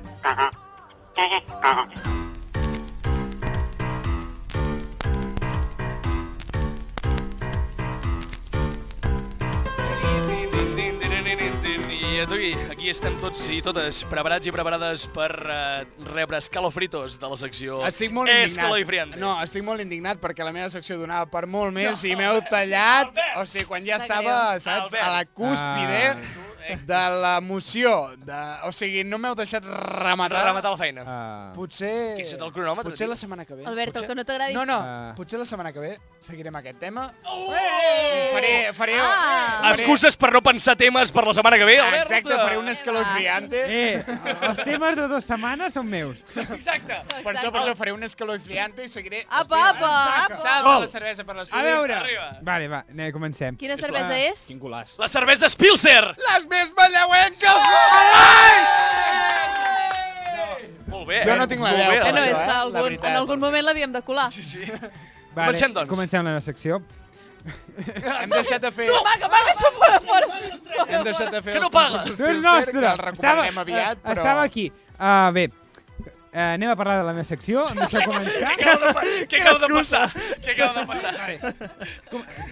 Speaker 1: di, di, Tui, aquí estem tots i totes preparats i preparades per eh, rebre escalofritos de la secció
Speaker 4: Estic molt indignat.
Speaker 1: Escalofriante.
Speaker 4: No, estic molt indignat perquè la meva secció donava per molt més i m'heu tallat, o sigui, quan ja
Speaker 1: Sap
Speaker 4: estava,
Speaker 1: greu.
Speaker 4: saps,
Speaker 1: Albert. Ah.
Speaker 4: a la
Speaker 1: Eh,
Speaker 4: cúspide de l'emoció. De... O sigui, no m'heu deixat rematar.
Speaker 1: Rematar la feina.
Speaker 5: Ah.
Speaker 4: Potser...
Speaker 1: Fixa't el cronòmetre,
Speaker 4: Potser
Speaker 1: tio.
Speaker 4: la setmana que ve.
Speaker 3: Alberto,
Speaker 4: potser...
Speaker 3: que no t'agradi.
Speaker 4: No, no,
Speaker 5: Ah.
Speaker 4: potser la setmana que ve seguirem aquest tema.
Speaker 1: Oh!
Speaker 4: Eh, Faré, faré...
Speaker 3: Ah!
Speaker 4: faré-
Speaker 1: Excuses per no pensar temes per la setmana que ve, eh, Albert.
Speaker 4: Exacte, faré un escalofriante.
Speaker 5: Eh, els temes de dues setmanes són meus.
Speaker 1: Exacte.
Speaker 4: Per això, per això faré un escalofriante i seguiré...
Speaker 3: Apa,
Speaker 4: Hòstia,
Speaker 3: apa, apa.
Speaker 4: Salva
Speaker 5: Oh.
Speaker 4: la cervesa per l'estudi.
Speaker 5: A veure.
Speaker 1: Arriba.
Speaker 5: Vale, va, anem, comencem.
Speaker 3: Quina cervesa és?
Speaker 9: Quin culàs.
Speaker 1: La cervesa Spilster.
Speaker 4: Les més ballauenques!
Speaker 1: Ah!
Speaker 4: Oh!
Speaker 1: Molt bé.
Speaker 4: Jo
Speaker 1: eh?
Speaker 4: no tinc la
Speaker 1: Molt
Speaker 4: veu,
Speaker 1: bé,
Speaker 3: Que
Speaker 4: per
Speaker 3: no
Speaker 1: Albert.
Speaker 3: és,
Speaker 4: això, eh?
Speaker 3: fa
Speaker 4: La
Speaker 3: algun,
Speaker 4: veritat.
Speaker 3: en algun moment l'havíem de colar.
Speaker 1: Sí, sí.
Speaker 5: Vale,
Speaker 1: Comencem, doncs.
Speaker 5: Comencem la meva secció.
Speaker 4: Hem deixat de fer...
Speaker 3: No, va, que va, que això fora, fora. fora,
Speaker 4: Hem deixat de fer
Speaker 1: Que no
Speaker 4: els
Speaker 1: paga.
Speaker 4: concursos
Speaker 5: No és
Speaker 4: Pilsner, que
Speaker 5: nostre.
Speaker 4: el recomanarem aviat,
Speaker 5: eh,
Speaker 4: però...
Speaker 5: Estava aquí. Uh, bé, uh, anem a parlar de la meva secció. Em deixeu
Speaker 1: Què
Speaker 5: començar.
Speaker 1: acaba de, pa- què acaba de passar? Què acaba de passar?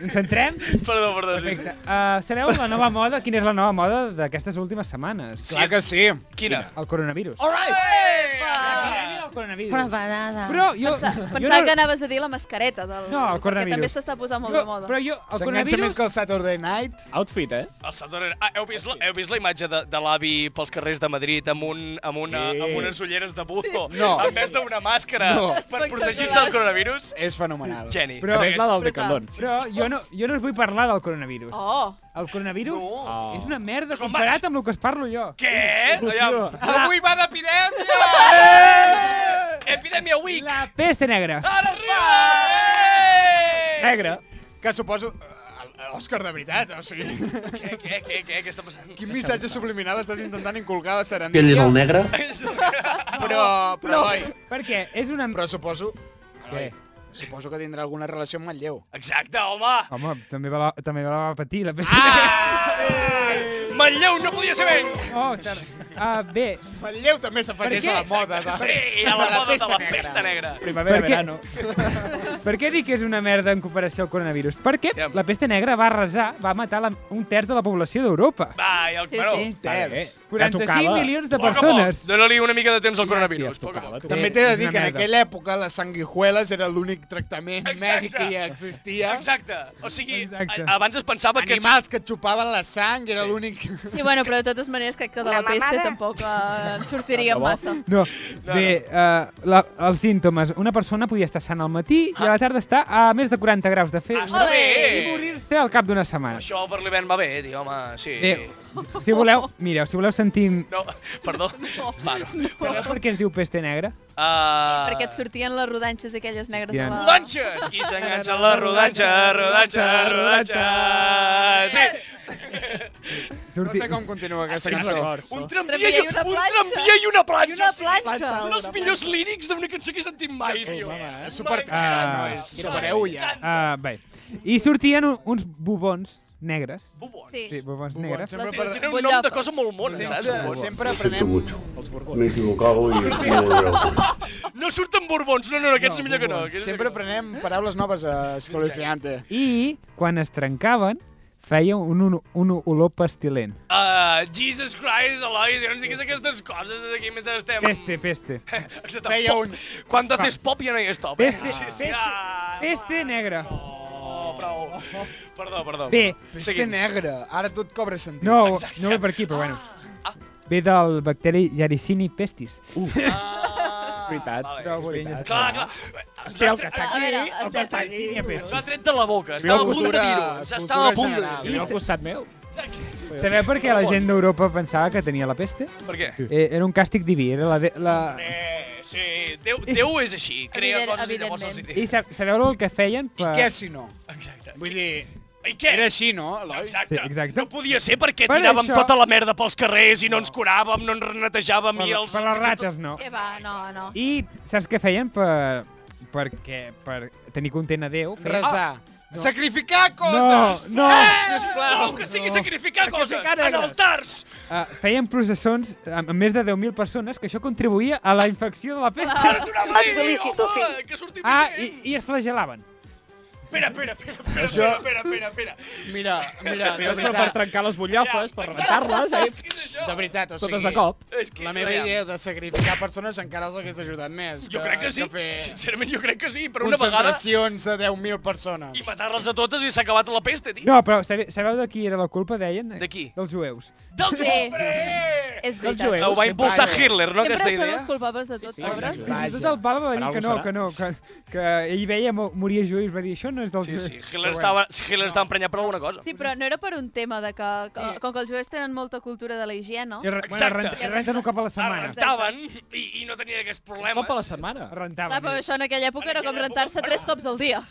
Speaker 5: Ens centrem.
Speaker 1: Perdó, perdó. Sí.
Speaker 5: Perfecte. Uh, sabeu la nova moda? Quina és la nova moda d'aquestes últimes setmanes?
Speaker 4: Clar que sí.
Speaker 1: Quina?
Speaker 5: El coronavirus.
Speaker 4: All right.
Speaker 5: El coronavirus.
Speaker 7: Preparada.
Speaker 5: Però jo... jo
Speaker 3: Pensava que anaves a dir la mascareta del...
Speaker 5: No, el
Speaker 3: Que també
Speaker 5: coronavirus.
Speaker 3: s'està posant molt
Speaker 5: jo,
Speaker 3: de moda.
Speaker 5: però jo, el
Speaker 4: S'enganxa més
Speaker 5: coronavirus...
Speaker 4: que el Saturday Night.
Speaker 9: Outfit, eh?
Speaker 1: El Salvador... Ah, heu vist la, heu vist la imatge de, de l'avi pels carrers de Madrid amb, un, amb, una,
Speaker 9: Sí.
Speaker 1: amb unes ulleres de buzo
Speaker 4: No.
Speaker 1: en vez d'una màscara
Speaker 4: No.
Speaker 1: per protegir-se del coronavirus?
Speaker 4: És fenomenal.
Speaker 1: Geni.
Speaker 5: Però
Speaker 9: és la del
Speaker 3: Brutal.
Speaker 9: Decathlon.
Speaker 5: Però jo no, jo no us vull parlar del coronavirus.
Speaker 3: Oh,
Speaker 5: El coronavirus
Speaker 1: No.
Speaker 5: és una merda
Speaker 1: Joan Baix.
Speaker 5: comparat amb el que es parlo jo.
Speaker 1: Què? Allà,
Speaker 4: Avui va d'epidèmia!
Speaker 1: Eh! Epidèmia Week!
Speaker 5: La peste negra.
Speaker 1: Ara arriba! Eh!
Speaker 9: Negre.
Speaker 4: Que suposo... eh, Òscar, de veritat, o sigui...
Speaker 1: Què, què, què, què, què està passant?
Speaker 4: Quin missatge subliminal estàs intentant inculcar a la
Speaker 11: Ell és
Speaker 4: serendipia?
Speaker 11: el negre?
Speaker 4: Però, però, Eloi,
Speaker 5: Perquè és una...
Speaker 4: però suposo... Eloi, suposo que tindrà alguna relació amb el lleu.
Speaker 1: Exacte, home!
Speaker 5: Home, també va, la, també va la patir la peste
Speaker 1: Ah! Manlleu no podia ser menys!
Speaker 5: negra. Oh, tar... ah, bé,
Speaker 4: El lleu també s'afegeix
Speaker 5: Per
Speaker 4: a
Speaker 5: què?
Speaker 4: la moda. doncs. De...
Speaker 1: Sí, a la moda de la pesta negra.
Speaker 9: Primavera,
Speaker 5: Per què?
Speaker 9: verano.
Speaker 5: per què dic que és una merda en comparació al coronavirus? Perquè
Speaker 1: Ja.
Speaker 5: la peste negra va arrasar, va matar la, un terç de la població d'Europa.
Speaker 1: Va, i el
Speaker 3: sí,
Speaker 1: però...
Speaker 3: sí.
Speaker 4: Terç.
Speaker 9: eh? Ja
Speaker 5: 45
Speaker 9: tocava.
Speaker 5: milions de
Speaker 1: Poc a poc.
Speaker 5: persones.
Speaker 1: Dóna-li una mica de temps al coronavirus.
Speaker 5: Gràcies,
Speaker 1: Poc a poc.
Speaker 9: Tocava, tocava.
Speaker 4: També t'he de
Speaker 5: és
Speaker 4: dir
Speaker 5: una
Speaker 4: que en
Speaker 5: merda.
Speaker 4: aquella època les sanguijueles era l'únic tractament
Speaker 1: Exacte.
Speaker 4: mèdic que ja existia.
Speaker 1: Exacte. O sigui,
Speaker 5: Exacte.
Speaker 1: a- abans es pensava que...
Speaker 4: Animals que et xupaven la sang, era l'únic...
Speaker 3: sí, bueno, però de totes maneres crec que de la peste tampoc eh, en sortiríem massa.
Speaker 5: No, bé, uh, la, els símptomes. Una persona podia estar sana al matí i a la tarda estar a més de 40 graus de
Speaker 1: Ah,
Speaker 5: fer
Speaker 1: està
Speaker 5: i
Speaker 1: bé!
Speaker 5: morir-se al cap d'una setmana.
Speaker 1: Això per l'hivern va bé, tio, home, sí.
Speaker 5: Bé, Eh, si voleu, mireu, si voleu sentir...
Speaker 1: No, perdó. Va, no.
Speaker 5: Sabeu per què es diu peste negra?
Speaker 1: Uh...
Speaker 3: Perquè et sortien les rodanxes aquelles negres de la...
Speaker 5: Diana.
Speaker 1: Rodanxes! I s'enganxa la rodanxa, rodanxa, rodanxa... Sí!
Speaker 4: No sé com continua aquesta
Speaker 1: sí,
Speaker 4: cançó.
Speaker 1: Un
Speaker 3: Tramvia
Speaker 1: tramvia
Speaker 3: i
Speaker 1: i,
Speaker 3: una
Speaker 1: un
Speaker 3: planxa.
Speaker 1: tramvia i una planxa!
Speaker 3: I una
Speaker 1: sí.
Speaker 3: planxa.
Speaker 1: Són els millors lírics d'una cançó que he sentit mai, tio.
Speaker 4: home, eh? Super-
Speaker 1: Mare
Speaker 5: Ah,
Speaker 1: meva,
Speaker 4: nois, supereu ja.
Speaker 5: Uh, bé. I sortien un, uns bubons negres.
Speaker 1: Bubons.
Speaker 3: Sí.
Speaker 5: Sí, bubons
Speaker 4: Bubons,
Speaker 5: negres.
Speaker 4: sempre
Speaker 3: Les-
Speaker 4: per...
Speaker 1: Tenen un
Speaker 3: Butllofes.
Speaker 1: nom de cosa molt mona,
Speaker 4: Sense,
Speaker 1: saps?
Speaker 4: sempre aprenem...
Speaker 11: M'he equivocat i no ho veureu.
Speaker 1: No surten borbons, no, no, aquests és millor que no. aquests és
Speaker 4: Sempre
Speaker 1: millor que no.
Speaker 4: aprenem paraules noves a Escalofriante.
Speaker 5: I, quan es trencaven, feia un, un, un olor pestilent.
Speaker 1: Ah, Jesus Christ, Eloi, no ens diguis aquestes coses aquí mentre estem...
Speaker 5: Peste, peste.
Speaker 1: Exacte,
Speaker 4: Feia
Speaker 1: pop.
Speaker 4: un-
Speaker 1: Quan haces pop ja no hi és top.
Speaker 5: Peste,
Speaker 1: Sí, sí,
Speaker 5: peste,
Speaker 1: ah,
Speaker 5: peste negra.
Speaker 1: No, prou. Perdó, perdó.
Speaker 5: Bé.
Speaker 4: Peste negra, ara tot cobra sentit.
Speaker 5: No, no ve per aquí, però bueno. Ve del bacteri Yaricini pestis.
Speaker 1: Ah,
Speaker 9: Veritat.
Speaker 1: Vale.
Speaker 5: Però, boninyes.
Speaker 1: Clar, clar.
Speaker 9: Hòstia, el que està
Speaker 3: A
Speaker 9: aquí,
Speaker 3: veure,
Speaker 9: el que està aquí.
Speaker 1: Ens ho ha tret de la boca, estava a punt de
Speaker 4: cultura-
Speaker 1: dir-ho. Ens estava a
Speaker 4: cultura
Speaker 1: punt de
Speaker 4: general.
Speaker 9: Vine
Speaker 1: dir-ho.
Speaker 9: al costat meu.
Speaker 1: Exacte.
Speaker 5: Sabeu per què la gent d'Europa pensava que tenia la peste?
Speaker 1: Per què?
Speaker 5: Eh, era un càstig diví, era la... De, la...
Speaker 1: Eh, sí, Déu, Déu és així, crea
Speaker 3: Evident-
Speaker 1: coses i llavors els hi
Speaker 5: I
Speaker 1: diu.
Speaker 5: sa- sabeu el que feien?
Speaker 4: I què si no?
Speaker 1: Exacte.
Speaker 4: Vull dir,
Speaker 1: I què?
Speaker 4: era així, no, Eloi?
Speaker 1: Exacte.
Speaker 5: Sí, exacte.
Speaker 1: No podia ser perquè
Speaker 5: Per
Speaker 1: tiràvem
Speaker 5: això-
Speaker 1: tota la merda pels carrers i no ens curàvem, no ens netejàvem
Speaker 5: Per,
Speaker 1: i els...
Speaker 5: per les rates, no.
Speaker 3: Què Eh, va, no, no.
Speaker 5: I saps què feien per, per, què? per tenir content a Déu? Feien... ah,
Speaker 4: Resar.
Speaker 5: no.
Speaker 4: Sacrificar
Speaker 5: No,
Speaker 4: coses!
Speaker 5: no.
Speaker 1: Eh, sisplau, que sigui sacrificar coses en
Speaker 4: negres.
Speaker 1: altars.
Speaker 5: Uh, feien processons amb amb més de 10.000 persones, que això contribuïa a la infecció de la pesta.
Speaker 1: Ai, home, que surti
Speaker 5: Ah,
Speaker 1: bé.
Speaker 5: i, i es flagelaven.
Speaker 1: Espera, espera, espera, espera,
Speaker 4: Això- Ah,
Speaker 1: espera, espera, espera.
Speaker 4: Mira, mira, de
Speaker 9: Però per
Speaker 4: veritat.
Speaker 9: trencar les butllofes, per rentar-les, eh?
Speaker 1: Exacte, això.
Speaker 4: De veritat, o sigui...
Speaker 9: Totes de cop.
Speaker 1: És que
Speaker 4: la
Speaker 1: és
Speaker 4: meva
Speaker 1: real.
Speaker 4: idea de sacrificar persones encara els hagués ajudat més.
Speaker 1: Jo crec que sí,
Speaker 4: Que fer
Speaker 1: sincerament jo crec que sí, però una vegada
Speaker 4: concentracions de 10.000 persones.
Speaker 1: i matar-les a totes i s'ha acabat la pesta, tio.
Speaker 5: No, però sabe- sabeu de qui era la culpa, deien?
Speaker 1: De qui?
Speaker 5: Dels jueus.
Speaker 1: Dels
Speaker 3: Sí.
Speaker 1: pobres!
Speaker 3: És
Speaker 9: Els
Speaker 3: veritat.
Speaker 9: jueus.
Speaker 1: Ho va impulsar
Speaker 4: Vale.
Speaker 1: Hitler, no, aquesta
Speaker 3: Sempre són
Speaker 1: idea?
Speaker 3: els culpables de tot, pobres.
Speaker 5: Fins i tot
Speaker 4: Vaja.
Speaker 5: el Papa va dir
Speaker 9: Bravo
Speaker 5: que no,
Speaker 9: serà.
Speaker 5: que no, que, que ell veia mo- morir jueu i va dir això no és dels
Speaker 1: Sí,
Speaker 5: jueus.
Speaker 1: sí, Hitler
Speaker 5: Però
Speaker 1: estava, Hitler estava emprenyat per alguna cosa.
Speaker 3: Sí, però no era per un tema de que, que com que els jueus tenen molta cultura de la higiene,
Speaker 5: I re, bueno,
Speaker 1: Exacte.
Speaker 5: rent- renten un cop a la setmana.
Speaker 3: Exacte.
Speaker 1: Arrentaven i, i no tenia aquests problemes.
Speaker 9: Cop a la setmana.
Speaker 5: Rentaven.
Speaker 3: clar, però això en aquella època
Speaker 1: En
Speaker 3: era com
Speaker 1: aquella
Speaker 3: rentar-se
Speaker 1: època,
Speaker 3: tres
Speaker 1: bueno.
Speaker 3: cops al dia.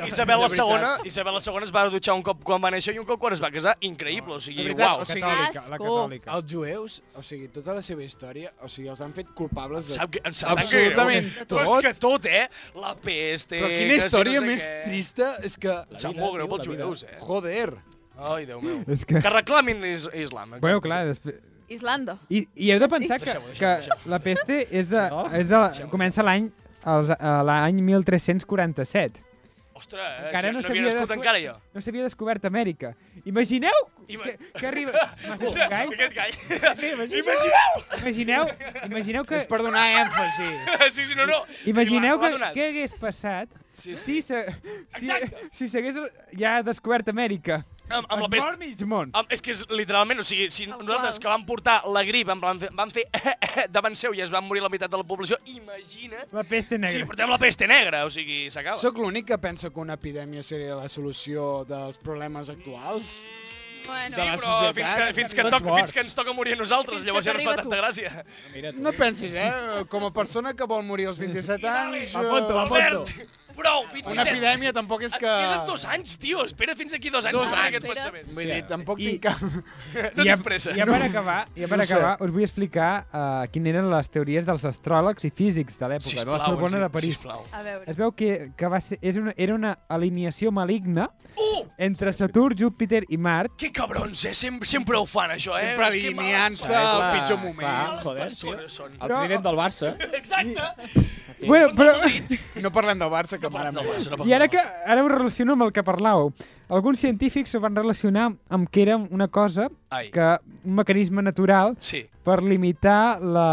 Speaker 1: La, Isabel la segona, Isabel la segona es va dutxar un cop quan va néixer i un cop quan es va casar. Increïble, o sigui,
Speaker 4: De veritat,
Speaker 1: uau.
Speaker 4: o sigui,
Speaker 5: Catòlica, la
Speaker 3: Asco.
Speaker 5: catòlica.
Speaker 4: Els jueus, o sigui, tota la seva història, o sigui, els han fet culpables de...
Speaker 1: Sap que, em sap tan greu.
Speaker 4: Absolutament
Speaker 1: Però és
Speaker 4: tot.
Speaker 1: que tot, eh? La peste...
Speaker 4: Però
Speaker 1: que
Speaker 4: quina
Speaker 1: si
Speaker 4: història
Speaker 1: no sé
Speaker 4: més
Speaker 1: què.
Speaker 4: trista és que...
Speaker 1: Em sap
Speaker 9: vida,
Speaker 1: molt greu
Speaker 9: tio,
Speaker 1: pels
Speaker 9: la vida.
Speaker 1: jueus, eh?
Speaker 4: Joder!
Speaker 1: Ai, Déu meu.
Speaker 5: És que-
Speaker 1: Que reclamin is Islam. exacte,
Speaker 5: Bueno, clar, després...
Speaker 3: Islanda.
Speaker 5: I, I heu de pensar que,
Speaker 1: Deixa-ho,
Speaker 5: que
Speaker 1: deixa-ho,
Speaker 5: la peste és de, és de, comença l'any els- a l'any 1347.
Speaker 1: sí. Ostres, eh?
Speaker 5: Encara
Speaker 1: no
Speaker 5: no,
Speaker 1: havia
Speaker 5: s'havia
Speaker 1: nascut
Speaker 5: desco-
Speaker 1: encara jo.
Speaker 5: No s'havia descobert Amèrica. Imagineu
Speaker 1: Ima-
Speaker 5: que, que arriba...
Speaker 1: Ostres,
Speaker 5: Gall,
Speaker 1: Aquest gall.
Speaker 5: imagineu-
Speaker 1: Imagineu!
Speaker 5: imagineu, imagineu que...
Speaker 4: És per donar èmfasi.
Speaker 1: Sí, sí, no, no.
Speaker 5: Imagineu
Speaker 1: M'ha- m'ha
Speaker 5: que,
Speaker 1: donat.
Speaker 5: què hagués passat
Speaker 1: Sí,
Speaker 5: si s'ha- si,
Speaker 1: Exacte.
Speaker 5: si s'hagués ja descobert Amèrica.
Speaker 1: Amb, amb la
Speaker 5: Es
Speaker 1: pesta...
Speaker 5: mor mig món.
Speaker 1: Amb, és que és literalment, o sigui, si
Speaker 3: Tal
Speaker 1: nosaltres
Speaker 3: qual.
Speaker 1: que vam portar la grip, en plan, fe- vam fer eh, davant seu i es van morir la meitat de la població, imagina
Speaker 5: La peste
Speaker 1: si
Speaker 5: negra.
Speaker 1: portem la peste negra, o sigui, s'acaba.
Speaker 4: Sóc l'únic que pensa que una epidèmia seria la solució dels problemes actuals?
Speaker 3: Bueno,
Speaker 4: Se la
Speaker 1: Però
Speaker 4: societat,
Speaker 1: fins que, fins, que
Speaker 9: tots
Speaker 1: toc, fins
Speaker 9: morts.
Speaker 1: que ens toca morir a nosaltres,
Speaker 3: Fins
Speaker 1: llavors
Speaker 3: que
Speaker 1: ja no ens fa tanta
Speaker 3: t'arriba tu.
Speaker 1: gràcia.
Speaker 9: Mira, tu.
Speaker 4: No pensis, eh? Com a persona que vol morir als 27 anys...
Speaker 9: Apunto,
Speaker 4: eh,
Speaker 9: apunto.
Speaker 1: Albert, prou, 27.
Speaker 4: Una epidèmia tampoc és
Speaker 1: Et
Speaker 4: que...
Speaker 1: queden Ah, dos anys, tio, espera fins aquí dos anys.
Speaker 4: Dos
Speaker 1: per fer aquest
Speaker 4: anys.
Speaker 1: pensament.
Speaker 4: Vull dir, tampoc
Speaker 5: I-
Speaker 4: tinc cap...
Speaker 1: No tinc pressa.
Speaker 5: Ja per acabar, ja per
Speaker 4: No ho sé.
Speaker 5: acabar us vull explicar uh, quines eren les teories dels astròlegs i físics de l'època, de la Sorbona
Speaker 1: ens-
Speaker 5: de París.
Speaker 1: Sisplau.
Speaker 3: a veure.
Speaker 5: Es veu que, que va ser, és una, era una alineació maligna
Speaker 1: Uh!
Speaker 5: entre Saturn, Júpiter i Mart.
Speaker 1: Que cabrons, eh? Sempre, sempre ho fan, això, eh? Que
Speaker 4: Sempre
Speaker 1: males
Speaker 4: alineant-se
Speaker 1: persones.
Speaker 4: al
Speaker 9: clar,
Speaker 4: pitjor
Speaker 9: clar.
Speaker 4: moment.
Speaker 1: Males
Speaker 9: Joder,
Speaker 1: persones són.
Speaker 9: El trident del Barça.
Speaker 1: Exacte!
Speaker 5: Sí. Bueno,
Speaker 1: Són
Speaker 5: però,
Speaker 1: del Madrid.
Speaker 4: No parlem del Barça, que mare
Speaker 1: No,
Speaker 4: meva.
Speaker 1: no, no,
Speaker 5: I
Speaker 1: no.
Speaker 5: ara que ara ho relaciono amb el que parlàveu. Alguns científics ho van relacionar amb que era una cosa,
Speaker 1: Ai.
Speaker 5: que un mecanisme natural
Speaker 1: Sí.
Speaker 5: per limitar la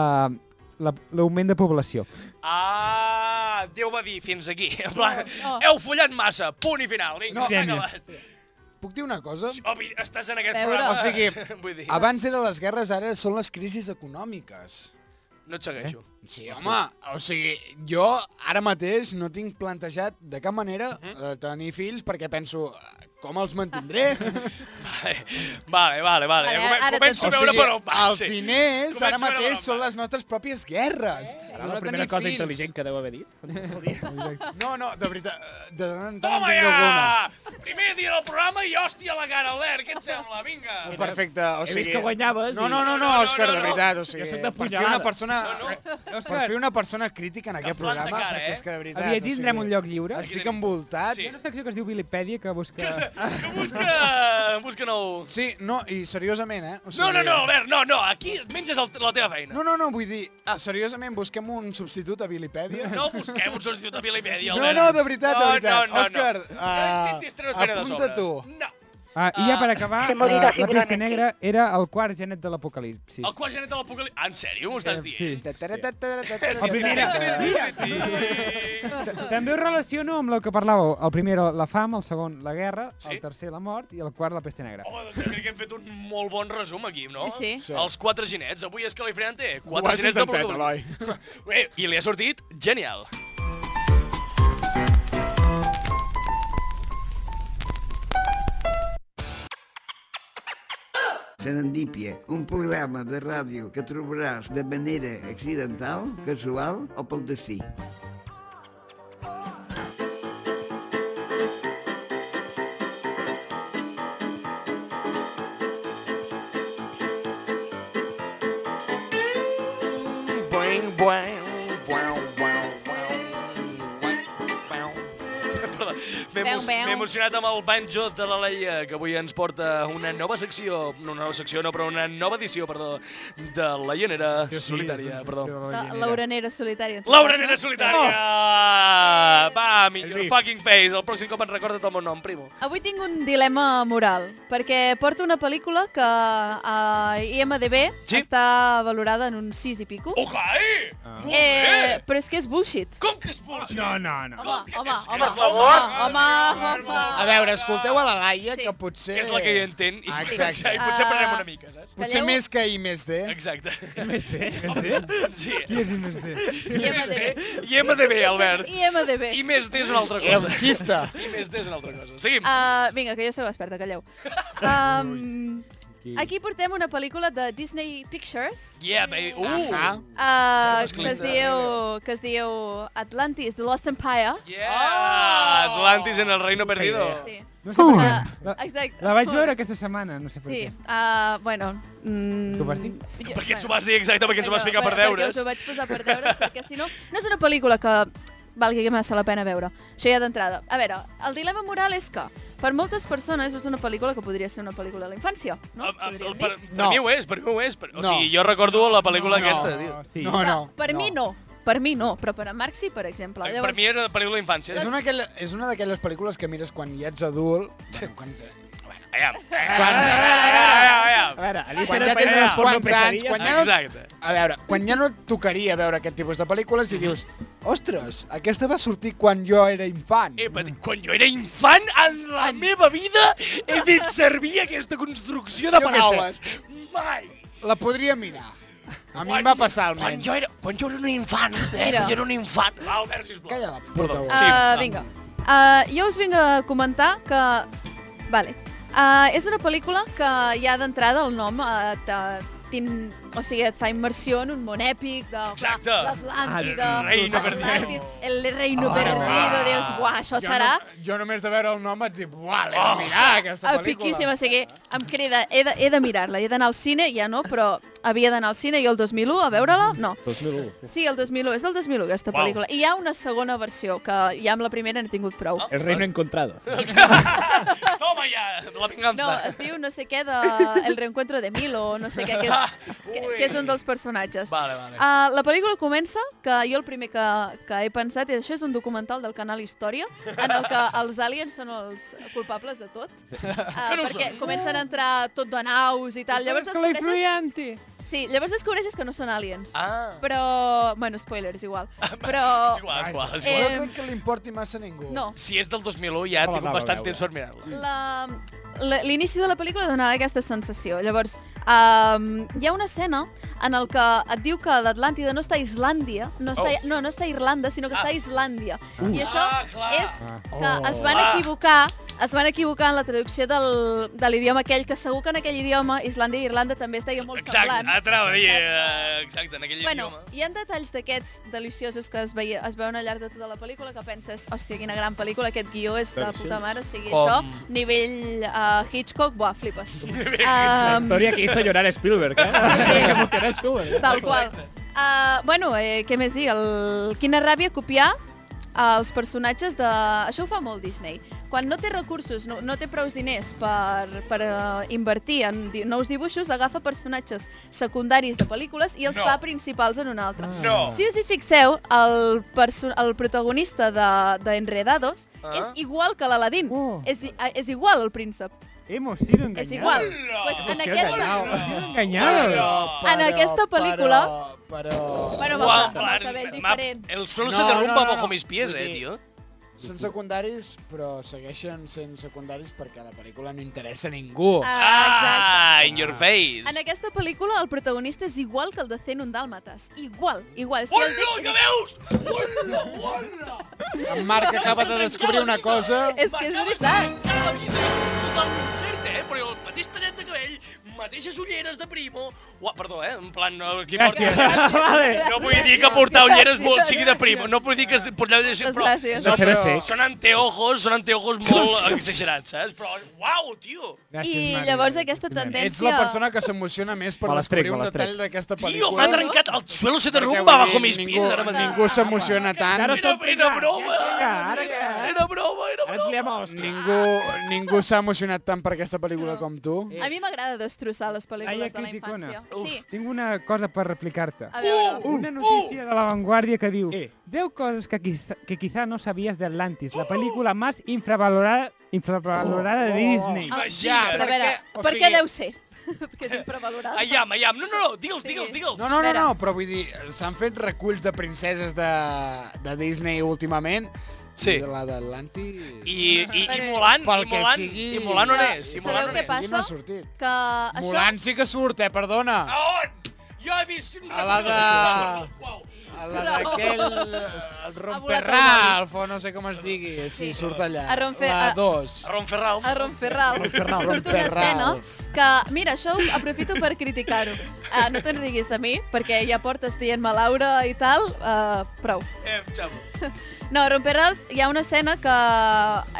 Speaker 5: la- l'augment de població.
Speaker 1: Ah, Déu va dir fins aquí. En plan,
Speaker 3: No.
Speaker 1: heu follat massa, punt i final. Vinga,
Speaker 4: No.
Speaker 1: s'ha
Speaker 5: Gènia.
Speaker 1: acabat.
Speaker 4: Puc dir una cosa?
Speaker 1: Obvi, estàs en aquest
Speaker 3: Veure.
Speaker 1: programa.
Speaker 4: O sigui,
Speaker 1: Vull dir,
Speaker 4: Abans eren les guerres, ara són les crisis econòmiques.
Speaker 1: no et segueixo.
Speaker 4: Sí, home, o sigui, jo ara mateix no tinc plantejat de cap manera de tenir fills perquè penso eh, com els mantindré.
Speaker 1: Vale, vale, vale.
Speaker 3: Ara-
Speaker 1: Ja comen-
Speaker 3: ara
Speaker 1: començo
Speaker 4: Eh? o
Speaker 1: a veure
Speaker 4: sigui,
Speaker 1: per on va.
Speaker 4: els
Speaker 1: sí.
Speaker 4: diners
Speaker 1: Començo
Speaker 4: ara
Speaker 1: a veure per
Speaker 4: mateix
Speaker 1: on
Speaker 4: són
Speaker 1: va. Eh?
Speaker 4: les nostres pròpies guerres.
Speaker 9: Serà
Speaker 4: No
Speaker 9: la
Speaker 4: tenir
Speaker 9: primera cosa
Speaker 4: fills.
Speaker 9: intel·ligent que deu haver dit.
Speaker 4: No, no, de veritat, eh, de tant en tant en
Speaker 1: Toma
Speaker 4: tinc alguna.
Speaker 1: ja! Primer dia del programa i hòstia la cara, Albert, què et sembla? Vinga.
Speaker 4: Perfecte, o
Speaker 9: He
Speaker 4: sigui...
Speaker 9: vist que guanyaves
Speaker 4: No,
Speaker 9: i-
Speaker 4: no, no,
Speaker 1: No,
Speaker 4: no,
Speaker 1: no,
Speaker 4: Òscar,
Speaker 1: no,
Speaker 4: de
Speaker 1: no.
Speaker 4: veritat, o sigui,
Speaker 9: Jo soc de
Speaker 4: per fer
Speaker 9: punyalada.
Speaker 4: una persona... Per
Speaker 5: Òscar,
Speaker 4: fer una persona crítica en aquest
Speaker 1: planta
Speaker 4: programa,
Speaker 1: cara,
Speaker 4: perquè
Speaker 1: eh?
Speaker 4: és que de veritat...
Speaker 5: aviat tindrem un lloc lliure.
Speaker 4: Estic envoltat.
Speaker 1: Sí.
Speaker 5: Hi ha una secció que es diu Wilipèdia que busca...
Speaker 1: Que busca... Busca nou...
Speaker 4: Sí, no, i seriosament, eh? O
Speaker 1: No, no, no, Albert, no, no, aquí menges el, la teva feina.
Speaker 4: No, no, no, vull dir, seriosament, busquem un substitut a Vilipèdia.
Speaker 1: Ah. No busquem un substitut a Vilipèdia,
Speaker 4: no,
Speaker 1: Albert.
Speaker 4: no, de veritat, de
Speaker 1: No,
Speaker 4: veritat.
Speaker 1: No, no,
Speaker 4: Òscar,
Speaker 1: no.
Speaker 4: ah,
Speaker 1: Aquest estrena't fera de sobre.
Speaker 4: apunta tu.
Speaker 1: No.
Speaker 5: Ah, I ja per acabar, eh,
Speaker 6: Se
Speaker 5: la,
Speaker 6: morirà
Speaker 5: la pesta
Speaker 6: seguramente.
Speaker 5: negra era el quart genet de l'apocalipsi.
Speaker 1: El quart genet de l'apocalipsi... Ah, en sèrio, m'ho estàs
Speaker 5: Eh, Sí.
Speaker 1: dient?
Speaker 5: El primer era... Mira,
Speaker 1: Mira.
Speaker 5: també ho relaciono amb el que parlàveu. El primer, la fam, el segon, la guerra,
Speaker 1: Sí.
Speaker 5: el tercer, la mort i el quart, la pesta negra.
Speaker 1: Home, doncs jo crec que hem fet un molt bon resum aquí, no?
Speaker 3: Sí, sí. Sí.
Speaker 1: Els quatre genets. Avui és que l'Ifreant té
Speaker 4: Ho
Speaker 1: quatre
Speaker 4: has
Speaker 1: genets
Speaker 4: intentat,
Speaker 1: d'apocalipsi. Bé, I li ha sortit genial.
Speaker 2: Serendípia, un programa de ràdio que trobaràs de manera accidental, casual o pel destí.
Speaker 1: Perdó, M'he
Speaker 3: Veu,
Speaker 1: emo-
Speaker 3: veu.
Speaker 1: m'he emocionat amb el banjo de la Leia, que avui ens porta una nova secció, no una nova secció, no, però una nova edició, perdó, de la Llanera Solitària, perdó.
Speaker 3: La, la uranera solitària.
Speaker 1: Laura Nera
Speaker 4: Oh!
Speaker 1: Solitària! Va, millor fucking face, el pròxim cop en recorda't el meu nom, primo.
Speaker 3: Avui tinc un dilema moral, perquè porto una pel·lícula que a IMDB
Speaker 1: Sí. Oh,
Speaker 3: està valorada en un 6 i pico.
Speaker 1: Ojai!
Speaker 4: Ah.
Speaker 3: Eh, però és que és bullshit.
Speaker 1: Com
Speaker 4: Oh,
Speaker 1: que és bullshit?
Speaker 5: No, no, no.
Speaker 3: Home, home, home,
Speaker 1: per
Speaker 3: home,
Speaker 1: favor.
Speaker 3: home, home.
Speaker 4: A veure, escolteu a la Laia,
Speaker 3: Sí.
Speaker 4: que potser...
Speaker 1: Que és la que jo entenc i,
Speaker 4: Exacte.
Speaker 1: i potser
Speaker 3: Ah.
Speaker 1: prenem una mica, saps?
Speaker 4: Potser
Speaker 3: Calleu.
Speaker 4: més que I més D.
Speaker 1: Exacte.
Speaker 5: Qui
Speaker 1: Sí.
Speaker 5: és IMSD?
Speaker 3: IMDB.
Speaker 1: I MDB, Albert.
Speaker 3: IMDB.
Speaker 1: I més D és una altra
Speaker 4: El
Speaker 1: cosa.
Speaker 4: xista.
Speaker 1: I més D és una altra cosa. Seguim.
Speaker 3: Uh, vinga, que jo sóc l'experta, calleu. Um, aquí portem una pel·lícula de Disney Pictures
Speaker 1: Yeah, baby. Uh.
Speaker 4: Ahà.
Speaker 3: uh,
Speaker 1: Ser
Speaker 3: que es
Speaker 1: masclista.
Speaker 3: diu que es diu Atlantis, The Lost Empire.
Speaker 1: Yeah! Atlantis en el reino perdido.
Speaker 3: Sí.
Speaker 5: No sé per
Speaker 3: Ah,
Speaker 5: què. La-
Speaker 3: exacte.
Speaker 5: La vaig veure aquesta setmana, no sé per
Speaker 3: Sí,
Speaker 5: què.
Speaker 3: uh, bueno... Mm,
Speaker 5: Tu vas dir?
Speaker 3: jo-
Speaker 1: Per què ens ho
Speaker 3: bueno,
Speaker 1: vas dir exacte? Per què ens ho vas
Speaker 3: bueno,
Speaker 1: ficar per
Speaker 3: bueno, perquè
Speaker 1: deures?
Speaker 3: us ho vaig posar per deures, perquè si no... No és una pel·lícula que valgui massa la pena veure. Això ja d'entrada. A veure, el dilema moral és que per moltes persones és una pel·lícula que podria ser una pel·lícula de la infància, no?
Speaker 1: Ah, ah, Per,
Speaker 3: Podríem
Speaker 1: per,
Speaker 3: dir.
Speaker 4: No.
Speaker 1: mi ho és, per mi ho és. Per, o
Speaker 4: No.
Speaker 1: sigui, jo recordo la pel·lícula aquesta,
Speaker 5: No,
Speaker 1: tio.
Speaker 5: sí.
Speaker 4: No, no.
Speaker 3: per mi no, per mi no, però per en Marc sí, per exemple.
Speaker 1: Per mi era pel·lícula d'infància.
Speaker 4: És una, aquella, és una d'aquelles pel·lícules que mires quan ja ets adult. Bueno, quan,
Speaker 1: Aviam.
Speaker 4: Quan-
Speaker 1: Aviam,
Speaker 9: A veure, a mi
Speaker 4: Quan
Speaker 9: tenen
Speaker 4: ja tens
Speaker 9: per
Speaker 4: uns
Speaker 9: transport no
Speaker 4: quants anys,
Speaker 9: pesadilles.
Speaker 4: quan
Speaker 1: aviam.
Speaker 4: ja no,
Speaker 1: Exacte.
Speaker 4: a veure, quan ja no et tocaria veure aquest tipus de pel·lícules i dius ostres, aquesta va sortir quan jo era infant.
Speaker 1: He patit. Quan jo era infant, en la meva vida he fet servir aquesta construcció de
Speaker 4: Jo què
Speaker 1: paraules. Mai.
Speaker 4: La podria mirar. A mi
Speaker 1: Quan-
Speaker 4: em va passar
Speaker 1: Quan
Speaker 4: almenys.
Speaker 1: jo era, quan jo era un infant, eh?
Speaker 3: Mira.
Speaker 1: Quan jo era un infant. Va, Albert, sisplau.
Speaker 4: Calla la puta boca.
Speaker 1: Sí,
Speaker 3: Uh,
Speaker 1: va.
Speaker 3: vinga. Uh, jo us vinc a comentar que... Vale. Uh, és una pel·lícula que ja d'entrada el nom uh, t'in... O sigui, et fa immersió en un món èpic de... clar,
Speaker 1: Exacte.
Speaker 3: L'Atlàntida,
Speaker 1: El reino Ah,
Speaker 3: Atlantis, El reino perdido, dius, buah, Ah, això
Speaker 4: Jo
Speaker 3: serà...
Speaker 4: No, jo només de veure el nom et dic, buah, l'he
Speaker 1: Oh.
Speaker 4: de mirar, aquesta pel·lícula.
Speaker 3: Epiquíssima, o sigui,
Speaker 1: eh?
Speaker 3: em crida, he de, he de mirar-la, he d'anar al cine, ja no, però havia d'anar al cine i el 2001 a veure-la, no.
Speaker 9: 2001.
Speaker 3: Sí, el 2001, és del 2001 aquesta
Speaker 1: Uau.
Speaker 3: pel·lícula. I hi ha una segona versió, que ja amb la primera n'he tingut
Speaker 1: Ah.
Speaker 3: prou.
Speaker 9: El reino encontrado.
Speaker 1: Toma ja, la vinganza.
Speaker 3: No, es diu no sé què de El reencuentro de Milo, no sé què, que és, que, que és un dels personatges.
Speaker 1: Vale, vale.
Speaker 3: Uh, la pel·lícula comença, que jo el primer que, que he pensat és això és un documental del canal Història, en el que els aliens són els culpables de tot, uh,
Speaker 1: no ho
Speaker 3: perquè
Speaker 1: són.
Speaker 3: comencen a entrar tot de naus i tal. Llavors
Speaker 5: Que la
Speaker 3: descobreixes,
Speaker 5: influente.
Speaker 3: sí, llavors descobreixes que no són aliens.
Speaker 1: Ah.
Speaker 3: Però, bueno, spoilers, igual. Però...
Speaker 1: És igual, és igual, és
Speaker 3: Eh,
Speaker 1: igual.
Speaker 4: No crec que li importi massa a ningú.
Speaker 3: No,
Speaker 1: Si és del 2001 ja he tingut bastant temps per mirar-la.
Speaker 3: La- la- L'inici de la pel·lícula donava aquesta sensació. Llavors, um, hi ha una escena en el que et diu que l'Atlàntida no està a Islàndia, no, està,
Speaker 1: Oh.
Speaker 3: no, no està a Irlanda, sinó que està a Islàndia. I això
Speaker 1: Ah, clar.
Speaker 3: és que
Speaker 4: Oh.
Speaker 3: es van
Speaker 1: Ah.
Speaker 3: equivocar es van equivocar en la traducció del, de l'idioma aquell, que segur que en aquell idioma Islàndia i Irlanda també es deia molt
Speaker 1: Exacte,
Speaker 3: semblant.
Speaker 1: atrava a dir, eh, exacte, en aquell
Speaker 3: Bueno,
Speaker 1: idioma.
Speaker 3: hi ha detalls d'aquests deliciosos que es, veia, es veuen al llarg de tota la pel·lícula que penses, hòstia, quina gran pel·lícula, aquest guió és de
Speaker 9: Però sí.
Speaker 3: puta mare, o sigui,
Speaker 1: Com?
Speaker 3: això, nivell uh, Hitchcock, buah, flipes.
Speaker 9: La
Speaker 3: um,
Speaker 9: historia que hizo llorar a Spielberg, ¿eh? Como que era Spielberg.
Speaker 3: tal qual. Uh, bueno, eh, què més dir? El... Quina ràbia copiar els personatges de... Això ho fa molt Disney. Quan no té recursos, no, no té prous diners per, per uh, invertir en di nous dibuixos, agafa personatges secundaris de pel·lícules i els
Speaker 1: No.
Speaker 3: fa principals en una altra.
Speaker 1: No.
Speaker 3: Si us hi fixeu, el, perso- el protagonista de, de Enredados
Speaker 1: Ah.
Speaker 3: és igual que l'Aladín.
Speaker 5: Oh.
Speaker 3: És, i- a- és igual el príncep.
Speaker 5: Hemos sido engañados.
Speaker 3: És igual.
Speaker 1: Hola.
Speaker 3: Pues en
Speaker 9: Emoció
Speaker 3: aquesta...
Speaker 5: Hemos sido
Speaker 4: Però,
Speaker 5: engañados.
Speaker 1: eh?
Speaker 4: però,
Speaker 3: En aquesta pel·lícula-
Speaker 4: Però, però...
Speaker 3: Bueno,
Speaker 1: Uau,
Speaker 3: amb el- amb el
Speaker 1: Albert,
Speaker 3: cabell
Speaker 1: ma-
Speaker 3: diferent.
Speaker 1: el sol se
Speaker 4: No,
Speaker 1: derrumba
Speaker 4: no, no,
Speaker 1: bajo
Speaker 4: no.
Speaker 1: mis pies,
Speaker 4: Vull
Speaker 1: eh,
Speaker 4: dir-
Speaker 1: tio.
Speaker 4: Són secundaris, però segueixen sent secundaris perquè la pel·lícula no interessa a ningú.
Speaker 3: Ah, exacte.
Speaker 1: Ah, in your face.
Speaker 3: En aquesta pel·lícula el protagonista és igual que el de 101 Dàlmates. Igual, igual. És que
Speaker 1: Hola,
Speaker 3: el dic-
Speaker 1: que veus? Hola, hola.
Speaker 4: En Marc acaba de descobrir una cosa.
Speaker 3: És que és
Speaker 1: M'acabes
Speaker 3: veritat.
Speaker 1: de trencar la vida. Total concert, eh? Però el mateix tallet de cabell, mateixes ulleres de primo... Ua, perdó, eh? En plan, no, aquí
Speaker 9: Gràcies.
Speaker 1: porta...
Speaker 9: Vale.
Speaker 1: No vull dir que portar ulleres vol, sigui de primo. No vull dir que es- portar ulleres...
Speaker 3: Moltes
Speaker 1: Però,
Speaker 3: gràcies.
Speaker 1: no,
Speaker 9: Deixa de ser.
Speaker 1: són anteojos, són anteojos molt exagerats, saps? Però, uau, tio!
Speaker 3: I llavors aquesta
Speaker 4: Ets
Speaker 3: tendència...
Speaker 4: la persona que s'emociona més per
Speaker 9: Me les trec,
Speaker 4: descobrir
Speaker 9: me
Speaker 4: un
Speaker 9: les trec.
Speaker 4: detall d'aquesta
Speaker 1: Tio,
Speaker 4: pel·lícula.
Speaker 1: m'ha trencat... El suelo se
Speaker 4: Perquè,
Speaker 1: derrumba
Speaker 4: vull
Speaker 1: bajo
Speaker 4: dir,
Speaker 1: mis
Speaker 4: ningú-
Speaker 1: pies ara mateix.
Speaker 4: Ningú s'emociona tant.
Speaker 1: Era,
Speaker 9: Ara som
Speaker 1: era broma!
Speaker 9: Ja, ara que...
Speaker 1: Era broma, era
Speaker 9: Ara ens
Speaker 1: broma!
Speaker 9: liem a hòstia.
Speaker 4: Ningú, ningú s'ha emocionat tant per aquesta pel·lícula com tu.
Speaker 3: A mi m'agrada destrossar les pel·lícules
Speaker 5: Laia
Speaker 3: de la
Speaker 5: Criticona.
Speaker 3: infància.
Speaker 1: Uf.
Speaker 3: Sí,
Speaker 5: Tinc una cosa per replicar-te.
Speaker 3: a veure... Ah,
Speaker 5: Una notícia
Speaker 3: uh.
Speaker 5: de La Vanguardia que diu
Speaker 9: Eh.
Speaker 5: 10 coses que, quiz que quizá no sabías de Atlantis,
Speaker 3: Uh.
Speaker 5: la pel·lícula más infravalorada, infravalorada de Disney.
Speaker 3: Ah,
Speaker 1: Imagina't.
Speaker 3: però a veure,
Speaker 4: perquè- o
Speaker 3: per què
Speaker 4: sigui-
Speaker 3: deu ser? que és infravalorat.
Speaker 1: Aiam, aiam. No, no, no, digue'ls, digue'ls, digue'ls.
Speaker 4: No, no, no,
Speaker 3: Espera.
Speaker 4: no, però vull dir, s'han fet reculls de princeses de, de Disney últimament.
Speaker 1: Sí.
Speaker 4: I de la d'Atlanti...
Speaker 1: I, i, i
Speaker 3: Perquè-
Speaker 1: Mulan,
Speaker 4: Pel
Speaker 1: i
Speaker 4: que
Speaker 1: Mulan,
Speaker 4: sigui.
Speaker 1: i Mulan on és? I
Speaker 3: Sabeu
Speaker 1: Mulan on
Speaker 3: què
Speaker 1: és?
Speaker 3: passa?
Speaker 4: No ha sortit.
Speaker 3: Que això...
Speaker 4: Mulan sí que surt, eh, perdona.
Speaker 1: A on? Jo he vist... un
Speaker 4: A la
Speaker 1: recordo-
Speaker 4: de-
Speaker 1: Uau.
Speaker 4: A la d'aquell... El Romperralf, o no sé com es digui. Sí, surt allà.
Speaker 3: A Romfe-
Speaker 4: La
Speaker 3: a-
Speaker 4: 2.
Speaker 1: A Ronferral.
Speaker 3: A Ronferral. Surt una escena
Speaker 4: Ronferral.
Speaker 3: que, mira, això ho aprofito per criticar-ho. Uh, no te'n riguis de mi, perquè ja portes dient-me Laura i tal, uh, prou.
Speaker 1: Eh, xavo.
Speaker 3: No, a Romper Ralph hi ha una escena que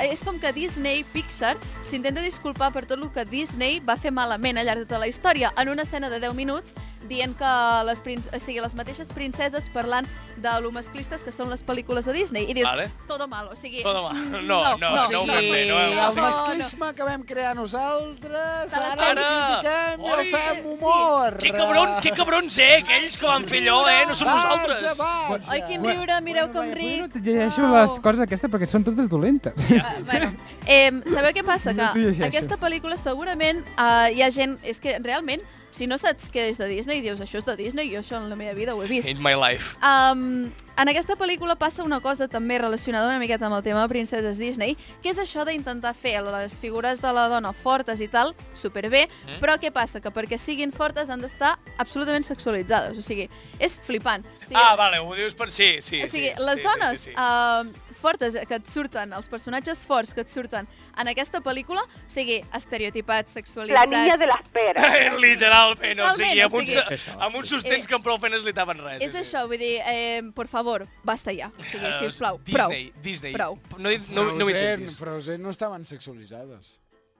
Speaker 3: és com que Disney, Pixar, s'intenta disculpar per tot el que Disney va fer malament al llarg de tota la història, en una escena de 10 minuts, dient que les, prin... o sigui, les mateixes princeses parlant de lo masclistes que són les pel·lícules de Disney. I dius,
Speaker 1: Vale.
Speaker 3: todo malo, o sigui...
Speaker 1: Todo mal. No, no,
Speaker 4: O
Speaker 1: no ho
Speaker 4: sigui,
Speaker 1: vam fer, no eh? ho vam
Speaker 4: el
Speaker 1: fer.
Speaker 4: masclisme que vam crear nosaltres,
Speaker 3: Ara-
Speaker 4: ara el critiquem i
Speaker 1: Oi!
Speaker 4: el fem humor.
Speaker 1: Que cabron, que cabrons, eh? Aquells que van fer allò, eh? No som
Speaker 4: Vaja,
Speaker 1: nosaltres.
Speaker 4: vaja.
Speaker 3: Oi, quin riure, mireu com
Speaker 5: Potser no
Speaker 3: ric. Oh.
Speaker 5: et llegeixo
Speaker 3: Uau.
Speaker 5: les coses aquestes perquè són totes dolentes.
Speaker 3: Ah, bueno. eh, sabeu què passa?
Speaker 5: No t'ho
Speaker 3: Que
Speaker 5: llegeixo.
Speaker 3: aquesta pel·lícula segurament eh, hi ha gent... És que realment, si no saps què és de Disney, dius això és de Disney, jo això en la meva vida ho he vist.
Speaker 1: In my life.
Speaker 3: Um, en aquesta pel·lícula passa una cosa també relacionada una miqueta amb el tema de princeses Disney, que és això d'intentar fer les figures de la dona fortes i tal, superbé, mm. però què passa? Que perquè siguin fortes han d'estar absolutament sexualitzades, o sigui, és flipant. O sigui,
Speaker 1: Ah, vale, ho dius per sí, sí.
Speaker 3: o sigui,
Speaker 1: sí,
Speaker 3: les
Speaker 1: sí,
Speaker 3: dones
Speaker 1: Sí, sí, sí.
Speaker 3: uh, fortes que et surten, els personatges forts que et surten en aquesta pel·lícula, o sigui, estereotipats, sexualitzats...
Speaker 6: las peras.
Speaker 1: Eh, Literalment, o sigui,
Speaker 3: Totalment, o Eh,
Speaker 1: amb uns,
Speaker 9: sigui-
Speaker 1: amb uns sostens que amb prou feines li tapen res.
Speaker 3: És
Speaker 1: sí, sí.
Speaker 3: això, vull dir, eh, por favor, basta ja. O sigui,
Speaker 1: Eh,
Speaker 3: sisplau, prou.
Speaker 1: Disney, Disney.
Speaker 3: Prou.
Speaker 1: No, hi- no, no
Speaker 4: Frozen,
Speaker 1: m'intentis.
Speaker 4: Frozen no estaven sexualitzades.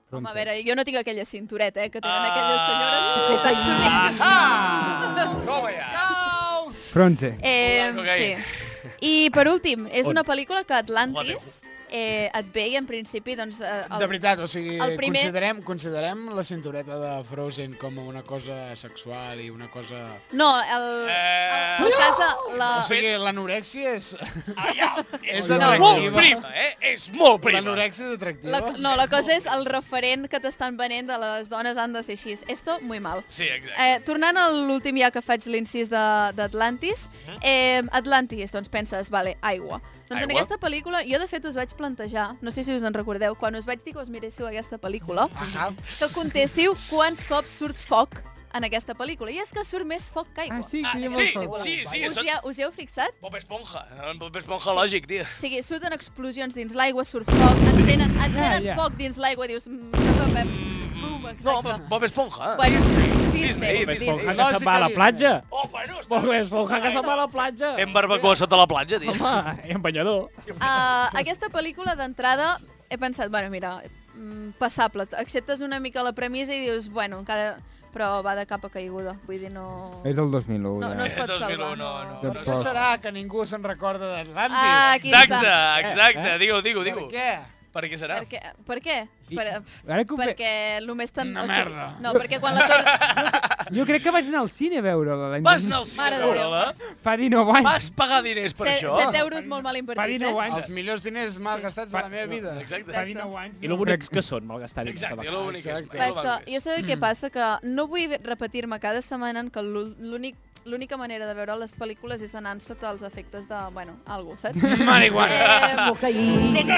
Speaker 3: Home, a veure, jo no tinc aquella cintureta, eh, que tenen
Speaker 1: Ah.
Speaker 3: aquelles
Speaker 1: Ah, ah,
Speaker 3: senyores.
Speaker 1: Toma ja.
Speaker 5: Bronze.
Speaker 3: Eh,
Speaker 1: Ok.
Speaker 3: sí. I per últim, és una pel·lícula que Atlantis
Speaker 1: Guateco.
Speaker 3: eh, et ve i en principi, doncs... Eh, el-
Speaker 4: De veritat, o sigui,
Speaker 3: el primer-
Speaker 4: considerem, considerem la cintureta de Frozen com una cosa sexual i una cosa...
Speaker 3: No, el,
Speaker 1: Eh,
Speaker 3: el, el cas de la...
Speaker 4: O sigui, l'anorèxia és...
Speaker 1: Ah, ja. És
Speaker 4: És una
Speaker 1: molt
Speaker 4: negativa.
Speaker 1: prima, eh? És molt prima.
Speaker 4: L'anorèxia és atractiva?
Speaker 3: La, no, la cosa és el referent que t'estan venent de les dones han de ser així. Esto, muy mal.
Speaker 1: Sí, exacte.
Speaker 3: Eh, tornant a l'últim ja que faig l'incís de- d'Atlantis, eh, Atlantis, doncs penses, vale, aigua. Doncs en
Speaker 1: Aigua.
Speaker 3: aquesta pel·lícula, jo de fet us vaig plantejar, no sé si us en recordeu, quan us vaig dir que us miréssiu aquesta pel·lícula,
Speaker 4: Ahà.
Speaker 3: que contéssiu quants cops surt foc en aquesta pel·lícula. I és que surt més foc que aigua.
Speaker 5: Ah, sí,
Speaker 1: Ah,
Speaker 5: que hi ha
Speaker 1: sí,
Speaker 5: molt foc.
Speaker 1: sí, sí,
Speaker 3: us,
Speaker 1: això...
Speaker 3: hi ha, us hi heu fixat?
Speaker 1: Bob Esponja, un Bob Esponja lògic, tio.
Speaker 3: O sigui, surten explosions dins l'aigua, surt foc, encenen, encenen
Speaker 5: ja.
Speaker 3: foc dins l'aigua, dius... Mm, no acabem. Bum,
Speaker 1: Mm, no,
Speaker 3: exacte.
Speaker 1: Bob Esponja. eh.
Speaker 3: Quan- Disney,
Speaker 1: Disney,
Speaker 9: Bob
Speaker 1: Disney.
Speaker 9: Esponja que se'n va a la
Speaker 4: Lògica
Speaker 9: platja.
Speaker 1: Oh, bueno, està...
Speaker 9: Bob Esponja que se'n va a la platja.
Speaker 1: Fem barbacoa sota la platja, tio.
Speaker 9: Home, i en banyador.
Speaker 3: Uh, aquesta pel·lícula d'entrada he pensat, bueno, mira, mm, passable. Acceptes una mica la premissa i dius, bueno, encara... Però va de capa caiguda. Vull dir, no...
Speaker 5: És del 2001.
Speaker 3: No, no
Speaker 5: ja.
Speaker 3: es pot
Speaker 1: Eh, 2001,
Speaker 3: salvar.
Speaker 1: no, no.
Speaker 4: Però què serà que ningú se'n recorda d'Atlantis?
Speaker 3: Ah, aquí
Speaker 1: Exacte,
Speaker 3: està.
Speaker 1: exacte, digue-ho, digue-ho,
Speaker 4: Per
Speaker 1: digue-ho.
Speaker 4: què?
Speaker 1: Per què serà?
Speaker 3: Per què? Per què? Per,
Speaker 5: Ara que ho ve-
Speaker 3: perquè només tan...
Speaker 4: Una merda.
Speaker 3: no, perquè quan la torna...
Speaker 5: Jo crec que vaig anar al cine a veure-la. l'any
Speaker 1: Vas
Speaker 5: 2000.
Speaker 1: anar al cine,
Speaker 3: Mare de Déu.
Speaker 1: Carola?
Speaker 5: Fa 19 anys.
Speaker 1: Vas pagar diners per
Speaker 3: 7,
Speaker 1: això?
Speaker 3: 7 euros molt mal
Speaker 5: Fa
Speaker 3: invertits,
Speaker 5: 19
Speaker 3: eh?
Speaker 5: anys.
Speaker 4: Els millors diners mal gastats de la meva vida.
Speaker 1: Exacte.
Speaker 5: Fa 19 anys.
Speaker 9: I lo bonics que són, malgastar diners.
Speaker 1: Exacte,
Speaker 9: de
Speaker 1: jo l'únic que és.
Speaker 4: Exacte.
Speaker 1: jo
Speaker 3: Clar, és
Speaker 1: no
Speaker 3: que
Speaker 1: me'n
Speaker 3: jo sabeu què passa? Que no vull repetir-me cada setmana en que l'ú- l'únic l'única manera de veure les pel·lícules és anant sota els efectes de, bueno, algú, saps? Marihuana! Eh,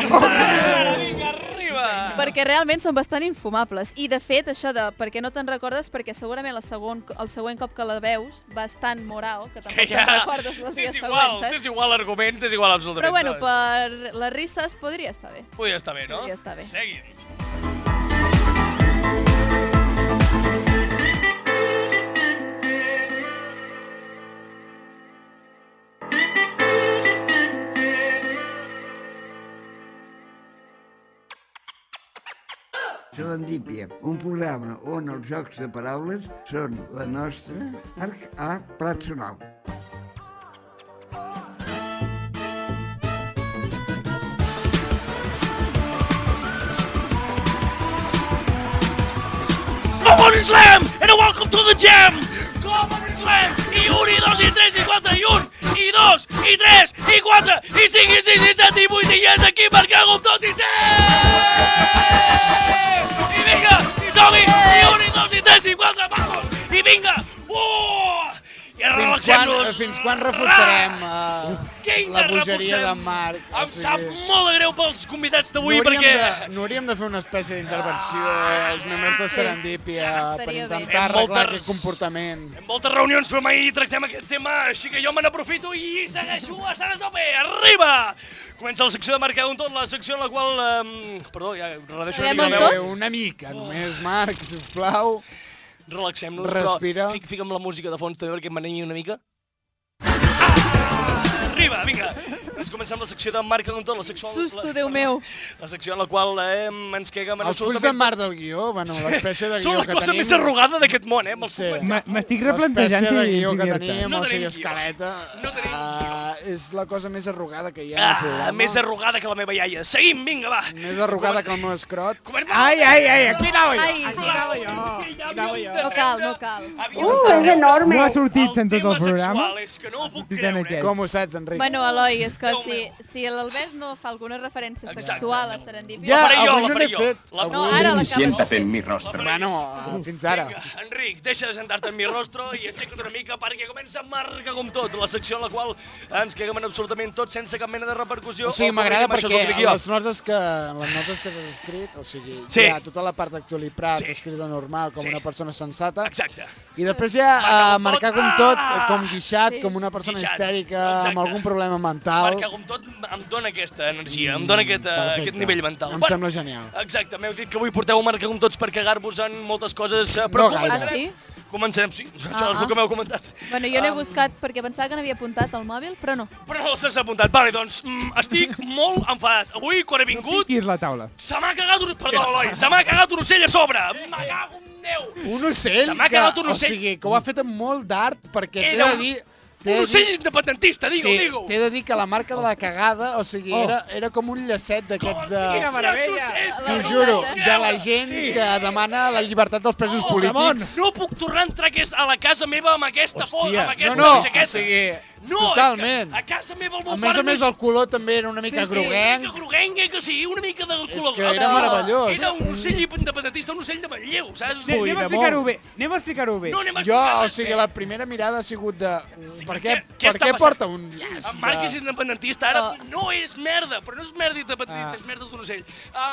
Speaker 1: Ara, vinga, arriba!
Speaker 3: perquè realment són bastant infumables. I, de fet, això de per què no te'n recordes, perquè segurament la segon, el següent cop que la veus vas tan morao que
Speaker 1: Que
Speaker 3: tampoc
Speaker 1: ja...
Speaker 3: te'n recordes el dia
Speaker 1: T'és
Speaker 3: següent,
Speaker 1: igual,
Speaker 3: saps?
Speaker 1: t'és igual l'argument, t'és igual absolutament.
Speaker 3: eh? Però, bueno,
Speaker 1: tot.
Speaker 3: per les risses podria estar bé.
Speaker 1: Podria estar bé, no?
Speaker 3: Podria estar bé.
Speaker 1: Seguim.
Speaker 2: Serendípia, un programa on els jocs de paraules són la nostra arc a plat sonal.
Speaker 1: Come on, Islam! And welcome to the jam! Come on, Islam! I un, i dos, i tres, i quatre, i un, i dos, i tres, i quatre, i cinc, i sis, i set, i vuit, i és aquí per cago amb tot i set! I vinga, i som -hi. I un, i dos, i tres, i quatre, vamos! I vinga! Uh! I
Speaker 4: Fins quan, eh,
Speaker 1: relaxem-nos!
Speaker 4: fins quan reforçarem eh,
Speaker 1: Quina
Speaker 4: la bogeria de
Speaker 1: reforcem?
Speaker 4: Marc?
Speaker 1: Em sap molt de greu pels convidats d'avui
Speaker 4: no hauríem
Speaker 1: perquè...
Speaker 4: De, no hauríem de fer una espècie d'intervenció als membres de Serendípia per
Speaker 1: estaria bé.
Speaker 4: intentar
Speaker 1: Hem
Speaker 4: arreglar
Speaker 1: moltes-
Speaker 4: aquest comportament.
Speaker 1: moltes reunions, però mai tractem aquest tema, així que jo me n'aprofito i segueixo a estar a tope. Arriba! Comença la secció de marcar un tot, la secció en la qual... Um, perdó, ja redeixo
Speaker 4: Parlem
Speaker 1: una
Speaker 4: un
Speaker 1: mica la
Speaker 4: tot? Una mica, només, Marc, sisplau.
Speaker 1: Relaxem-nos,
Speaker 4: Respira.
Speaker 1: però fic, fica'm la música de fons també perquè m'anenyi una mica. Ah! Arriba, vinga! Doncs comencem la secció de marca un tot, la secció...
Speaker 3: Susto,
Speaker 1: la,
Speaker 3: Déu meu.
Speaker 1: La secció en la qual eh, ens quegem en
Speaker 4: Els fulls de mar del guió, bueno, l'espècie de
Speaker 1: Són
Speaker 4: guió
Speaker 1: la
Speaker 4: que
Speaker 1: cosa
Speaker 4: tenim.
Speaker 1: més arrogada d'aquest món, eh? Me'ls
Speaker 4: Sí.
Speaker 1: puc menjar.
Speaker 5: M- M'estic replantejant
Speaker 4: L'espècie de
Speaker 5: si
Speaker 4: guió que
Speaker 5: seguir-te.
Speaker 4: tenim,
Speaker 1: No
Speaker 4: o
Speaker 1: tenim
Speaker 4: sigui,
Speaker 1: guió.
Speaker 4: escaleta, eh, és la cosa més arrugada que hi ha en el
Speaker 1: Ah,
Speaker 4: programa.
Speaker 1: més arrugada que la meva iaia. Seguim, vinga, va.
Speaker 4: Més arrugada que el meu escrot.
Speaker 1: Ai, ai, ai, aquí
Speaker 4: anava
Speaker 3: jo, Ai. aquí
Speaker 1: anava jo.
Speaker 3: No cal, no cal.
Speaker 5: No ha sortit en tot el programa.
Speaker 1: és que no ho puc eh.
Speaker 5: creure.
Speaker 4: Com ho saps, Enric?
Speaker 3: Bueno, Eloi, és que si, si l'Albert no fa alguna referència sexual a Serendipia...
Speaker 4: Ja,
Speaker 1: La faré jo, la
Speaker 4: avui no
Speaker 1: faré
Speaker 4: n'he
Speaker 1: jo.
Speaker 4: fet.
Speaker 1: La-
Speaker 3: No, ara la cama.
Speaker 11: Siéntate en mi rostro.
Speaker 4: Bueno, eh, fins ara.
Speaker 1: Enric, deixa de sentar-te en mi rostro i aixeca't una mica perquè comença a marcar com tot, la secció en la qual ens caguem en absolutament tot sense cap mena de repercussió.
Speaker 4: O sigui,
Speaker 1: com
Speaker 4: m'agrada
Speaker 1: diguem, això és el
Speaker 4: perquè
Speaker 1: que dic jo.
Speaker 4: les notes que, les notes que has escrit, o sigui,
Speaker 1: Sí.
Speaker 4: hi ha tota la part d'actualitat
Speaker 1: Sí.
Speaker 4: sí. escrita normal, com
Speaker 1: Sí.
Speaker 4: una persona sensata,
Speaker 1: Exacte.
Speaker 4: i després hi ha
Speaker 1: Marca
Speaker 4: eh,
Speaker 1: com
Speaker 4: marcar
Speaker 1: tot.
Speaker 4: com tot,
Speaker 1: Ah!
Speaker 4: com guixat,
Speaker 3: Sí.
Speaker 4: com una persona
Speaker 1: Guixat.
Speaker 4: histèrica,
Speaker 1: Exacte.
Speaker 4: amb algun problema mental.
Speaker 1: Marcar com tot em dona aquesta energia, em dona aquest, eh,
Speaker 4: Perfecte.
Speaker 1: aquest nivell mental.
Speaker 4: Em
Speaker 1: Bueno,
Speaker 4: sembla genial.
Speaker 1: Exacte, m'heu dit que avui porteu marca com tots per cagar-vos en moltes coses, eh, però
Speaker 4: No gaire.
Speaker 1: començarem.
Speaker 3: Ah, sí?
Speaker 1: Comencem, sí, això és
Speaker 3: Ah.
Speaker 1: el que m'heu comentat. Eh,
Speaker 3: Bueno, jo l'he buscat perquè pensava que n'havia apuntat al mòbil, però no.
Speaker 1: Però no s'has apuntat. Vale, doncs mm, estic molt enfadat. Avui, quan he vingut,
Speaker 5: Fiquis la taula.
Speaker 1: se m'ha cagat un... Perdó, Eloi, se m'ha cagat un ocell a sobre. Me cago en Déu.
Speaker 4: Un ocell
Speaker 1: Se m'ha
Speaker 4: que,
Speaker 1: quedat un
Speaker 4: o
Speaker 1: ocell.
Speaker 4: sigui, que ho ha fet amb molt d'art, perquè t'he
Speaker 1: Era
Speaker 4: de
Speaker 1: un-
Speaker 4: dir... t'he
Speaker 1: Un
Speaker 4: de dir-
Speaker 1: ocell Oh. independentista, digue-ho,
Speaker 4: sí,
Speaker 1: digue-ho.
Speaker 4: t'he de dir que la marca de la cagada, o sigui,
Speaker 1: Oh.
Speaker 4: era, era com un llacet d'aquests de...
Speaker 1: Quina meravella.
Speaker 4: T'ho juro,
Speaker 3: eh?
Speaker 4: de la gent que demana la llibertat dels presos polítics.
Speaker 1: Oh, No puc tornar a entrar a aquest- a la casa meva amb aquesta foto, amb
Speaker 4: No,
Speaker 1: aquesta
Speaker 4: no, o
Speaker 1: jaqueta.
Speaker 4: sigui,
Speaker 1: No,
Speaker 4: totalment.
Speaker 1: és que a casa meva el meu
Speaker 4: A més
Speaker 1: pare
Speaker 4: a més,
Speaker 1: no
Speaker 4: el color també era una mica
Speaker 1: Sí,
Speaker 4: groguenc.
Speaker 1: Que groguenc, eh, que sí, una mica de color.
Speaker 4: que era meravellós.
Speaker 1: Era un ocell independentista, un ocell de Manlleu, saps?
Speaker 5: Anem, anem a explicar-ho bé. Anem a explicar-ho bé.
Speaker 1: No, anem a
Speaker 4: Jo,
Speaker 1: explicar-ho
Speaker 4: o sigui, la primera mirada ha sigut de... "Mm, Per què,
Speaker 1: què- què
Speaker 4: per
Speaker 1: està
Speaker 4: què
Speaker 1: passant?
Speaker 4: porta un llaç?
Speaker 1: En Marc és
Speaker 4: de-
Speaker 1: independentista, ara
Speaker 3: Ah.
Speaker 1: no és merda, però no és merda independentista,
Speaker 5: Ah.
Speaker 1: és merda d'un ocell.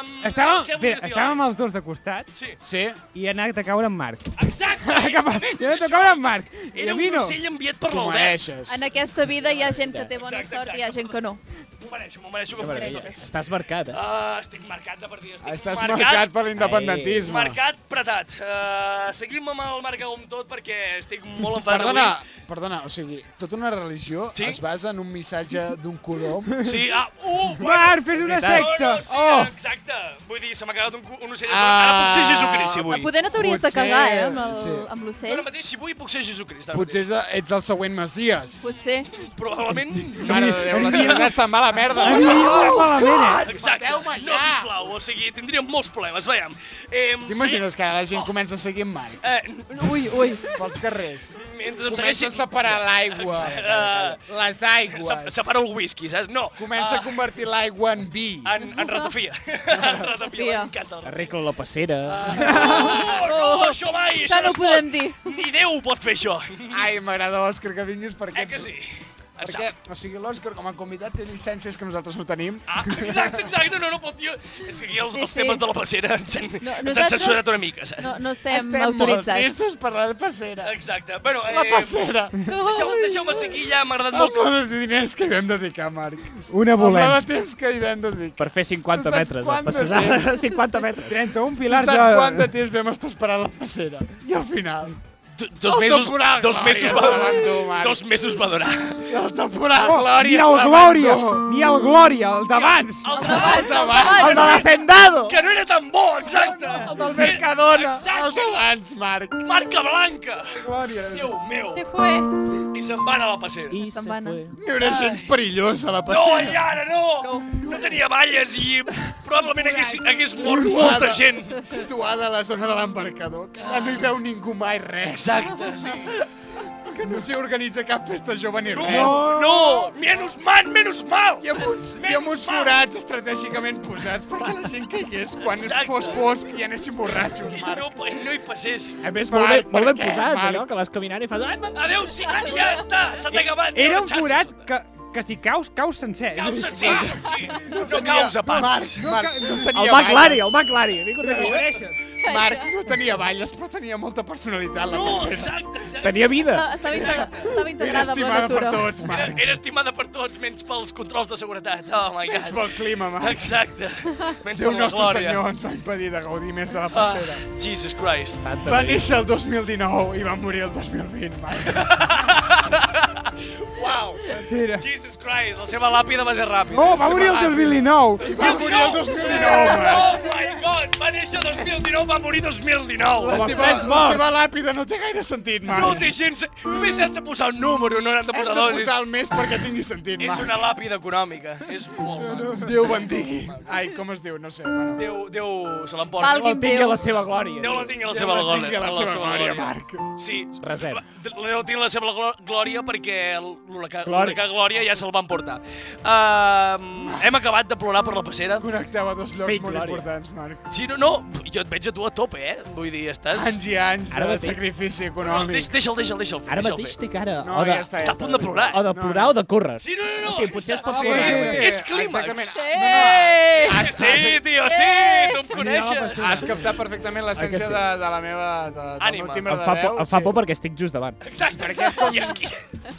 Speaker 1: Um,
Speaker 5: Estàvem, bé, estàvem els dos de costat
Speaker 1: Sí.
Speaker 4: Sí,
Speaker 5: i ha anat a caure en Marc.
Speaker 1: Exacte! és
Speaker 5: Cap a...
Speaker 1: que més
Speaker 5: Jo no
Speaker 1: és
Speaker 5: de
Speaker 1: això.
Speaker 5: caure en Marc. I
Speaker 1: Era
Speaker 5: a
Speaker 1: un
Speaker 5: mi no.
Speaker 1: ocell enviat per
Speaker 4: t'ho
Speaker 1: l'Albert.
Speaker 4: mereixes.
Speaker 3: En aquesta vida hi ha gent que té bona
Speaker 1: Exacte,
Speaker 3: sort i hi ha
Speaker 1: exacte.
Speaker 3: gent que no.
Speaker 1: M'ho mereixo, m'ho mereixo com
Speaker 3: meravella.
Speaker 1: totes.
Speaker 9: Estàs marcat, eh?
Speaker 1: Ah, estic marcat de partida, estic
Speaker 4: Estàs marcat per l'independentisme.
Speaker 1: Marcat, pretat. Uh, Seguim amb el marca com tot perquè estic molt enfadat
Speaker 4: Perdona,
Speaker 1: avui.
Speaker 4: perdona, o sigui, tota una religió
Speaker 1: Sí?
Speaker 4: es basa en un missatge d'un colom.
Speaker 1: Sí, ah, uh,
Speaker 5: Marc, fes una
Speaker 1: No,
Speaker 5: secta!
Speaker 1: no, sí,
Speaker 5: Oh!
Speaker 1: exacte. Vull dir, se m'ha quedat un, cu- un ocell.
Speaker 4: Ah.
Speaker 1: Ara puc ser Jesucrist, si vull.
Speaker 3: Poder no t'hauries de
Speaker 4: Potser-
Speaker 3: cagar, eh, amb
Speaker 4: sí.
Speaker 3: el- amb
Speaker 1: Jo
Speaker 3: l'ocell.
Speaker 1: ara mateix, si vull, puc ser Jesucrist. ara
Speaker 4: Potser és- ets el següent Messias.
Speaker 3: Potser.
Speaker 1: mateix. Probablement... No.
Speaker 4: Mare de Déu, la societat se'n va a la merda.
Speaker 5: A mi em sap malament, eh?
Speaker 1: Exacte, no,
Speaker 4: Mateu-me ja.
Speaker 1: sisplau, o sigui, tindríem molts problemes, veiem. Eh,
Speaker 4: T'imagines que ara la gent comença a seguir en Marc
Speaker 1: Eh, no, ui, ui.
Speaker 4: pels carrers?
Speaker 1: Mentre em
Speaker 4: Comença a
Speaker 1: segueixin...
Speaker 4: separar l'aigua,
Speaker 1: Eh,
Speaker 4: les
Speaker 1: se-
Speaker 4: aigües.
Speaker 1: Separo el whisky, saps? No.
Speaker 4: Comença a
Speaker 1: eh,
Speaker 4: convertir l'aigua en vi.
Speaker 1: en, en ratafia. en ratafia,
Speaker 3: Ratafia.
Speaker 1: m'encanta. el ratafia.
Speaker 9: Arregla la passera.
Speaker 1: Oh, no, això mai,
Speaker 3: Això no ho
Speaker 1: es
Speaker 3: podem
Speaker 1: pot.
Speaker 3: dir.
Speaker 1: Ni Déu pot fer això.
Speaker 4: Ai, m'agrada l'Òscar que vinguis perquè...
Speaker 1: Eh que sí? Et
Speaker 4: Perquè, o sigui, l'Òscar com a convidat té llicències que nosaltres no tenim.
Speaker 1: Ah, exacte, exacte, no, no pot dir... És que aquí els,
Speaker 3: Sí,
Speaker 1: els
Speaker 3: sí.
Speaker 1: temes de la passera ens han, no, ens han
Speaker 3: nosaltres-
Speaker 1: censurat una mica, saps?
Speaker 3: No, no estem,
Speaker 4: molt
Speaker 3: autoritzats.
Speaker 4: tristos per la passera.
Speaker 1: Exacte, Eh, bueno...
Speaker 4: La passera.
Speaker 1: Deixeu, deixeu-me seguir ja, m'ha agradat
Speaker 4: Amb
Speaker 1: molt.
Speaker 4: la de diners que hi vam dedicar, Marc.
Speaker 5: Una
Speaker 4: Amb la
Speaker 5: volem.
Speaker 4: de temps que hi vam dedicar.
Speaker 9: Per fer 50
Speaker 4: Tu saps
Speaker 9: metres.
Speaker 4: quant de
Speaker 9: Passejar 50 metres.
Speaker 5: 31
Speaker 4: Tu
Speaker 5: pilars
Speaker 4: saps quant de
Speaker 5: de... Oh,
Speaker 4: temps vam estar esperant la passera? I al final...
Speaker 1: do- dos
Speaker 4: El
Speaker 1: mesos,
Speaker 4: temporal,
Speaker 1: dos
Speaker 4: Glòria,
Speaker 1: mesos
Speaker 4: se
Speaker 1: va,
Speaker 4: l'endú, Marc.
Speaker 1: dos mesos va durar.
Speaker 4: El temporal,
Speaker 5: Oh, ni
Speaker 4: Glòria,
Speaker 5: el
Speaker 4: se
Speaker 5: Glòria,
Speaker 4: l'endú.
Speaker 5: ni el Glòria, el d'abans.
Speaker 1: El davant,
Speaker 4: El de l'Hacendado.
Speaker 1: que no era tan bo, exacte.
Speaker 4: El del Mercadona. El
Speaker 1: Exacte,
Speaker 4: d'abans, Marc.
Speaker 1: marca blanca.
Speaker 4: Glòria.
Speaker 1: Déu meu.
Speaker 3: Se fue.
Speaker 1: I se'n van a la passera.
Speaker 9: I
Speaker 3: Se'n
Speaker 9: se
Speaker 3: van anar.
Speaker 9: fue.
Speaker 4: No era gens perillosa, la
Speaker 1: No,
Speaker 4: passera.
Speaker 1: i ara no! No tenia valles i probablement hagués, hagués mort molta gent.
Speaker 4: Situada a la zona de l'embarcador, que ja no hi veu ningú mai res.
Speaker 1: Exacte, sí.
Speaker 4: Que no s'hi organitza cap festa jove ni
Speaker 1: No,
Speaker 4: res.
Speaker 1: no! Menys mal, menys mal!
Speaker 4: I amb, uns, I amb uns forats estratègicament posats perquè la gent caigués quan
Speaker 1: Exacte.
Speaker 4: fos fosc i anéssim borratxos,
Speaker 1: I
Speaker 4: Marc.
Speaker 1: no, i no hi passessin.
Speaker 9: A més, molt ben,
Speaker 4: Marc,
Speaker 9: molt ben
Speaker 4: per què,
Speaker 9: posats,
Speaker 5: eh?
Speaker 4: Marc?
Speaker 9: allò, que vas caminant i fas... Ai, m'ha-
Speaker 1: Adéu, sí, ja està! S'ha acabat!
Speaker 5: Era un forat que, que si caus, caus sencer.
Speaker 1: Cau sencer, Ah, sí. No caus a
Speaker 4: Marc,
Speaker 1: pams.
Speaker 4: Marc, no tenia
Speaker 9: El McLaren,
Speaker 4: balles.
Speaker 9: el McLaren. dic que tenia.
Speaker 4: Marc no tenia balles, però tenia molta personalitat, la
Speaker 1: No,
Speaker 4: passera.
Speaker 1: exacte, exacte.
Speaker 9: Tenia vida.
Speaker 3: Ah, Estava, integrada, estava
Speaker 4: Era
Speaker 3: integrada amb la
Speaker 4: estimada per
Speaker 3: natura.
Speaker 4: tots,
Speaker 1: Era,
Speaker 4: Marc.
Speaker 1: era estimada per tots, menys pels controls de seguretat. Oh my
Speaker 4: Menys
Speaker 1: god.
Speaker 4: pel clima, Marc.
Speaker 1: Exacte. Menys
Speaker 4: Déu
Speaker 1: per la
Speaker 4: nostre
Speaker 1: glòria.
Speaker 4: senyor ens va impedir de gaudir més de la
Speaker 1: Ah,
Speaker 4: passera.
Speaker 1: Jesus Christ.
Speaker 4: Va néixer el 2019 i va morir el 2020, Marc.
Speaker 1: Wow. Jesus Christ, la seva làpida va ser ràpida.
Speaker 5: Oh, va morir el 2009.
Speaker 4: I va morir el 2019, Marc.
Speaker 1: Oh my god, va néixer 2019, va morir 2019.
Speaker 4: La teva, la seva làpida no té gaire sentit, Marc.
Speaker 1: No té gens... Només han de posar un número, no n'han de
Speaker 4: Hem
Speaker 1: posar
Speaker 4: de
Speaker 1: dos.
Speaker 4: posar el mes perquè tingui sentit,
Speaker 1: És, és
Speaker 4: Marc.
Speaker 1: una làpida econòmica. És molt...
Speaker 4: Déu bendigui. Ai, com es diu? No sé, bueno.
Speaker 1: Déu, Déu se
Speaker 3: Valgui
Speaker 1: l'emporta.
Speaker 9: El tingui a la seva glòria.
Speaker 1: Déu la tingui a la
Speaker 4: Déu
Speaker 1: seva
Speaker 4: la
Speaker 1: glòria.
Speaker 4: tingui a la
Speaker 1: a
Speaker 4: seva glòria, Marc.
Speaker 1: Sí.
Speaker 9: Resem.
Speaker 1: Déu tingui la seva glò- glòria perquè l'huracà
Speaker 9: Glòria.
Speaker 1: l'huracà glòria ja se'l van portar. Uh, hem acabat de plorar per la passera.
Speaker 4: Connecteu a dos llocs
Speaker 9: Fake
Speaker 4: molt
Speaker 9: glòria.
Speaker 4: importants, Marc.
Speaker 1: Sí, no, no, jo et veig a tu a tope, eh? Vull dir, estàs...
Speaker 4: Anys i anys
Speaker 9: Ara
Speaker 4: de
Speaker 9: mateix.
Speaker 4: sacrifici
Speaker 1: No, deixa'l,
Speaker 4: econòmic.
Speaker 1: deixa'l, deixa'l, deixa'l fer.
Speaker 9: Ara
Speaker 1: deixa'l
Speaker 9: mateix
Speaker 1: fer.
Speaker 9: té cara
Speaker 4: No,
Speaker 9: o de,
Speaker 4: ja està,
Speaker 1: Està
Speaker 4: ja
Speaker 1: a punt de plorar.
Speaker 9: o de
Speaker 4: No,
Speaker 9: plorar o de córrer.
Speaker 1: Sí, no, no, no.
Speaker 9: O sigui, potser es pot
Speaker 4: Sí,
Speaker 9: fer...
Speaker 4: sí,
Speaker 9: Sí,
Speaker 4: sí,
Speaker 1: És clímax.
Speaker 4: exactament.
Speaker 3: Sí!
Speaker 1: Ah, sí, tio, sí,
Speaker 9: Eh,
Speaker 1: tu em coneixes.
Speaker 4: Has captat perfectament l'essència
Speaker 9: Ah, que sí?
Speaker 4: de, de la meva... De, del
Speaker 1: Ànima.
Speaker 4: meu timbre
Speaker 9: Em
Speaker 4: de
Speaker 9: fa,
Speaker 4: veu.
Speaker 9: por, em fa
Speaker 4: sí.
Speaker 9: por perquè estic just davant.
Speaker 1: Exacte.
Speaker 4: Perquè és com-
Speaker 1: I és que...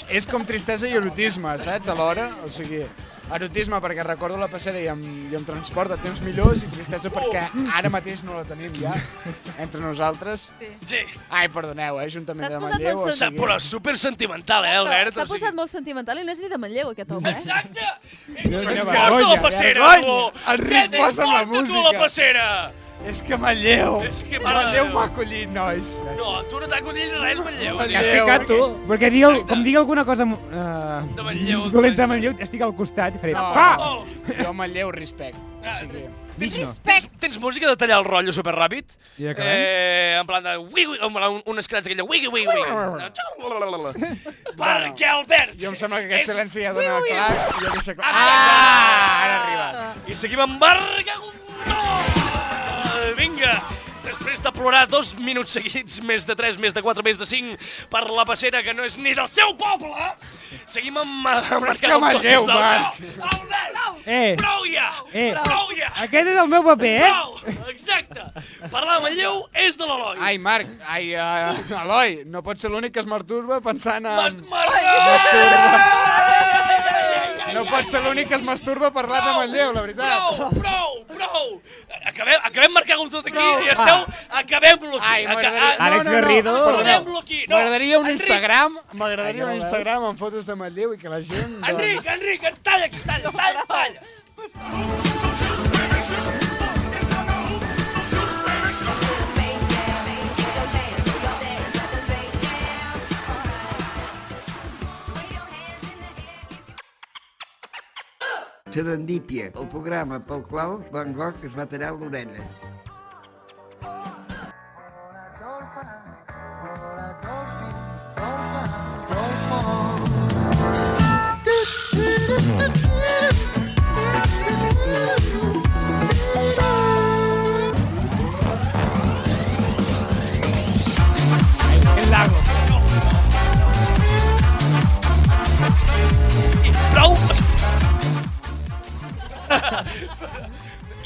Speaker 4: És com tristesa i erotisme, saps, alhora? O sigui, erotisme perquè recordo la passera i em, i em transporta a temps millors i tristesa perquè ara mateix no la tenim ja entre nosaltres.
Speaker 1: Sí.
Speaker 4: Ai, perdoneu, eh, Juntament de
Speaker 3: T'has posat
Speaker 4: Manlleu.
Speaker 3: molt
Speaker 4: O
Speaker 1: S'ha-
Speaker 4: sigui,
Speaker 1: Però és super sentimental, eh, Albert?
Speaker 3: S'ha
Speaker 1: O sigui-
Speaker 3: posat molt sentimental i no és ni de Manlleu aquest home, eh?
Speaker 1: Exacte!
Speaker 9: No,
Speaker 1: Què
Speaker 9: és
Speaker 1: t'importa
Speaker 9: vergonya,
Speaker 1: la passera,
Speaker 4: vergonya.
Speaker 1: tu?
Speaker 4: El ritme
Speaker 1: Què
Speaker 4: posa amb la
Speaker 1: t'importa, tu, la
Speaker 4: música.
Speaker 1: passera?
Speaker 4: és que Manlleu,
Speaker 1: És que, mare de
Speaker 4: Manlleu
Speaker 1: Déu.
Speaker 4: m'ha acollit, nois.
Speaker 1: No, a tu no t'ha acollit res, Manlleu.
Speaker 4: Manlleu.
Speaker 1: Ja
Speaker 4: Déu,
Speaker 9: Ficat tu.
Speaker 5: Perquè digui, com digui alguna cosa uh,
Speaker 1: De Manlleu.
Speaker 5: dolenta de Manlleu, estic al costat i faré...
Speaker 4: No.
Speaker 5: Pa!
Speaker 1: Oh.
Speaker 4: Jo Manlleu respect. O sigui,
Speaker 5: Mig no.
Speaker 1: Tens, tens música de tallar el rotllo superràpid?
Speaker 5: I acabem?
Speaker 1: Eh, en plan de... Wigui, en plan, un, un escrats aquella... Wigui, wigui, wigui. Perquè, Albert...
Speaker 4: jo em sembla que aquest
Speaker 1: és-
Speaker 4: silenci ja dona clar i ja deixa clar.
Speaker 1: Ah, ara ha
Speaker 4: arribat.
Speaker 1: I seguim amb Bargagó. Vinga, després de plorar dos minuts seguits, més de 3, més de 4, més de 5, per la passera que no és ni del seu poble, seguim amb... amb les
Speaker 4: és que
Speaker 1: carnestoltes
Speaker 4: Manlleu,
Speaker 1: del-
Speaker 4: Marc.
Speaker 1: No, Albert,
Speaker 5: Eh.
Speaker 1: prou ja,
Speaker 5: Eh.
Speaker 1: prou ja.
Speaker 5: Aquest és el meu paper, eh?
Speaker 1: Prou, exacte. Parlar de Manlleu és de l'Eloi.
Speaker 4: Ai, Marc, ai, uh, Eloi, no pots ser l'únic que es masturba pensant en... No pot ser l'únic que es masturba parlant de Manlleu, la veritat.
Speaker 1: Prou, prou, prou. Acabem, acabem marcar com tot aquí i esteu... Acabem-lo aquí.
Speaker 4: Ai,
Speaker 1: Aca-
Speaker 4: m'agradaria...
Speaker 1: a-
Speaker 9: Àlex Garrido.
Speaker 1: Perdoneu-lo aquí, no.
Speaker 4: M'agradaria un
Speaker 1: Enric.
Speaker 4: Instagram, m'agradaria un
Speaker 9: Ai, ja veus.
Speaker 4: Instagram amb fotos de Manlleu i que la gent... Doncs...
Speaker 1: Enric, Enric, en talla aquí, talla, talla, talla.
Speaker 2: Serendípia, el programa pel qual Van Gogh es va tallar l'orella.
Speaker 1: Prou.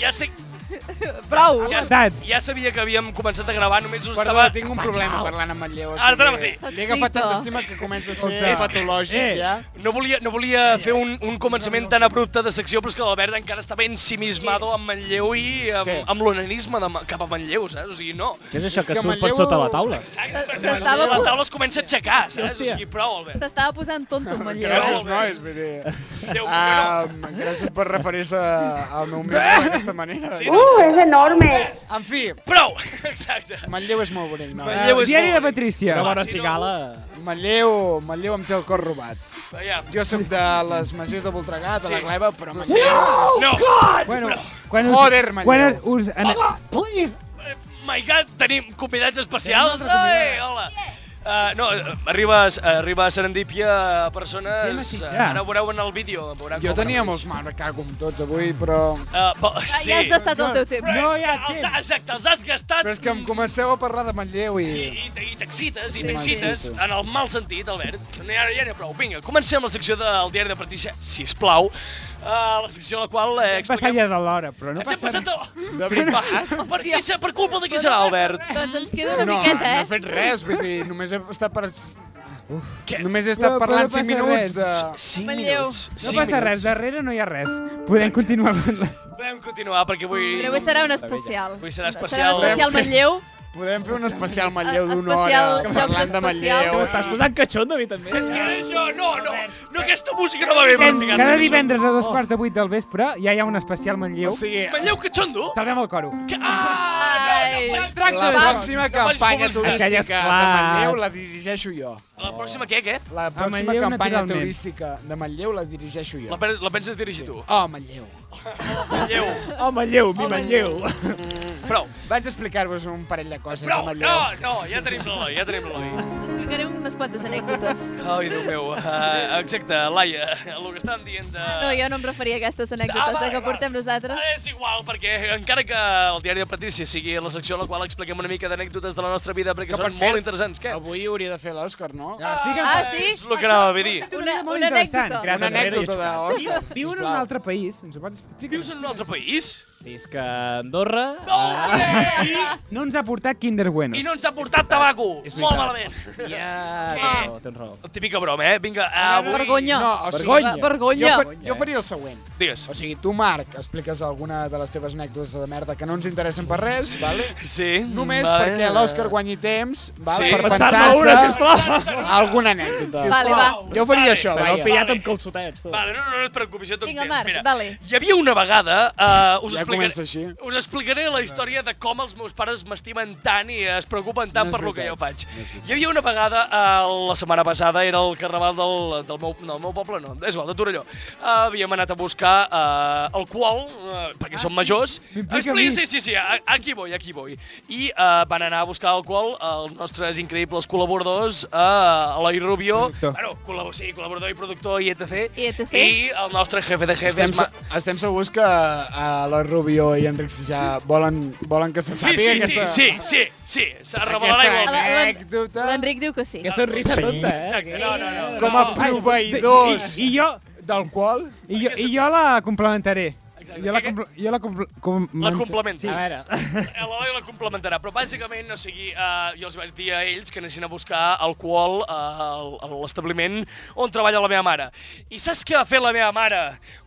Speaker 1: Ja sé...
Speaker 3: Prou.
Speaker 1: Ja,
Speaker 5: Estat.
Speaker 1: ja sabia que havíem començat a gravar, només us
Speaker 4: Perdó,
Speaker 1: estava... Ah,
Speaker 4: tinc un problema parlant amb el Lleó. o
Speaker 1: Ara
Speaker 4: sigui,
Speaker 1: mateix.
Speaker 4: Li he agafat tanta estima que comença a ser
Speaker 1: És que- eh,
Speaker 4: patològic, ja.
Speaker 1: No volia, no volia fer un, un començament tan abrupte de secció, però és que l'Albert encara estava ensimismado amb Manlleu i amb,
Speaker 4: Sí.
Speaker 1: amb l'onanisme de Ma- cap a Manlleu, saps? O sigui, no.
Speaker 9: Què és això que, surt per sota la taula?
Speaker 4: Eh,
Speaker 1: Estava... La taula es comença a aixecar, saps? O sigui, prou, Albert.
Speaker 3: T'estava posant tonto, Manlleu.
Speaker 4: Gràcies, nois. Vull dir, um, gràcies per referir-se al meu membre d'aquesta manera.
Speaker 1: Sí, no, Uh, sí.
Speaker 4: és enorme! En fi.
Speaker 1: Prou! Exacte.
Speaker 4: Manlleu és molt bonic, no?
Speaker 5: Manlleu és Eh, Diari molt de bonic. Patrícia. Una bona
Speaker 4: cigala. Manlleu, Manlleu em té el cor robat. Jo sóc de les Masies de Voltregà, de la Gleva, però Manlleu...
Speaker 1: No!
Speaker 5: Bueno, quan us,
Speaker 4: Joder, Manlleu!
Speaker 5: quan us, en,
Speaker 1: Please! eh, My God, tenim convidats especials.
Speaker 4: Tenim un altre
Speaker 1: Ai, hola. Uh, no, eh, arriba, a- arriba a Serendipia eh, persones...
Speaker 4: Sí,
Speaker 1: eh,
Speaker 4: la xitxa.
Speaker 1: ara ho veureu en el vídeo. Veuran
Speaker 4: Jo tenia molts mal, me cago amb tots avui, però...
Speaker 1: Uh, bo, sí.
Speaker 4: Ah, ja has gastat el teu temps.
Speaker 1: Però
Speaker 4: No
Speaker 1: és que
Speaker 4: hi ha
Speaker 1: els,
Speaker 4: temps.
Speaker 1: exacte, els has gastat
Speaker 4: Però és que em comenceu a parlar de Manlleu i...
Speaker 1: i, i t'excites, i
Speaker 4: Sí,
Speaker 1: t'excites,
Speaker 4: sí.
Speaker 1: en el mal sentit, Albert. No hi ha, ja n'hi ha prou. Vinga, comencem la secció del diari de Patricia, si us plau. Uh, la secció a la qual eh,
Speaker 5: hem passat
Speaker 1: expliquem...
Speaker 5: ja de l'hora, però no
Speaker 1: Ens hem
Speaker 5: passa
Speaker 1: passat
Speaker 5: res.
Speaker 1: el... De veritat? Per, qui, se- per culpa de qui serà, Albert?
Speaker 3: Doncs ens queda una
Speaker 4: no,
Speaker 3: miqueta,
Speaker 4: No,
Speaker 3: eh?
Speaker 4: no he fet res, vull dir, només he estat per...
Speaker 1: Què?
Speaker 4: Només he estat
Speaker 5: No, però
Speaker 4: parlant
Speaker 5: no
Speaker 4: 5
Speaker 5: passa
Speaker 4: minuts
Speaker 5: res.
Speaker 4: de...
Speaker 1: Sí,
Speaker 3: Manlleu.
Speaker 5: No passa res, darrere no hi ha res. Podem continuar amb la...
Speaker 1: Podem continuar, perquè avui...
Speaker 3: Però avui serà un especial.
Speaker 1: Avui serà
Speaker 3: Serà
Speaker 1: especial.
Speaker 3: un especial Manlleu.
Speaker 4: Podem fer un especial Manlleu d'una hora
Speaker 3: especial llocs
Speaker 4: parlant de
Speaker 3: especials.
Speaker 4: Manlleu.
Speaker 3: Que
Speaker 9: Estàs posant catxon de mi, també?
Speaker 1: És que això, no, no, no, aquesta música no va bé per ficar-se.
Speaker 5: Cada
Speaker 1: en
Speaker 5: divendres a dos quarts de vuit del vespre ja hi ha un especial Manlleu.
Speaker 4: O sigui,
Speaker 1: això. Manlleu que xondo?
Speaker 5: Salvem el coro.
Speaker 1: Que, ah, no, no, no,
Speaker 4: la pròxima campanya
Speaker 5: Aquella,
Speaker 4: turística de
Speaker 5: esclar.
Speaker 4: Manlleu la dirigeixo jo.
Speaker 1: La pròxima què, què?
Speaker 4: La pròxima
Speaker 5: Manlleu,
Speaker 4: campanya
Speaker 5: naturalment.
Speaker 4: turística de Manlleu la dirigeixo
Speaker 1: La,
Speaker 4: jo.
Speaker 1: pe- la penses dirigir tu?
Speaker 4: Oh, Manlleu.
Speaker 1: Manlleu.
Speaker 9: Oh, Manlleu, mi Manlleu.
Speaker 1: Prou.
Speaker 4: Vaig explicar-vos un parell de coses de
Speaker 1: Prou, no,
Speaker 4: Manlleu.
Speaker 1: no, ja tenim l'Eloi, ja tenim l'Eloi.
Speaker 3: Explicaré unes quantes anècdotes.
Speaker 1: Ai, Déu meu. Uh, exacte, Laia, el que estàvem dient eh, de...
Speaker 3: Ah, No, jo no em referia a aquestes
Speaker 1: Ah,
Speaker 3: anècdotes
Speaker 1: vale,
Speaker 3: eh, que
Speaker 1: vale.
Speaker 3: portem nosaltres.
Speaker 1: Ara és igual, perquè encara que el diari de Patricia sigui la secció en la qual expliquem una mica d'anècdotes de la nostra vida, perquè
Speaker 4: Que, per
Speaker 1: són
Speaker 4: cert,
Speaker 1: molt interessants, què?
Speaker 4: Avui hauria de fer l'Òscar, no?
Speaker 3: Ah, sí?
Speaker 1: És el que anava a dir.
Speaker 3: Una,
Speaker 5: Molt
Speaker 3: una
Speaker 5: interessant.
Speaker 3: anècdota.
Speaker 4: Una anècdota d'Òscar.
Speaker 5: Viuen en un altre país, ens ho pots explicar?
Speaker 1: Vius en un altre país?
Speaker 9: Visc a Andorra.
Speaker 1: No! eh, I,
Speaker 5: No ens ha portat Kinder Bueno.
Speaker 1: I no ens ha portat tabaco!
Speaker 9: És
Speaker 1: Molt
Speaker 9: veritat.
Speaker 1: malament!
Speaker 9: Ja,
Speaker 1: Eh.
Speaker 9: tens raó, tens raó.
Speaker 1: El típica broma, eh? Vinga, avui...
Speaker 3: Ah, Vergonya.
Speaker 4: No, o sigui,
Speaker 9: Vergonya.
Speaker 4: la-
Speaker 3: Vergonya.
Speaker 4: Jo, fa- jo faria el següent.
Speaker 1: Digues.
Speaker 4: O sigui, tu, Marc, expliques alguna de les teves anècdotes de merda que no ens interessen per res, vale?
Speaker 1: Sí.
Speaker 4: Només
Speaker 1: vale.
Speaker 4: perquè l'Òscar guanyi temps, vale?
Speaker 1: Sí.
Speaker 4: per
Speaker 1: Per
Speaker 9: pensar-ne
Speaker 4: pensar-se
Speaker 9: una, sisplau.
Speaker 4: alguna anècdota.
Speaker 3: Vale, va.
Speaker 4: Jo faria això,
Speaker 9: Però
Speaker 4: vaja.
Speaker 9: heu pillat amb calçotets. tu.
Speaker 1: Vale, no, no, no et preocupis, jo et dono
Speaker 3: Vinga,
Speaker 1: temps.
Speaker 3: Marc,
Speaker 1: Mira,
Speaker 3: dale.
Speaker 1: hi havia una vegada... Uh, us
Speaker 4: Ja
Speaker 1: explicaré,
Speaker 4: comença així.
Speaker 1: Us explicaré la història de com els meus pares m'estimen tant i es preocupen tant
Speaker 4: No és
Speaker 1: per lo que
Speaker 4: veritat,
Speaker 1: jo faig. hi havia una vegada, uh, la setmana passada, era el carnaval del, del, meu, del meu poble, no, és igual, de Torelló. Uh, havíem anat a buscar uh, alcohol, uh, perquè som majors.
Speaker 5: M'implica a
Speaker 1: Explica-
Speaker 5: mi.
Speaker 1: Sí, sí, sí, a- aquí vull, aquí vull. I uh, van anar a buscar alcohol els nostres increïbles col·laboradors, uh, Eloi Rubió,
Speaker 5: Productor.
Speaker 1: bueno, col·labor, sí, col·laborador i productor i etc.
Speaker 3: I etc..
Speaker 1: I el nostre jefe de jefes...
Speaker 4: Estem,
Speaker 1: ma-
Speaker 4: se- estem segurs que eh, Eloi Rubió i Enric Sejà volen, volen que se
Speaker 1: Sí,
Speaker 4: sàpiga
Speaker 1: sí, sí,
Speaker 4: aquesta...
Speaker 1: sí, sí, sí, se revelarà
Speaker 4: Aquesta
Speaker 1: igualment.
Speaker 4: anècdota
Speaker 3: L'Enric diu que sí.
Speaker 9: Que sonrisa tonta, eh?
Speaker 1: Exacte, no, no, no.
Speaker 4: com a proveïdors
Speaker 5: I, i jo,
Speaker 4: del qual...
Speaker 5: i jo, i jo la complementaré.
Speaker 1: Exacte.
Speaker 5: Jo la, compl jo la, compl com
Speaker 1: La complementa.
Speaker 9: A veure.
Speaker 1: Eloi la complementarà, però bàsicament, o sigui, eh, jo els vaig dir a ells que anessin a buscar alcohol eh, al- a l'establiment on treballa la meva mare. I saps què va fer la meva mare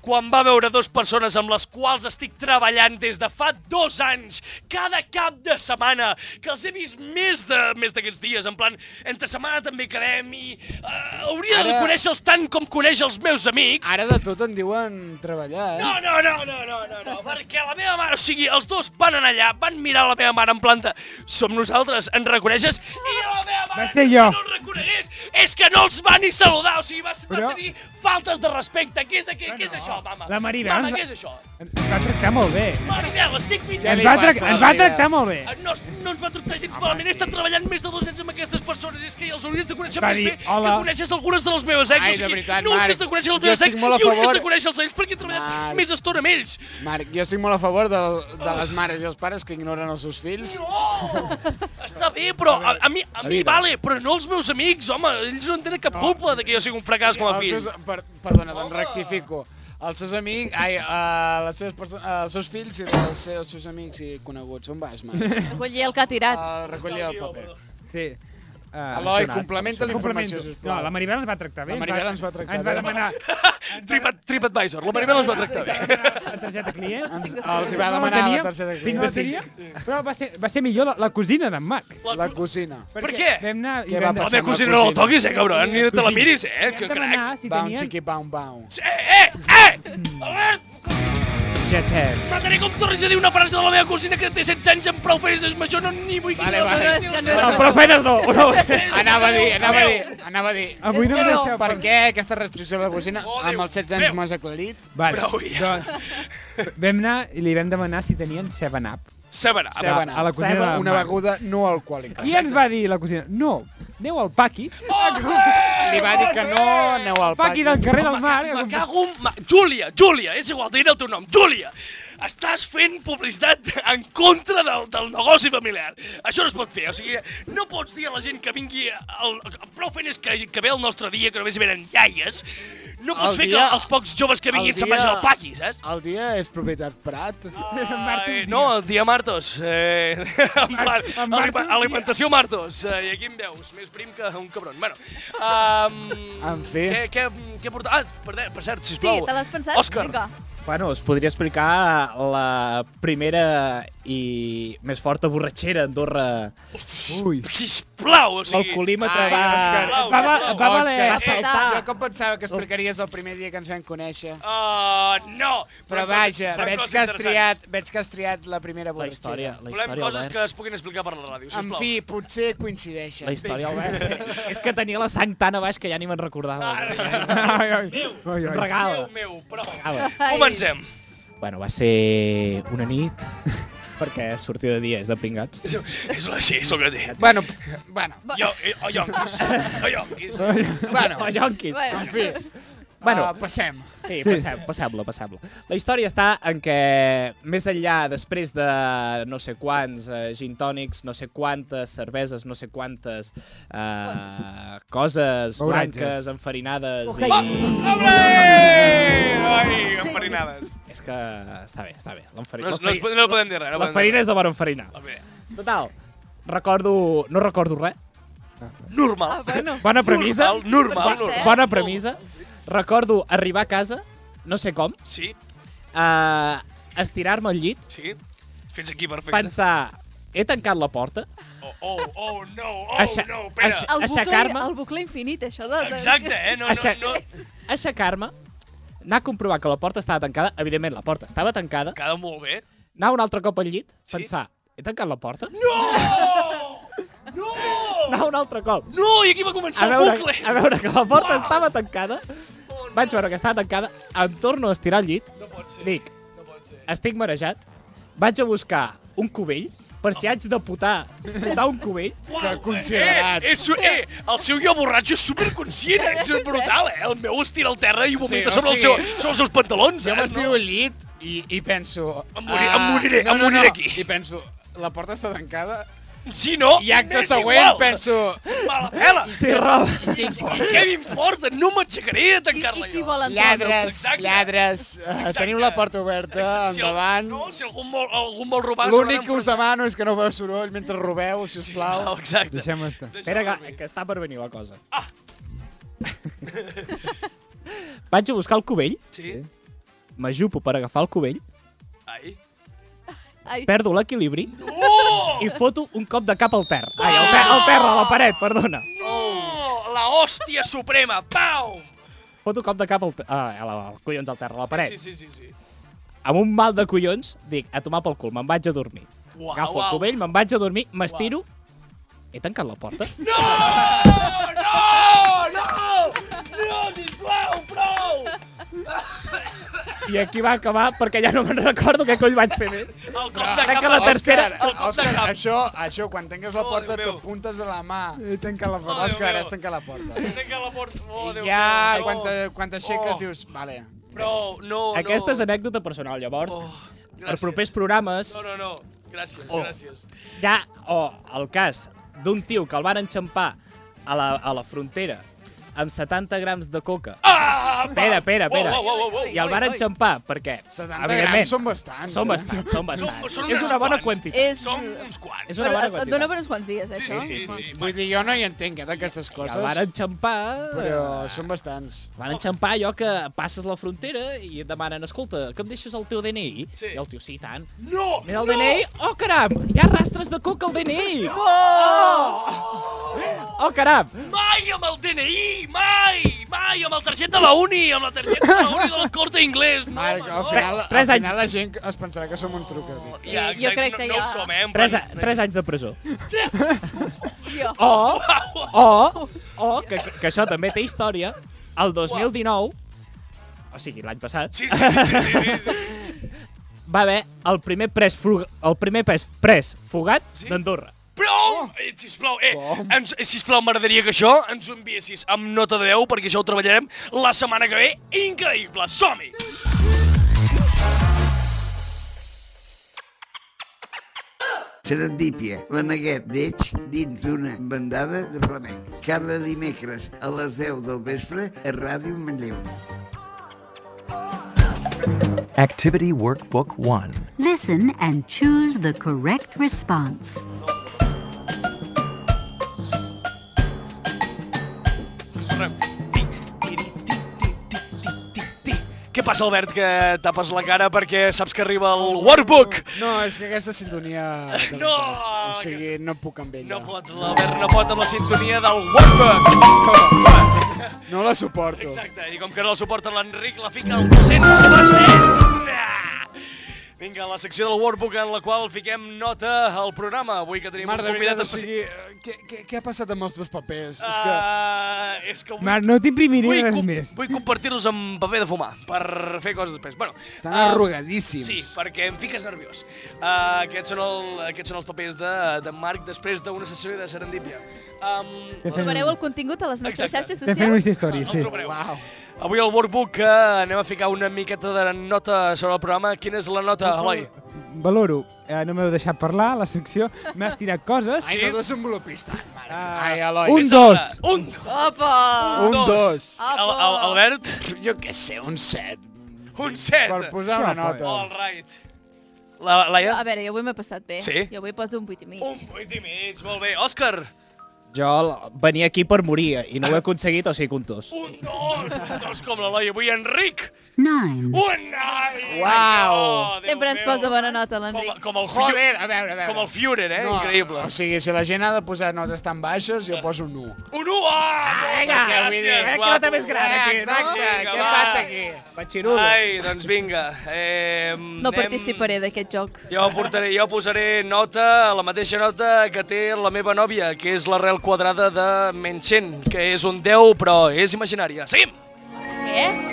Speaker 1: quan va veure dues persones amb les quals estic treballant des de fa dos anys, cada cap de setmana, que els he vist més de més d'aquests dies, en plan, entre setmana també quedem i eh, hauria de
Speaker 4: Ara-
Speaker 1: conèixer-los tant com coneix els meus amics.
Speaker 4: Ara de tot en diuen treballar, eh?
Speaker 1: No, no, no, no, no, no, no, perquè la meva mare, o sigui, els dos van anar allà, van mirar la meva mare en planta, som nosaltres, ens reconeixes, i la meva mare
Speaker 5: Va ser jo.
Speaker 1: no els reconegués, és que no els va ni saludar, o sigui, va, va
Speaker 5: Però-
Speaker 1: tenir faltes de respecte, què és, què, què és això, mama?
Speaker 5: La Maribel
Speaker 1: Mama,
Speaker 5: ens va-
Speaker 1: què és això?
Speaker 5: Ens va tractar molt bé.
Speaker 1: Maribel, estic
Speaker 4: Ja
Speaker 1: mirant.
Speaker 4: li
Speaker 5: Ens va, tra
Speaker 4: passa,
Speaker 5: ens va
Speaker 4: Maria.
Speaker 5: tractar molt bé.
Speaker 1: Eh, No, es- no ens va tractar gens malament, he estat treballant més de dos anys amb aquestes persones, és que els hauries de conèixer
Speaker 5: Va
Speaker 1: més
Speaker 5: dir,
Speaker 1: bé que
Speaker 5: "Hola".
Speaker 1: coneixes algunes de les meves ex,
Speaker 4: Ai,
Speaker 1: o
Speaker 4: de
Speaker 1: sigui,
Speaker 4: veritat,
Speaker 1: no hauries
Speaker 4: Marc,
Speaker 1: de conèixer les
Speaker 4: jo
Speaker 1: meves
Speaker 4: estic
Speaker 1: ex
Speaker 4: molt a
Speaker 1: i hauries
Speaker 4: favor-
Speaker 1: de conèixer els ells perquè he treballat
Speaker 4: Marc.
Speaker 1: més estona amb ells.
Speaker 4: Marc, jo estic molt a favor de, de les mares i els pares que ignoren els seus fills.
Speaker 1: No! Està bé, però a, a mi, a mi vale, però no els meus amics, home, ells no en tenen cap culpa de que jo sigui un fracàs com a
Speaker 4: Els
Speaker 1: fill.
Speaker 4: seus, per, perdona, doncs rectifico. els seus amics, ai, uh, les seves perso- eh, els seus fills i els seus, seus amics i coneguts. On vas, Marc?
Speaker 3: Recollir el que ha tirat.
Speaker 1: Ah,
Speaker 4: Uh, recollir el paper.
Speaker 5: Sí. Uh,
Speaker 4: Eloi, complementa la informació,
Speaker 5: No, la Maribel ens va tractar bé.
Speaker 4: La Maribel ens va tractar
Speaker 5: ens va
Speaker 4: bé.
Speaker 5: demanar...
Speaker 1: Tripad, TripAdvisor, la Maribel ens va tractar bé.
Speaker 5: la targeta client.
Speaker 4: Ens- els hi va demanar la targeta client.
Speaker 5: Si no la
Speaker 4: Sí.
Speaker 5: tenia, però va ser, va ser millor la, la cosina d'en Marc.
Speaker 4: La cosina.
Speaker 5: Per què? Vam anar, i
Speaker 4: Què va
Speaker 5: vam anar-
Speaker 4: passar amb la
Speaker 1: cosina no la toquis, eh, cabron, ni te la miris, eh,
Speaker 5: Vam
Speaker 1: que
Speaker 5: demanar
Speaker 1: crac.
Speaker 5: Si
Speaker 4: Va, un
Speaker 5: tenien...
Speaker 4: xiqui, va, un bau.
Speaker 1: Eh, eh, eh! Albert,
Speaker 5: Jet set.
Speaker 1: Però tenir com tornes a dir una frase de la meva cosina que té 16 anys amb prou feines, amb això no ni vull...
Speaker 4: Vale,
Speaker 1: no,
Speaker 4: vale.
Speaker 1: ni-
Speaker 5: No, però feines no. no.
Speaker 4: Anava a dir, anava a dir, anava a dir.
Speaker 5: Avui no em deixeu...
Speaker 4: Per què aquesta restricció de la cosina? Amb els 16 anys m'has aclarit?
Speaker 5: Vale,
Speaker 1: Prou ja.
Speaker 5: doncs vam anar i li vam demanar si tenien 7-Up.
Speaker 1: Seven up.
Speaker 4: Seven
Speaker 5: a la
Speaker 4: Up.
Speaker 5: cosina
Speaker 4: Seven Up,
Speaker 5: de la
Speaker 4: Una
Speaker 5: Mar.
Speaker 4: beguda no alcohòlica.
Speaker 5: I ens va dir la cosina, no, aneu al Paqui,
Speaker 4: Li va dir que no, aneu al pati.
Speaker 5: Paqui del carrer
Speaker 1: Me
Speaker 5: del Mar. eh,
Speaker 1: ca- Me cago... en- Ma... Júlia, Júlia, és igual, diré el teu nom. Júlia, estàs fent publicitat en contra del, del negoci familiar. Això no es pot fer, o sigui, no pots dir a la gent que vingui... El, prou fent és que, que ve el nostre dia, que només hi venen iaies, no pots
Speaker 4: El
Speaker 1: fer
Speaker 4: dia-
Speaker 1: que els pocs joves que vinguin
Speaker 4: el
Speaker 1: se'n vagin
Speaker 4: dia-
Speaker 1: al paqui, saps?
Speaker 4: El dia és propietat Prat.
Speaker 1: Eh, no, el dia Martos. Eh, en plan,
Speaker 5: en Martos,
Speaker 1: alima-
Speaker 5: dia.
Speaker 1: alimentació Martos. Eh, I aquí em veus, més prim que un cabron. Bueno, um,
Speaker 4: En fi.
Speaker 1: Què, què, què porta... Ah, per, per cert, sisplau.
Speaker 3: Sí, te l'has pensat?
Speaker 1: Òscar.
Speaker 3: Vinga.
Speaker 9: Bueno, us podria explicar la primera i més forta borratxera a Andorra.
Speaker 5: Ui.
Speaker 1: Sisplau, o sigui...
Speaker 9: L'alcoholímetre va...
Speaker 4: Òscar,
Speaker 1: sisplau,
Speaker 5: Va, va,
Speaker 1: sisplau.
Speaker 5: va valer...
Speaker 1: eh,
Speaker 9: va saltar.
Speaker 4: Jo com pensava que explicaries el primer dia que ens vam conèixer.
Speaker 1: Ah, no!
Speaker 4: Però
Speaker 1: coses-
Speaker 4: vaja,
Speaker 1: són
Speaker 4: veig
Speaker 1: coses
Speaker 4: que, has
Speaker 1: interessants.
Speaker 4: triat, veig que has triat la primera
Speaker 9: La
Speaker 4: borratxera.
Speaker 9: història, la història,
Speaker 1: Volem coses
Speaker 9: Albert.
Speaker 1: que es puguin explicar per la ràdio,
Speaker 4: En
Speaker 1: sisplau.
Speaker 4: fi, potser coincideixen.
Speaker 9: La història, Albert. és que tenia la sang tan a baix que ja ni me'n recordava.
Speaker 5: Ai, ai, ai,
Speaker 9: Un
Speaker 5: ai.
Speaker 9: regal.
Speaker 1: Déu meu, però...
Speaker 9: Ah,
Speaker 1: Comencem.
Speaker 9: Bueno, va ser una nit, perquè sortir de dia és de pringats.
Speaker 1: És, és així, és el que té.
Speaker 4: Bueno, bueno,
Speaker 1: Jo, eh, oh, llonquis. Oh, llonquis.
Speaker 4: bueno,
Speaker 9: Oh, yonquis.
Speaker 3: Bueno.
Speaker 4: en fi.
Speaker 9: Bueno.
Speaker 4: uh, passem.
Speaker 9: Sí, passem, passem-la, passem-la. La història està en què, més enllà, després de no sé quants eh, gin tònics, no sé quantes cerveses, no sé quantes eh,
Speaker 5: Beuratges.
Speaker 9: coses blanques, enfarinades...
Speaker 1: Va,
Speaker 9: I...
Speaker 1: obre! Ai, enfarinades.
Speaker 9: És que està bé, està bé.
Speaker 1: No,
Speaker 9: L'enfarina...
Speaker 1: no, es, no podem dir res. No
Speaker 9: la farina és de bona enfarina.
Speaker 1: és...
Speaker 9: Total, recordo... no recordo res.
Speaker 3: ah,
Speaker 1: Normal.
Speaker 9: Bona premissa.
Speaker 1: Normal, normal,
Speaker 9: Bo-
Speaker 1: normal.
Speaker 9: Bona premissa. Recordo arribar a casa, no sé com,
Speaker 1: Sí,
Speaker 9: eh, estirar-me al llit,
Speaker 1: sí. Fins aquí, perfecte.
Speaker 9: pensar, he tancat la porta,
Speaker 1: Oh, oh, oh, no, oh,
Speaker 9: Aixa-
Speaker 1: no, espera.
Speaker 9: aixa-
Speaker 3: El bucle,
Speaker 9: Aixecar-me.
Speaker 3: el bucle infinit, això de... de-
Speaker 1: Exacte, eh? No, no,
Speaker 9: Aixa-
Speaker 1: no.
Speaker 9: aixecar-me, anar a comprovar que la porta estava tancada, evidentment la porta estava tancada,
Speaker 1: Queda molt bé.
Speaker 9: anar un altre cop al llit,
Speaker 1: Sí?
Speaker 9: pensar, he tancat la porta?
Speaker 1: No! No!
Speaker 9: Anar un altre cop,
Speaker 1: No, i aquí va començar
Speaker 9: a
Speaker 1: el
Speaker 9: veure,
Speaker 1: bucle.
Speaker 9: a veure que la porta estava tancada, vaig veure que estava tancada, em torno a estirar al llit,
Speaker 1: Oh, No pot ser.
Speaker 9: dic,
Speaker 1: No pot ser.
Speaker 9: estic marejat, vaig a buscar un cubell, per si haig de putar, putar un cubell,
Speaker 1: Uau,
Speaker 4: considerat.
Speaker 1: Eh, eh, su- eh, el seu jo borratxo és superconscient, eh? és brutal, eh? El meu es tira al terra i vomita
Speaker 4: Sí, o
Speaker 1: sobre, el seu,
Speaker 4: sigui,
Speaker 1: sobre els seus pantalons.
Speaker 4: Jo
Speaker 1: eh?
Speaker 4: m'estiro
Speaker 1: No.
Speaker 4: al llit i, i penso...
Speaker 1: Em moriré-
Speaker 4: ah,
Speaker 1: em moriré,
Speaker 4: no,
Speaker 1: em
Speaker 4: no,
Speaker 1: moriré
Speaker 4: no,
Speaker 1: aquí.
Speaker 4: I penso, la porta està tancada?
Speaker 1: Si no,
Speaker 4: I acte
Speaker 1: m'és
Speaker 4: següent
Speaker 1: igual.
Speaker 4: penso...
Speaker 1: Me la pela.
Speaker 9: si roba.
Speaker 1: I, i què m'importa? No m'aixecaré a
Speaker 3: I,
Speaker 1: tancar-la
Speaker 3: I qui
Speaker 1: jo.
Speaker 3: vol entrar?
Speaker 4: Lladres,
Speaker 1: Exacte.
Speaker 4: lladres, eh,
Speaker 1: Exacte.
Speaker 4: teniu la porta oberta,
Speaker 1: Exacte, si el-
Speaker 4: Doncs endavant.
Speaker 1: No, si algú vol, algú vol robar...
Speaker 4: L'únic
Speaker 1: s'haurà
Speaker 4: que us demano és que no feu soroll mentre robeu, si us
Speaker 1: d'enfrontar.
Speaker 4: plau.
Speaker 1: Exacte.
Speaker 5: Deixem-ho estar.
Speaker 9: Espera,
Speaker 1: Deixa'm
Speaker 9: que,
Speaker 1: dormir.
Speaker 9: que està per venir la cosa. Vaig a buscar el cubell,
Speaker 1: Sí?
Speaker 9: m'ajupo per agafar el cubell,
Speaker 1: Ai.
Speaker 3: Ai,
Speaker 9: perdo l'equilibri
Speaker 1: Oh!
Speaker 9: i foto un cop de cap al terra. Ai, al, ter al terra, a la paret, perdona.
Speaker 1: No! La hòstia suprema! Pau!
Speaker 9: Foto un cop de cap al, te- ah, a la, al collons al terra, a la
Speaker 1: Sí,
Speaker 9: paret.
Speaker 1: sí, sí, sí.
Speaker 9: Amb un mal de collons, dic, a tomar pel cul, me'n vaig a dormir.
Speaker 1: Uau,
Speaker 9: Agafo el
Speaker 1: uau.
Speaker 9: cubell, me'n vaig a dormir, m'estiro, he tancat la porta.
Speaker 1: No! No! No! No, sisplau, prou!
Speaker 9: I aquí va acabar, perquè ja no me'n recordo què coll vaig fer més.
Speaker 1: El cop de
Speaker 9: Crec
Speaker 1: cap
Speaker 9: que la
Speaker 1: al-
Speaker 9: tercera-
Speaker 1: El cop
Speaker 4: Ah, Òscar,
Speaker 1: de cap.
Speaker 4: això, això, quan tanques la
Speaker 1: Oh,
Speaker 4: porta,
Speaker 1: Déu meu. Oh,
Speaker 4: t'apuntes a la mà.
Speaker 5: He tancat la porta.
Speaker 1: Déu
Speaker 4: Òscar,
Speaker 1: meu.
Speaker 4: has tancat la porta.
Speaker 1: Tanca la porta. Oh, Déu
Speaker 4: I ja,
Speaker 1: meu,
Speaker 4: quan te-
Speaker 1: no.
Speaker 4: quan t'aixeques,
Speaker 1: Oh.
Speaker 4: dius, vale,
Speaker 1: Prou, no, Oh, no.
Speaker 9: Aquesta és anècdota personal, llavors.
Speaker 1: Oh,
Speaker 9: per
Speaker 1: gràcies.
Speaker 9: propers programes,
Speaker 1: No, no, no. Gràcies,
Speaker 9: Oh.
Speaker 1: gràcies.
Speaker 9: ja, o el cas d'un tio que el van enxampar a la, a la frontera amb 70 grams de coca
Speaker 1: Ah,
Speaker 9: Espera, espera, espera.
Speaker 1: Uau, uau, uau, uau.
Speaker 9: I el van enxampar, perquè...
Speaker 4: 70 grams són bastants,
Speaker 9: Són
Speaker 4: eh?
Speaker 9: bastants, són bastants.
Speaker 4: Són- són
Speaker 9: és
Speaker 4: uns
Speaker 9: una bona
Speaker 4: quants.
Speaker 9: quantitat.
Speaker 3: És...
Speaker 1: Som uns quants.
Speaker 9: És una bona
Speaker 3: Et, et
Speaker 9: quantitat.
Speaker 3: dona per uns quants dies, eh, això?
Speaker 4: Sí, sí, sí. Vull dir, jo no hi entenc, eh, d'aquestes coses.
Speaker 9: van enxampar...
Speaker 4: Però són bastants.
Speaker 9: Van enxampar allò que passes la frontera i et demanen, escolta, que em deixes el teu DNI? Sí. I el tio, sí, i tant.
Speaker 1: No!
Speaker 9: Mira el DNI, oh caram, hi ha rastres de coca al DNI! No! Oh, caram!
Speaker 1: Mai amb el DNI, mai! Mai amb el target de la uni, amb la targeta de la uni del corte inglès. No,
Speaker 4: Marc, al final,
Speaker 9: Tres
Speaker 4: al
Speaker 9: anys.
Speaker 4: final la gent es pensarà que som eh, uns trucadits.
Speaker 1: Ja,
Speaker 3: Jo crec que
Speaker 1: no,
Speaker 3: ja-
Speaker 1: No ho som, eh? en
Speaker 9: Tres,
Speaker 1: plan-
Speaker 9: tres anys de presó.
Speaker 3: Hòstia.
Speaker 9: O, o, o, que, que això també té història, el 2019, o sigui, l'any passat,
Speaker 1: Sí, sí, sí, sí, sí, sí, sí.
Speaker 9: va haver el primer pres, fru- el primer pres, pres fugat
Speaker 1: Sí?
Speaker 9: d'Andorra.
Speaker 1: Prou! Eh, sisplau, eh, ens, eh, sisplau, m'agradaria que això ens ho enviessis amb nota de 10, perquè això ho treballarem la setmana que ve. Increïble, som-hi!
Speaker 2: Serendípia, la neguet d'Eix dins d'una bandada de flamenc. Cada dimecres a les 10 del vespre a Ràdio Manlleu.
Speaker 13: Activity Workbook 1.
Speaker 14: Listen and choose the correct response.
Speaker 1: Què passa, Albert, que tapes la cara perquè saps que arriba el workbook?
Speaker 4: No, és que aquesta sintonia... de
Speaker 1: No,
Speaker 4: veritat, O sigui, no puc amb ella. No,
Speaker 1: pot, L'Albert no pot amb la sintonia del workbook.
Speaker 4: no la suporto.
Speaker 1: Exacte, i com que no la suporta l'Enric, la fica al 200%. Ah! Vinga, la secció del workbook en la qual fiquem nota al programa. Avui que tenim
Speaker 4: Mar
Speaker 1: un
Speaker 4: de
Speaker 1: convidat
Speaker 4: veritat, o
Speaker 1: especial.
Speaker 4: sigui, eh, què, què, què ha passat amb els teus papers?
Speaker 1: Uh,
Speaker 4: és que...
Speaker 1: Ah, és que
Speaker 5: Mar, no t'imprimiré
Speaker 1: vull,
Speaker 5: res
Speaker 1: com-
Speaker 5: més.
Speaker 1: vull compartir-los amb paper de fumar per fer coses després. Bueno,
Speaker 4: Estan
Speaker 1: ah,
Speaker 4: arrugadíssims.
Speaker 1: Sí, perquè em fiques nerviós. Uh, aquests, són el, aquests són els papers de, de Marc després d'una sessió de serendípia. Um,
Speaker 5: Te fem-
Speaker 3: Trobareu el contingut a les nostres
Speaker 1: Exacte.
Speaker 3: xarxes
Speaker 5: Te fem
Speaker 3: socials?
Speaker 5: una història, sí.
Speaker 1: Wow. Avui al workbook eh, anem a ficar una miqueta de nota sobre el programa. Quina és la nota, Eloi?
Speaker 5: Valoro, eh, no m'heu deixat parlar, la secció, m'has tirat coses.
Speaker 4: Ai, no desenvolupis tant, Marc. Ai, Eloi.
Speaker 5: un dos.
Speaker 1: Ah, Un.
Speaker 3: Opa!
Speaker 4: Un dos.
Speaker 1: El, el, Albert?
Speaker 4: Jo què sé, un set.
Speaker 1: Un set?
Speaker 4: Per posar una nota.
Speaker 1: All right. La, Laia?
Speaker 3: A veure, jo avui m'he passat bé.
Speaker 1: Sí?
Speaker 3: Jo avui poso un 8 i mig.
Speaker 1: Un 8 i mig, molt bé. Òscar?
Speaker 9: Jo l- venia aquí per morir i no ho he aconseguit, o sigui que un dos.
Speaker 1: Un dos. Un dos com l'Eloi. Avui Enric?
Speaker 14: Nine.
Speaker 1: Un nine.
Speaker 4: Uau.
Speaker 3: Sempre ens posa bona nota l'Enric.
Speaker 1: Com el Fiu-
Speaker 4: Joder, a veure, a veure.
Speaker 1: Com el Führer, eh?
Speaker 4: No,
Speaker 1: Increïble.
Speaker 4: O sigui, si la gent ha de posar notes tan baixes, jo poso un 1.
Speaker 1: Un 1! Ah, moltes
Speaker 4: vinga, vull
Speaker 1: gràcies,
Speaker 4: dir, a veure
Speaker 1: guapo.
Speaker 4: qui nota més gran eh, aquí, no? Vinga, va.
Speaker 9: Batxirulo.
Speaker 1: Ai, doncs vinga. Eh,
Speaker 3: No participaré d'aquest joc.
Speaker 1: Jo, portaré, jo posaré nota, la mateixa nota que té la meva nòvia, que és l'arrel quadrada de Menchen, que és un 10, però és imaginària. Seguim!
Speaker 3: Eh?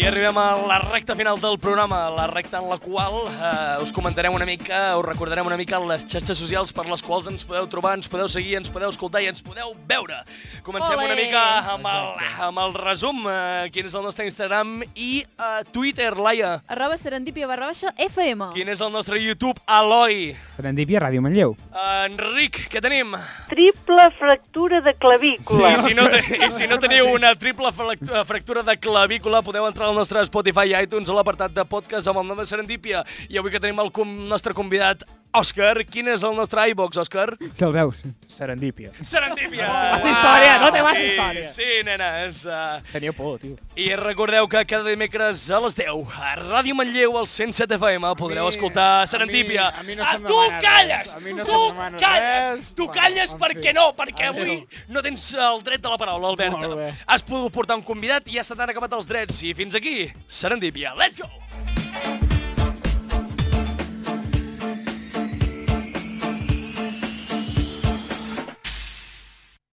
Speaker 1: I arribem a la recta final del programa, la recta en la qual eh, us comentarem una mica, us recordarem una mica les xarxes socials per les quals ens podeu trobar, ens podeu seguir, ens podeu escoltar i ens podeu veure. Comencem
Speaker 3: Ole!
Speaker 1: una mica amb el, amb el resum, eh, quin és el nostre Instagram i eh, Twitter, Laia.
Speaker 3: Arroba serendipia barra baixa FM.
Speaker 1: Quin és el nostre YouTube, Eloi.
Speaker 5: Serendipia, Ràdio Manlleu.
Speaker 1: Enric, què tenim?
Speaker 12: Triple fractura de clavícula.
Speaker 1: I si, no, te- I si no teniu una triple frac- fractura de clavícula, podeu entrar al nostre Spotify i iTunes a l'apartat de podcast amb el nom de Serendípia. I avui que tenim el com nostre convidat, Òscar, quin és el nostre iBox, Òscar?
Speaker 5: Se'l veus.
Speaker 9: Serendípia.
Speaker 1: Serendípia!
Speaker 9: Vas història, no te vas
Speaker 1: Sí,
Speaker 9: història.
Speaker 1: Sí, nena, és... Uh...
Speaker 9: Tenia por, tio.
Speaker 1: I recordeu que cada dimecres a les 10 a Ràdio Manlleu, al 107 FM, podreu escoltar Serendípia.
Speaker 4: a mi no
Speaker 1: Ah,
Speaker 4: se'm
Speaker 1: tu
Speaker 4: demana res,
Speaker 1: calles!
Speaker 4: a mi no
Speaker 1: tu
Speaker 4: se'm demana
Speaker 1: calles!
Speaker 4: res.
Speaker 1: Tu
Speaker 4: Va,
Speaker 1: calles
Speaker 4: en
Speaker 1: perquè
Speaker 4: fi.
Speaker 1: no, perquè
Speaker 4: Adéu.
Speaker 1: avui no tens el dret de la paraula, Albert.
Speaker 4: Molt bé.
Speaker 1: Has pogut portar un convidat i ja se t'han acabat els drets. I fins aquí, Serendípia. Let's go!